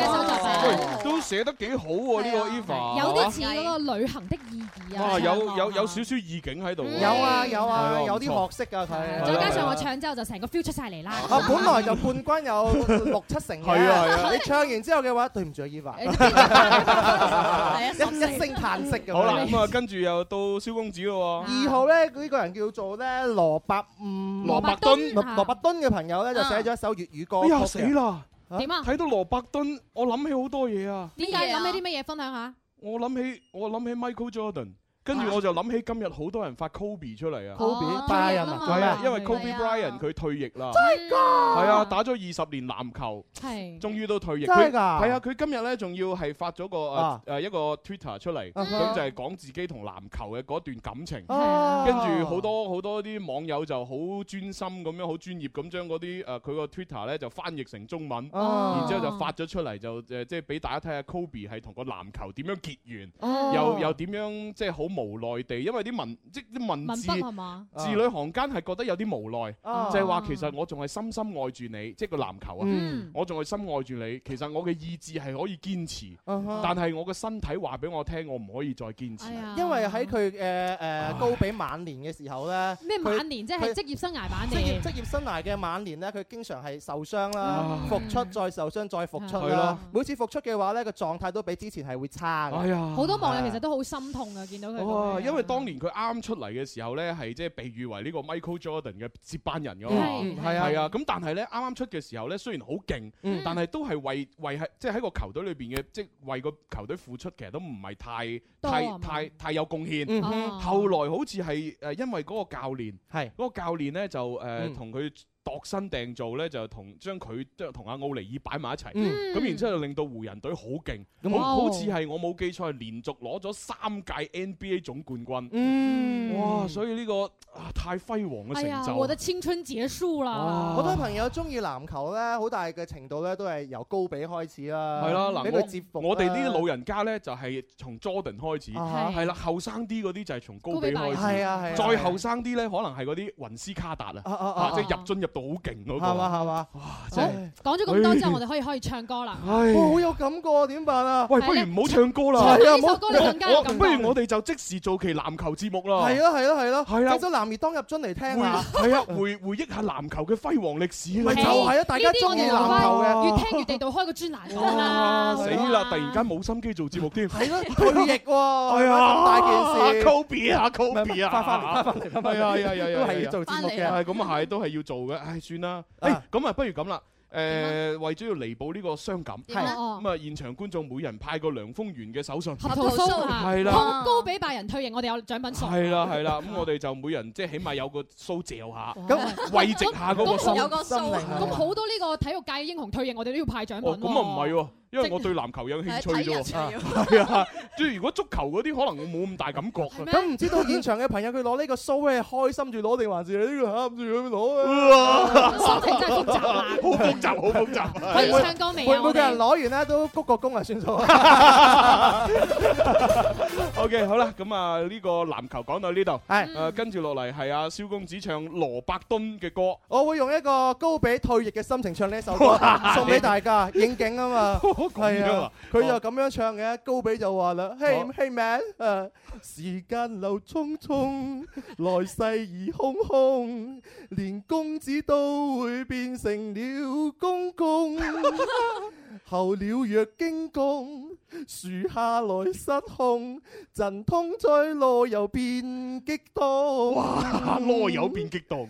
[SPEAKER 5] 呢一首作品啊
[SPEAKER 3] 喂都寫得幾好喎，呢
[SPEAKER 4] 啊
[SPEAKER 3] 個 Eva
[SPEAKER 5] 有啲似嗰個旅行的意義啊！
[SPEAKER 3] 哇，有有有少少意境喺度喎。
[SPEAKER 4] 有啊有
[SPEAKER 3] 係
[SPEAKER 4] 啊
[SPEAKER 3] 啊，
[SPEAKER 4] 有
[SPEAKER 3] 唔錯
[SPEAKER 4] 啲學識㗎佢。
[SPEAKER 5] 嗯再加上我唱之後就成個 feel 出晒嚟啦。
[SPEAKER 4] 啊，本來
[SPEAKER 3] *laughs*
[SPEAKER 4] 就冠軍有六七成嘅，
[SPEAKER 3] 係啊係啊
[SPEAKER 4] 你唱完之後嘅話，對唔住啊
[SPEAKER 5] 啊
[SPEAKER 3] 啊
[SPEAKER 4] Eva，一一聲嘆息咁樣。
[SPEAKER 3] 好啦，咁啊，跟住又到蕭公子咯喎。
[SPEAKER 4] 二號咧，呢個人叫做咧羅伯嗯
[SPEAKER 3] 羅伯敦啊
[SPEAKER 4] 羅羅伯敦嘅朋友咧，就寫咗一首粵語歌。
[SPEAKER 3] 哎呀死！啦！
[SPEAKER 5] 點啊
[SPEAKER 3] 睇到羅伯敦，我諗起好多嘢啊！
[SPEAKER 5] 點解諗起啲乜嘢分享下？
[SPEAKER 3] 我諗起我諗起 Michael Jordan，跟住我就諗起今日好多人發 Kobe 出嚟啊
[SPEAKER 4] Kobe，拜仁啊
[SPEAKER 3] 係啊，因為
[SPEAKER 4] 係啊
[SPEAKER 3] Kobe Bryant 佢退役啦，
[SPEAKER 4] 真係㗎
[SPEAKER 3] 係啊，打咗二十年籃球，
[SPEAKER 5] 係
[SPEAKER 3] 終於都退役。
[SPEAKER 4] 真係㗎
[SPEAKER 3] 佢係啊，佢今日咧仲要係發咗個誒
[SPEAKER 4] 啊
[SPEAKER 3] 誒一個 Twitter 出嚟，
[SPEAKER 4] 啊哈
[SPEAKER 3] 咁就係講自己同籃球嘅嗰段感情。
[SPEAKER 4] 哦
[SPEAKER 3] 跟住好多好多啲網友就好專心咁樣，好專業咁將嗰啲誒呃佢個 Twitter 咧就翻譯成中文，
[SPEAKER 4] 哦
[SPEAKER 3] 然之後就呃發咗出嚟，就誒即係俾大家睇下 Kobe 係同個籃球點樣結緣，
[SPEAKER 4] 哦
[SPEAKER 3] 又又點樣即係好無奈地，因為啲文即啲文
[SPEAKER 5] 文
[SPEAKER 3] 字
[SPEAKER 5] 筆係嘛
[SPEAKER 3] 字裏行間係覺得有啲無奈，
[SPEAKER 5] 啊
[SPEAKER 3] 就係話其實我仲係深深愛住你，即係個籃球啊
[SPEAKER 5] 嗯，
[SPEAKER 3] 我仲係深愛住你。其實我嘅意志係可以堅持，
[SPEAKER 4] 啊哈
[SPEAKER 3] 但係我嘅身體話俾我聽，我唔可以再堅持。
[SPEAKER 4] 因為喺佢誒誒高比晚年嘅時候咧，
[SPEAKER 5] 咩
[SPEAKER 4] 佢
[SPEAKER 5] 晚年即係
[SPEAKER 4] 佢
[SPEAKER 5] 職業生涯晚
[SPEAKER 4] 職業
[SPEAKER 5] 年，
[SPEAKER 4] 職業生涯嘅晚年咧，佢經常係受傷啦，
[SPEAKER 3] 唉
[SPEAKER 4] 復出再受傷再復出
[SPEAKER 3] 係咯
[SPEAKER 4] 啦。每次復出嘅話咧，個狀態都比之前係會差嘅。
[SPEAKER 3] 哎呀
[SPEAKER 5] 好多網友其實都好心痛啊，見到佢咁
[SPEAKER 3] 哦，
[SPEAKER 5] 樣。
[SPEAKER 3] 因為當年佢啱出嚟嘅時候呢，係即係被譽為呢個 Michael Jordan 嘅接班人㗎嘛，
[SPEAKER 5] 係
[SPEAKER 3] 係
[SPEAKER 5] 係
[SPEAKER 3] 啊，係啊，咁但係呢，啱啱出嘅時候呢，雖然好勁，
[SPEAKER 4] 嗯
[SPEAKER 3] 但係都係為為係即係喺個球隊裏邊嘅，即係為個球隊付出，其實都唔係
[SPEAKER 5] 多
[SPEAKER 3] 太
[SPEAKER 5] 啊
[SPEAKER 3] 太太太有貢獻
[SPEAKER 5] 嗯。哼
[SPEAKER 3] 後來好似係誒，因為嗰個教練
[SPEAKER 4] 係
[SPEAKER 3] 嗰個教練呢，就誒
[SPEAKER 4] 嗯
[SPEAKER 3] 同佢。度身訂造呢，就同將佢將同阿奧尼爾擺埋一齊，
[SPEAKER 4] 嗯
[SPEAKER 3] 咁然之後就令到湖人隊好勁，
[SPEAKER 4] 咁
[SPEAKER 3] 好
[SPEAKER 5] 哦
[SPEAKER 3] 好
[SPEAKER 4] 哇
[SPEAKER 3] 似係我冇記錯係連續攞咗三屆 NBA 總冠軍。
[SPEAKER 4] 嗯
[SPEAKER 3] 哇！所以呢個啊太輝煌嘅
[SPEAKER 5] 哎呀
[SPEAKER 3] 成，就。
[SPEAKER 5] 我的青春結束啦！
[SPEAKER 4] 好多朋友中意籃球咧，好大嘅程度咧都係由高比開始啦。
[SPEAKER 3] 係啦，
[SPEAKER 4] 俾嗯佢接
[SPEAKER 3] 嗱，
[SPEAKER 4] 服
[SPEAKER 3] 我
[SPEAKER 4] 啊啦
[SPEAKER 3] 我哋呢啲老人家呢，就係從 Jordan 開始，
[SPEAKER 4] 啊
[SPEAKER 3] 係啦，後生啲嗰啲就係從高比
[SPEAKER 4] 高
[SPEAKER 3] 開
[SPEAKER 4] 比拜
[SPEAKER 3] 始，
[SPEAKER 4] 係啊係啊
[SPEAKER 3] 再後生啲呢，可能係嗰啲雲斯卡達
[SPEAKER 4] 啊啊
[SPEAKER 3] 啊
[SPEAKER 4] 啊，
[SPEAKER 3] 即係入進入到好勁嗰個。啊
[SPEAKER 4] 係嘛係嘛，
[SPEAKER 3] 真哎
[SPEAKER 5] 講咗咁多之後，
[SPEAKER 3] 唉
[SPEAKER 5] 我哋可以可以唱歌啦。
[SPEAKER 3] 唉
[SPEAKER 4] 哇好有感覺啊，點辦啊？
[SPEAKER 3] 哎喂，不如唔好唱歌啦，
[SPEAKER 4] 係啊，
[SPEAKER 5] 呢首歌你更加有
[SPEAKER 3] 我
[SPEAKER 5] 感覺
[SPEAKER 3] 不如我哋就即時做期籃球節目啦。
[SPEAKER 4] 係啊咯係咯係咯，
[SPEAKER 3] 係啦
[SPEAKER 4] 整首《男兒當入樽》嚟聽下。
[SPEAKER 3] 係啊，回回憶下籃球嘅輝煌歷史啦。
[SPEAKER 4] 咪就係啊大家中意籃球嘅
[SPEAKER 5] 越聽越地道，開個專欄講啦。
[SPEAKER 3] 哇！死啦！突然間冇心機做節目添。
[SPEAKER 4] 哦係咯，退役喎，
[SPEAKER 3] *laughs* 係啊
[SPEAKER 4] 咁大件事。
[SPEAKER 3] Kobe 啊，Kobe 啊，
[SPEAKER 4] 翻翻嚟翻翻嚟翻翻嚟
[SPEAKER 3] 係啊，係啊，係啊，
[SPEAKER 4] 都係要做節目嘅
[SPEAKER 3] 係咁啊，係都係要做嘅。唉，算啦。誒，咁啊，不如咁啦。
[SPEAKER 4] 啊
[SPEAKER 3] 誒，為咗要彌補呢個傷感，
[SPEAKER 5] 點啊
[SPEAKER 4] 哦
[SPEAKER 3] 咁啊，現場觀眾每人派個梁風源嘅手信，
[SPEAKER 5] 合啊桃酥
[SPEAKER 4] 啊
[SPEAKER 3] 係
[SPEAKER 5] 高
[SPEAKER 3] 啦，
[SPEAKER 5] 高比拜仁退役，我哋有獎品送。
[SPEAKER 3] 係啦，係啦。咁我哋就每人即係起碼有個須嚼下，
[SPEAKER 5] 咁
[SPEAKER 3] 慰藉下嗰個心
[SPEAKER 5] 咁有個數
[SPEAKER 3] 心靈啊
[SPEAKER 5] 咁好多呢個體育界嘅英雄退役，我哋都要派獎品
[SPEAKER 3] 哦，
[SPEAKER 5] 喎。
[SPEAKER 3] 咁啊唔係喎，因為我對籃球有興趣啫喎。係 *laughs* 啊，即係如果足球嗰啲，可能我冇咁大感覺啊㗎。
[SPEAKER 4] 咁唔知道現場嘅朋友佢攞呢個 show 咧，開心住攞定還是呢個喊住咁攞
[SPEAKER 3] 啊？
[SPEAKER 5] 心情真係複雜啊
[SPEAKER 3] 好複雜，好複雜。
[SPEAKER 5] 可以唱歌未啊
[SPEAKER 4] 會唔會
[SPEAKER 5] 我
[SPEAKER 4] 有
[SPEAKER 5] 哋
[SPEAKER 4] 人攞完咧都鞠個躬啊算數？
[SPEAKER 3] *laughs* OK，好啦，咁啊呢個籃球講到呢度，
[SPEAKER 4] 係
[SPEAKER 3] 誒跟住落嚟係阿蕭公子唱羅伯敦嘅歌。
[SPEAKER 4] 我會用一個高比退役嘅心情唱呢首
[SPEAKER 3] *laughs*
[SPEAKER 4] 歌，送俾大家應景啊嘛。係
[SPEAKER 3] 樣啊
[SPEAKER 4] 啊，佢就咁樣唱嘅，高比就話啦，Hey Hey Man，誒時間流匆匆，來世已空空，連公子都會變成了
[SPEAKER 3] *laughs*
[SPEAKER 4] 公公。候鳥若驚弓，樹下來失控，陣痛在籮柚變激動。
[SPEAKER 3] 哇！羅柚變激動，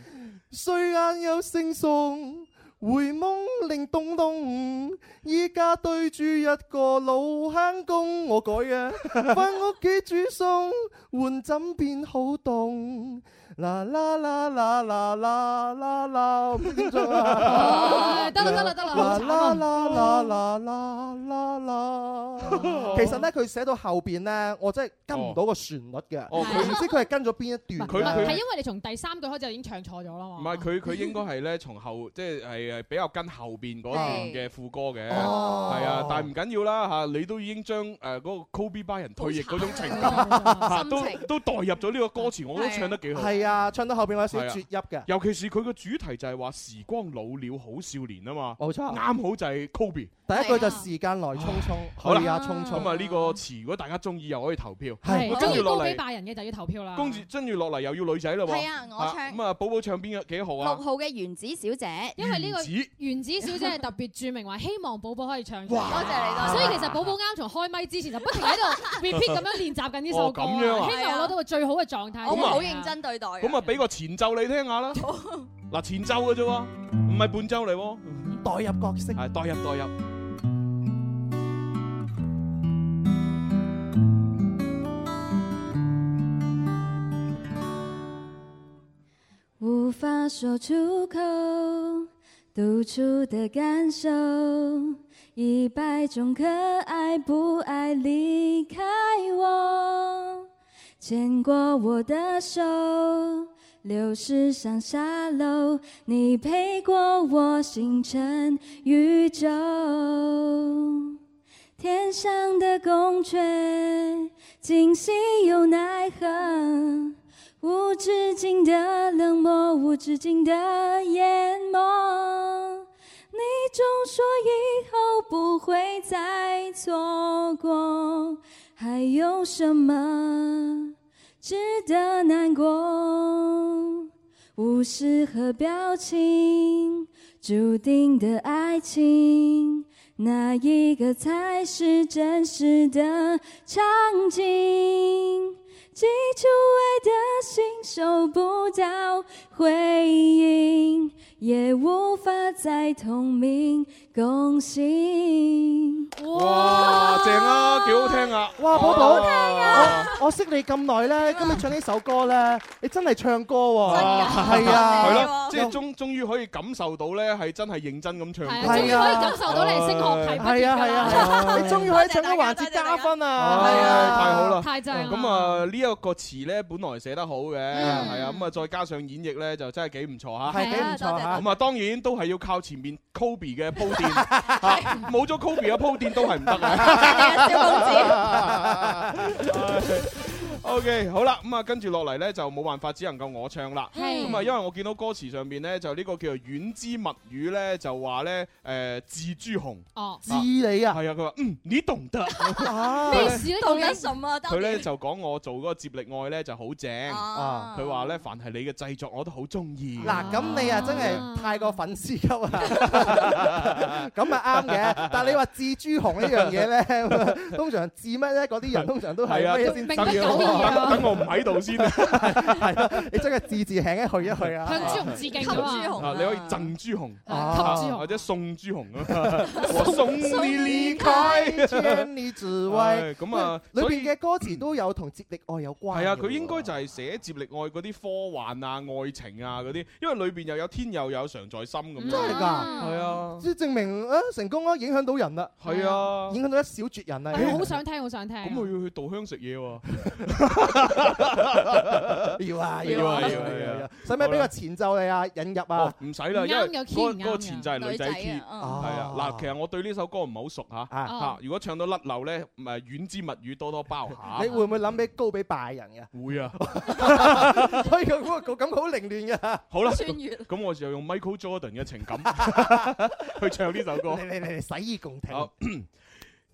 [SPEAKER 4] 睡眼有惺忪，回夢令東東。依家對住一個老坑公，我
[SPEAKER 3] *laughs*
[SPEAKER 4] 改嘅，翻屋企煮餸，換枕變好凍。啦啦啦啦啦啦啦啦，唔知點唱啊
[SPEAKER 9] 哦哎
[SPEAKER 5] 唉哎得啦得啦得啦好
[SPEAKER 4] 啦
[SPEAKER 5] 慘
[SPEAKER 4] 啦
[SPEAKER 5] 啊
[SPEAKER 4] 啦啦啦啦啦啦。
[SPEAKER 3] 哦
[SPEAKER 4] 其實咧，佢寫到後邊咧，我真係跟唔到個旋律嘅，我
[SPEAKER 3] 哦佢
[SPEAKER 4] 唔知佢係跟咗邊一段
[SPEAKER 3] 佢
[SPEAKER 4] 㗎。
[SPEAKER 5] 係
[SPEAKER 3] 佢
[SPEAKER 5] 因為你從第三句開始已經唱錯咗啦
[SPEAKER 3] 唔
[SPEAKER 5] 嘛。
[SPEAKER 3] 係佢佢應該係咧從後 *laughs* 即係係比較跟後邊嗰段嘅副歌嘅，
[SPEAKER 4] 哦
[SPEAKER 3] 係啊，但係唔緊要啦嚇，你都已經將誒嗰個 Kobe Bryant 退役嗰種情
[SPEAKER 4] *laughs*
[SPEAKER 3] 感
[SPEAKER 5] 啊
[SPEAKER 3] 嚇都都代入咗呢個歌詞，我都唱得幾好。
[SPEAKER 4] 係啊，唱到後邊有少少啜泣嘅。
[SPEAKER 3] 尤其是佢個主題就係話時光老了好少年啊嘛，
[SPEAKER 4] 冇錯，
[SPEAKER 3] 啱好就係 Kobe。
[SPEAKER 4] 第一句就時間來匆匆，
[SPEAKER 3] 好啦
[SPEAKER 4] 去啊匆匆。
[SPEAKER 3] 咁啊呢個詞如果大家中意又可以投票，
[SPEAKER 5] 係
[SPEAKER 3] 跟
[SPEAKER 5] 中
[SPEAKER 3] 住
[SPEAKER 5] 意高
[SPEAKER 3] 落
[SPEAKER 5] 比
[SPEAKER 3] 嚟，
[SPEAKER 5] 拜仁嘅就要投票啦。
[SPEAKER 3] 跟住跟住落嚟又要女仔啦喎。
[SPEAKER 12] 係啊我唱
[SPEAKER 3] 咁啊，寶寶唱邊個幾號
[SPEAKER 12] 六
[SPEAKER 3] 啊？
[SPEAKER 12] 號嘅原子小姐，
[SPEAKER 5] 因為呢個
[SPEAKER 3] 原子
[SPEAKER 5] 原子小姐係特別註明話希望寶寶可以唱。
[SPEAKER 12] 哇多謝你多謝
[SPEAKER 5] 所以其實寶寶啱從開咪之前就不停喺
[SPEAKER 12] *laughs*
[SPEAKER 5] 度 repeat 咁樣練習緊呢首歌
[SPEAKER 3] 哦
[SPEAKER 5] 啊，
[SPEAKER 3] 咁樣啊
[SPEAKER 5] 希望攞到個最好嘅狀態。
[SPEAKER 12] 我會好認真對待嘅。
[SPEAKER 3] 咁啊，俾個前奏你聽下啦。嗱，前奏嘅啫喎，唔係伴奏嚟喎。
[SPEAKER 4] 代入角色，
[SPEAKER 3] 係代入代入。
[SPEAKER 15] 无法说出口，读出的感受，一百种可爱不爱离开我，牵过我的手，流逝上下楼，你陪过我星辰宇宙。天上的宫阙，今夕又奈何？无止境的冷漠，无止境的淹没。你总说以后不会再错过，还有什么值得难过？无视和表情，注定的爱情，哪一个才是真实的场景？寄出爱的心收不到回应，也无法再同鸣共心。
[SPEAKER 3] 哇，正啊，幾好啊聽啊！
[SPEAKER 4] 哇，寶寶，
[SPEAKER 3] 哇
[SPEAKER 4] 我我識你咁耐咧，今日唱呢首歌咧，你真係唱歌喎，係啊，
[SPEAKER 3] 係咯，即係終終於可以感受到咧，係真係認真咁唱歌，
[SPEAKER 4] 係啊終於可以感受到你係
[SPEAKER 3] 升學題
[SPEAKER 4] 係啊係啊係
[SPEAKER 3] *laughs*
[SPEAKER 4] 啊，你終於可以唱歌環節加分啊，係啊，
[SPEAKER 3] 太好啦！
[SPEAKER 4] 太正啦
[SPEAKER 3] 咁啊，呢一個詞咧，本來寫得好嘅，
[SPEAKER 4] 嗯
[SPEAKER 3] 係啊，咁啊，再加上演繹咧，就真係幾唔錯嚇，
[SPEAKER 4] 係幾唔錯嚇係啊多謝
[SPEAKER 3] 咁啊，當然都係要靠前面 Kobe 嘅
[SPEAKER 4] *laughs*
[SPEAKER 3] 鋪墊，嚇冇咗 Kobe 嘅鋪墊都係唔得
[SPEAKER 4] 啊小
[SPEAKER 3] 啊！O *laughs* K，好啦，咁啊，跟住落嚟咧就冇辦法，只能夠我唱啦。
[SPEAKER 2] 係
[SPEAKER 3] 咁啊，因為我見到歌詞上面咧就呢個叫做遠之物語咧，就話咧誒字朱紅。
[SPEAKER 5] 哦，
[SPEAKER 3] 知你
[SPEAKER 12] *laughs*
[SPEAKER 3] 啊，係啊，佢話嗯，你懂得。
[SPEAKER 5] 咩事咧？
[SPEAKER 12] 到底什麼
[SPEAKER 3] 佢咧就講我做嗰個接力愛咧就好正，
[SPEAKER 4] 啊
[SPEAKER 3] 佢話咧凡係你嘅製作我都好中意。
[SPEAKER 4] 嗱，咁你啊真
[SPEAKER 3] *laughs*
[SPEAKER 4] 係太過粉絲級 *laughs* 啊，咁啊啱嘅。但係你話至朱紅呢 *laughs* 樣嘢咧，通常至乜咧？嗰啲人通常都係
[SPEAKER 3] 係啊
[SPEAKER 4] 乜嘢先
[SPEAKER 3] 等等等我唔喺度先啊，
[SPEAKER 4] *laughs* 係啊，你真係字字輕一去一去啊，
[SPEAKER 5] 向朱紅致敬㗎嘛給朱紅
[SPEAKER 3] 啊，你可以贈朱紅，
[SPEAKER 4] 啊
[SPEAKER 5] 給朱紅
[SPEAKER 3] 或者送朱紅
[SPEAKER 4] *laughs*
[SPEAKER 3] 啊，我送你離
[SPEAKER 4] 開千里之
[SPEAKER 3] 唉
[SPEAKER 4] 外。
[SPEAKER 3] 咁啊
[SPEAKER 4] 裏
[SPEAKER 3] 所
[SPEAKER 4] 邊嘅歌詞都有同接力愛有關嘅喎。
[SPEAKER 3] 係啊，佢應該就係寫接力愛嗰啲科幻啊、愛情啊嗰啲，因為裏邊又有天佑又有常在心咁樣。
[SPEAKER 4] 嗯真係㗎
[SPEAKER 3] 係啊。
[SPEAKER 4] 即係證明啊成功啊，影響到人啦。
[SPEAKER 3] 係啊
[SPEAKER 4] 影響到一小撮人啊。
[SPEAKER 5] 我好想聽，好想聽。啊
[SPEAKER 3] 咁我要去稻香食嘢喎。
[SPEAKER 4] *laughs* *laughs*
[SPEAKER 3] *laughs* 要啊
[SPEAKER 4] 要啊
[SPEAKER 3] 要啊要啊
[SPEAKER 4] 使唔使俾個前奏你啊？引入啊？
[SPEAKER 3] 哦唔使啦，因為嗰嗰個前就係女仔 key，係
[SPEAKER 4] 哦
[SPEAKER 3] 啊。嗱，其實我對呢首歌唔係好熟嚇
[SPEAKER 4] 啊
[SPEAKER 3] 嚇，如果唱到甩漏咧，誒遠之物語多多包下。
[SPEAKER 4] *laughs* 你會唔會諗起高比拜仁嘅？ *laughs*
[SPEAKER 3] 會啊？
[SPEAKER 4] 所以佢嗰個感覺好凌亂嘅。
[SPEAKER 3] 好啦，咁我就用 Michael Jordan 嘅情
[SPEAKER 4] *laughs*
[SPEAKER 3] 感去唱呢首歌。
[SPEAKER 4] 你你你洗耳
[SPEAKER 3] *clears throat*
[SPEAKER 4] 共聽。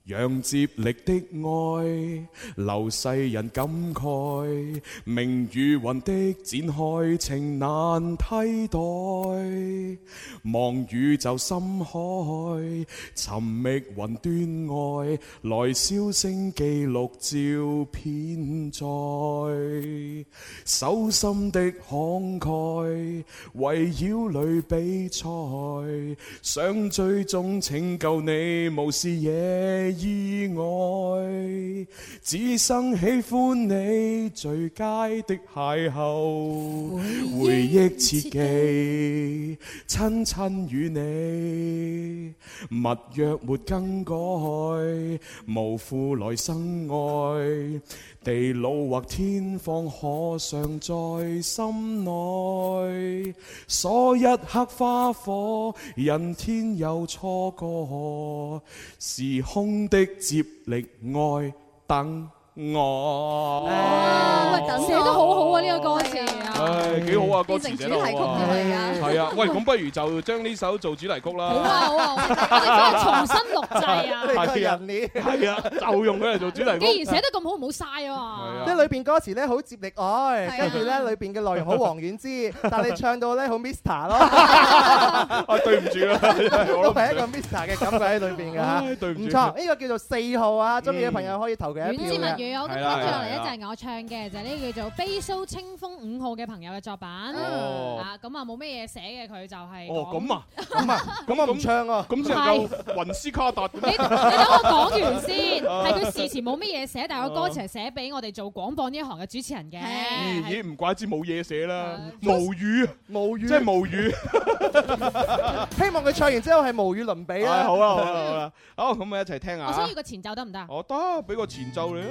[SPEAKER 2] 讓接力的愛，流世人感慨，明與雲的展開，情難替代。望宇宙深海，尋覓雲端愛，來銷聲記錄照片在。手心的慷慨，圍繞裏比賽，想最終拯救你，無視野意外，只生喜歡你最佳的邂逅，回憶切記，親親與你，密約沒更改，無負來生愛，地老或天荒可常在心內，所一刻花火，人天有錯過，時空的接力愛等我。
[SPEAKER 5] 寫得好好啊！呢個歌詞啊，
[SPEAKER 3] 唉，幾好啊！歌詞寫得
[SPEAKER 5] 變成
[SPEAKER 3] 好
[SPEAKER 5] 主題曲
[SPEAKER 3] 啊
[SPEAKER 5] 添啊而，家
[SPEAKER 3] 係啊，喂，咁不如就將呢首做主題曲啦。
[SPEAKER 5] 好啊好啊，我哋真係重新錄
[SPEAKER 4] *laughs*
[SPEAKER 5] 製啊！
[SPEAKER 3] 係啊，係啊，就用佢嚟做主題曲。
[SPEAKER 5] 既然寫得咁好，唔好嘥啊嘛！
[SPEAKER 4] 即係裏邊歌詞咧好接力
[SPEAKER 3] 啊
[SPEAKER 4] 愛，跟住咧裏邊嘅內容好王
[SPEAKER 3] *laughs*
[SPEAKER 4] 菀之，但係你唱到咧好 Mr 咯，
[SPEAKER 3] 啊，對唔住
[SPEAKER 4] *laughs*
[SPEAKER 3] 啦，真係我
[SPEAKER 4] 都
[SPEAKER 3] 都唔
[SPEAKER 4] 係
[SPEAKER 3] 想
[SPEAKER 4] 一個 Mr 嘅感覺喺裏邊嘅
[SPEAKER 3] 唉
[SPEAKER 4] 嚇，
[SPEAKER 3] 對唔住嗯
[SPEAKER 4] 唔錯，呢個叫做四號啊，中意嘅朋友可以投佢
[SPEAKER 5] 遠
[SPEAKER 4] 一票
[SPEAKER 5] 之物
[SPEAKER 4] 嘅。
[SPEAKER 5] 語，我咁
[SPEAKER 3] 係
[SPEAKER 5] 跟
[SPEAKER 3] 啦
[SPEAKER 5] 住落嚟
[SPEAKER 3] 係
[SPEAKER 5] 咧就
[SPEAKER 3] 啦
[SPEAKER 5] 係我唱嘅，就係呢個叫做《悲蘇清風五號》嘅朋友嘅作品。
[SPEAKER 3] 哦
[SPEAKER 5] 啊，咁啊冇咩嘢寫嘅，佢就係
[SPEAKER 3] 哦，
[SPEAKER 5] 講
[SPEAKER 3] 咁啊，咁啊，咁我唔唱
[SPEAKER 4] 啊，
[SPEAKER 3] 咁就夠雲斯卡達。你你
[SPEAKER 5] 等我哦講完先，
[SPEAKER 4] 哦
[SPEAKER 5] 係佢事前冇乜嘢寫，但係個歌詞係寫俾我哋做廣播呢一行嘅主持人嘅。
[SPEAKER 3] 咦咦，唔怪之冇嘢寫啦，無語，
[SPEAKER 4] 無語，
[SPEAKER 3] 即係無語。
[SPEAKER 4] 希望佢唱完之後係無與倫比
[SPEAKER 3] 唉
[SPEAKER 4] 啦。
[SPEAKER 3] 好啊，好啊，好啦，好，咁咪一齊聽下。
[SPEAKER 5] 我想要哦個前奏得唔得啊？
[SPEAKER 3] 我哦得，俾個前奏你啊。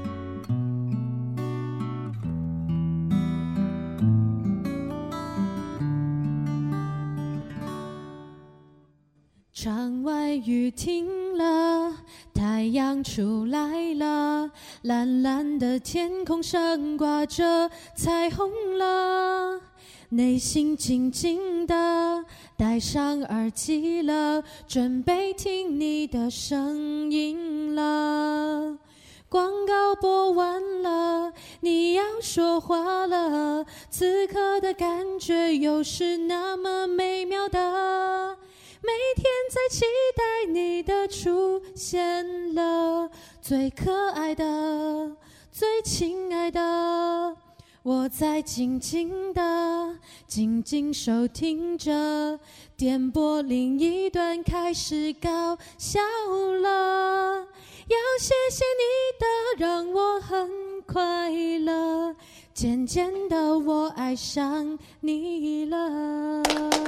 [SPEAKER 2] Hãy subscribe cho kênh Ghiền Mì Gõ Để không bỏ lỡ
[SPEAKER 19] 窗外雨停了，太阳出来了，蓝蓝的天空上挂着彩虹了。内心静静的，戴上耳机了，准备听你的声音了。广告播完了，你要说话了，此刻的感觉又是那么美妙的。每天在期待你的出现了，最可爱的，最亲爱的，我在静静的、静静收听着电波另一端开始搞笑了。要谢谢你的，让我很快乐。渐渐的，我爱上你了。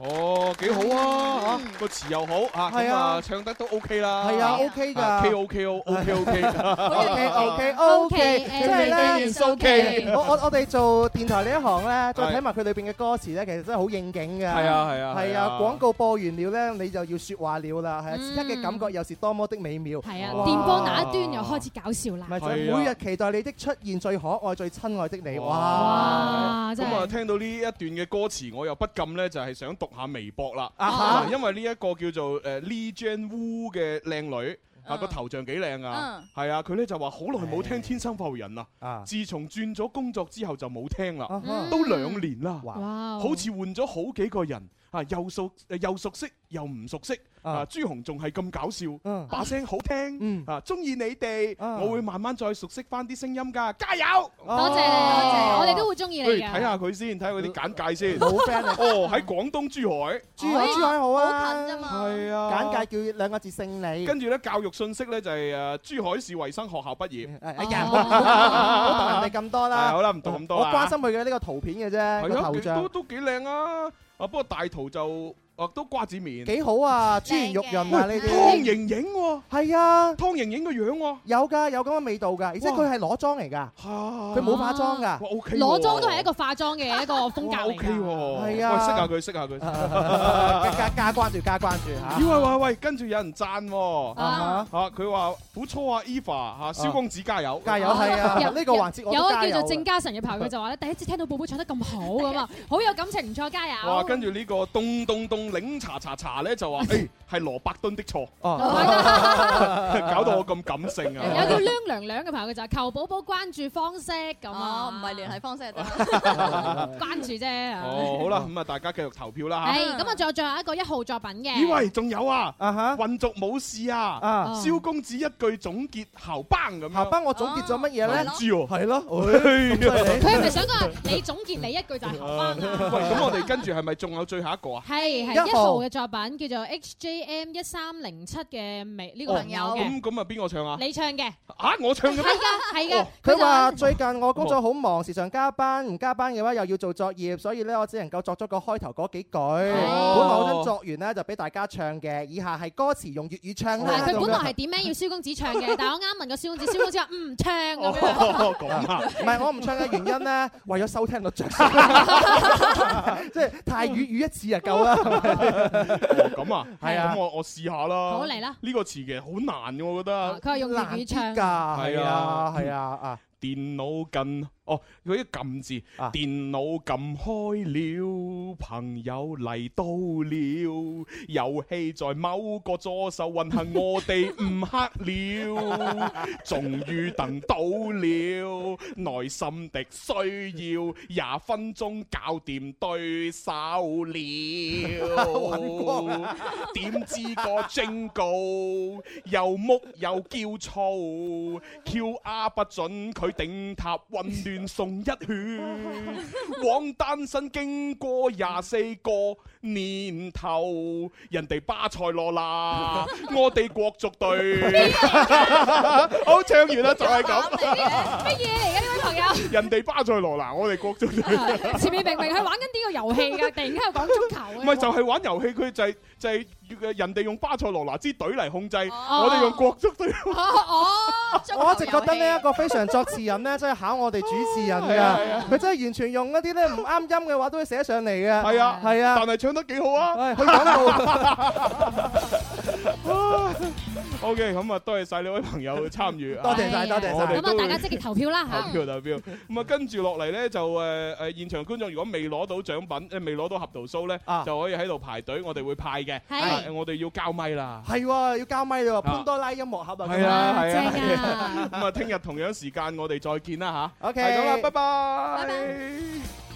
[SPEAKER 3] 哦，幾好啊嚇，個詞又好嚇，
[SPEAKER 4] 嗯係
[SPEAKER 3] 咁
[SPEAKER 4] 啊
[SPEAKER 3] 啊唱得都 OK 啦。
[SPEAKER 4] 係啊，OK 㗎
[SPEAKER 3] 啊 K O K O O K O
[SPEAKER 4] *laughs*
[SPEAKER 3] K。 *laughs*
[SPEAKER 4] OK OK OK，即係咧，
[SPEAKER 3] OK
[SPEAKER 4] 我我我哋做電台呢一行咧，再睇埋佢裏邊嘅歌詞咧，其實真係好應景
[SPEAKER 3] 係
[SPEAKER 4] 㗎。
[SPEAKER 3] 啊係啊
[SPEAKER 4] 係
[SPEAKER 3] 係啊
[SPEAKER 4] 啊！廣告播完了咧，你就要説話了啦。係啊，此刻嘅感覺又是多麼的美妙。
[SPEAKER 5] 係啊，
[SPEAKER 4] 哇
[SPEAKER 5] 電波那一端又開始搞笑啦。
[SPEAKER 4] 咪就係每日期待你的出現，最可愛、最親愛的你。哇！
[SPEAKER 3] 咁啊，聽到呢一段嘅歌詞，我又不禁咧就係想讀下微博啦。
[SPEAKER 4] 啊哈
[SPEAKER 3] 因為呢一個叫做誒 Lee Jan Wu 嘅靚女。啊個頭像幾靚啊！係啊，佢咧就話好耐冇聽《天生發育人》
[SPEAKER 4] 啊
[SPEAKER 3] 啦，自從轉咗工作之後就冇聽啦
[SPEAKER 4] 哈，
[SPEAKER 3] 都兩年啦，
[SPEAKER 4] 啊哇
[SPEAKER 3] 好似換咗好幾個人啊，又熟誒又熟悉又唔熟悉啊！朱紅仲係咁搞
[SPEAKER 4] 嗯
[SPEAKER 3] 笑，把聲好聽啊，中意你哋，
[SPEAKER 4] 啊
[SPEAKER 3] 我會慢慢再熟悉翻啲聲音㗎，加油！
[SPEAKER 5] 多謝你，多
[SPEAKER 4] 哦
[SPEAKER 5] 謝，我哋都會中意你
[SPEAKER 3] 不如
[SPEAKER 5] 嘅。
[SPEAKER 3] 睇下佢先，睇下佢啲簡介先。
[SPEAKER 4] 冇 friend 啊
[SPEAKER 3] 哦，喺廣東珠海。
[SPEAKER 4] 珠海珠海好啊，好近啫
[SPEAKER 3] 嘛。係啊。
[SPEAKER 4] 簡介叫兩個字勝利。
[SPEAKER 3] 跟住咧，教育信息咧就係誒珠海市衞生學校畢業。
[SPEAKER 4] 哎呀，唔好
[SPEAKER 5] 哦
[SPEAKER 4] 唔 *laughs* 好讀人哋咁多啦。
[SPEAKER 3] 係好啦唔讀咁多
[SPEAKER 4] 我
[SPEAKER 3] 啦
[SPEAKER 4] 關心佢嘅呢個圖片嘅啫，
[SPEAKER 3] 係
[SPEAKER 4] 個
[SPEAKER 3] 啊
[SPEAKER 4] 頭
[SPEAKER 3] 幾
[SPEAKER 4] 像
[SPEAKER 3] 都。都幾靚啊！啊，不過大圖就啊都瓜子面。
[SPEAKER 4] 幾好啊，珠圓玉潤啊呢
[SPEAKER 3] 喂
[SPEAKER 4] 啲。
[SPEAKER 3] 湯盈盈喎，
[SPEAKER 4] 係啊，
[SPEAKER 3] 湯盈盈個樣喎。
[SPEAKER 4] 有㗎，有咁嘅味道㗎，而且佢係裸妝嚟㗎，佢冇化妝㗎。
[SPEAKER 3] 哇，OK 喎
[SPEAKER 5] 裸妝都係一個化妝嘅一個風格嚟
[SPEAKER 3] OK
[SPEAKER 5] 㗎。
[SPEAKER 3] 喎，
[SPEAKER 4] 係啊
[SPEAKER 3] 喂，識下佢，識下佢。
[SPEAKER 4] *laughs* 加加關注，加關注嚇。
[SPEAKER 3] 咦喂喂喂，跟住有人讚喎，
[SPEAKER 4] 啊
[SPEAKER 3] 嚇佢話好錯啊，Eva 嚇，蕭公子加油，
[SPEAKER 4] 哦加油係啊
[SPEAKER 5] *laughs* 有
[SPEAKER 4] 呢個環節我都
[SPEAKER 5] 有
[SPEAKER 4] 加
[SPEAKER 5] 位
[SPEAKER 4] 油
[SPEAKER 5] 叫
[SPEAKER 4] 啊
[SPEAKER 5] 做鄭嘉誠嘅朋友，佢就話咧：第一次聽到寶寶唱得咁好咁
[SPEAKER 3] *laughs*
[SPEAKER 5] 啊，好有感情，唔錯，加
[SPEAKER 3] 哇！
[SPEAKER 5] 油！
[SPEAKER 4] *laughs*
[SPEAKER 3] 跟住呢個凍凍凍檸茶茶茶咧 *laughs* 就話，誒係羅伯敦的 *laughs* 錯，哦 *laughs* 搞到我咁感性
[SPEAKER 5] 有叫
[SPEAKER 3] 啊！ *laughs*
[SPEAKER 5] 涼涼涼嘅朋友，佢就係求寶寶關注方式咁啊，唔係聯繫方式得，關注啫。
[SPEAKER 3] 哦，好啦，咁啊，大家繼續投票啦
[SPEAKER 5] 係
[SPEAKER 3] 嚇。
[SPEAKER 5] 咁啊，仲有最後一個一號作品嘅。
[SPEAKER 3] 咦喂，仲有啊，混族武士啊
[SPEAKER 5] 啊，
[SPEAKER 3] 蕭公子一句總結喉崩咁樣。
[SPEAKER 4] 校班我總結咗乜嘢咧？
[SPEAKER 3] 唔知喎，哎
[SPEAKER 4] 係咯，哎
[SPEAKER 5] 佢係咪想講啊你總結你一句就係好啊？
[SPEAKER 3] *laughs* 喂，咁我哋跟住係咪仲有最後一個啊？
[SPEAKER 5] 係係一號嘅作品叫做 HJM 一三零七嘅微呢個朋友
[SPEAKER 3] 哦
[SPEAKER 5] 嘅
[SPEAKER 3] 咁，咁啊，邊個唱啊？
[SPEAKER 5] 你唱嘅
[SPEAKER 3] 啊，我唱嘅
[SPEAKER 5] 係
[SPEAKER 3] 咩？
[SPEAKER 5] 㗎係㗎，
[SPEAKER 4] 佢
[SPEAKER 5] 就
[SPEAKER 4] 話最近我工作好忙，時常加班，唔加班嘅話又要做作業，所以咧我只能夠作咗個開頭嗰幾句。本來我想作完呢，就俾大家唱嘅，以下係歌詞用粵語唱啦。
[SPEAKER 5] 係佢本來係
[SPEAKER 4] 係
[SPEAKER 5] 點名要蕭公子唱
[SPEAKER 3] *laughs*
[SPEAKER 5] 嘅，但係我啱問過蕭公子，蕭公子話唔唱咁
[SPEAKER 3] 哦
[SPEAKER 5] 樣。
[SPEAKER 3] 咁 *laughs* 啊，
[SPEAKER 4] 唔係我唔唱嘅原
[SPEAKER 3] *laughs*
[SPEAKER 4] 因呢，為咗收聽率着數，即係
[SPEAKER 3] 嗯
[SPEAKER 4] 太粵語一次就
[SPEAKER 3] *laughs*
[SPEAKER 4] 夠啦。
[SPEAKER 3] 哦咁啊，
[SPEAKER 4] 係啊
[SPEAKER 3] 咁我我試下啦。
[SPEAKER 5] 好嚟啦啊
[SPEAKER 3] 呢個詞其實好難嘅，我覺得。
[SPEAKER 5] 佢係用粵語唱
[SPEAKER 4] 難啲㗎係啊係啊啊！
[SPEAKER 3] 電腦近哦，佢一撳字，電腦撳開了，朋友嚟到了，遊戲在某個左手運行，我哋唔黑了，
[SPEAKER 4] *laughs*
[SPEAKER 3] 終於等到了，內心的需要，廿分鐘搞掂對手了。點知個警告又木又叫燥，QR 不準佢頂塔混亂送一圈，往單身經過廿四個年頭，人哋巴塞羅那，我哋國足隊，好唱完啦，就係咁。
[SPEAKER 5] 乜嘢嚟嘅呢位朋友？
[SPEAKER 3] 人哋巴塞羅那，我哋國足隊。哦
[SPEAKER 5] 前面明明係玩緊呢個遊戲㗎，突然間又講足球嘅。
[SPEAKER 3] *laughs* 唔係就係玩遊戲，佢就係就係人哋用巴塞羅那之隊嚟控制，
[SPEAKER 4] 哦
[SPEAKER 3] 我哋用國足隊。 *laughs*
[SPEAKER 4] 我一直覺得呢一個非常作詞人呢，真係考我哋主持人
[SPEAKER 3] 係啊係啊
[SPEAKER 4] 㗎。佢真係完全用一啲咧唔啱音嘅話都會寫上嚟嘅。
[SPEAKER 3] 係啊
[SPEAKER 4] 係啊。
[SPEAKER 3] 但係唱得幾好啊！
[SPEAKER 4] 去廣告。
[SPEAKER 3] O K，咁啊，多謝晒呢位朋友嘅參與，
[SPEAKER 4] 多謝晒多謝晒
[SPEAKER 3] 我哋
[SPEAKER 5] 咁啊，
[SPEAKER 3] 都
[SPEAKER 5] 大
[SPEAKER 3] 會
[SPEAKER 5] 家積極投票啦
[SPEAKER 3] 投
[SPEAKER 5] 嚇。
[SPEAKER 3] 票投票，咁啊跟住落嚟咧就誒誒現場觀眾如果未攞到獎品，誒未攞到合桃酥咧，就可以喺度排隊，我哋會派嘅。
[SPEAKER 4] 係
[SPEAKER 3] 啊我哋要交咪啦。
[SPEAKER 4] 係喎，要交咪啦喎，潘多拉音樂盒啊。
[SPEAKER 3] 啊係啊係啊，
[SPEAKER 4] 正啊！
[SPEAKER 3] 咁啊，聽日同樣時間我哋再見啦吓。
[SPEAKER 4] OK
[SPEAKER 3] 係咁啦，拜拜。
[SPEAKER 4] 拜拜。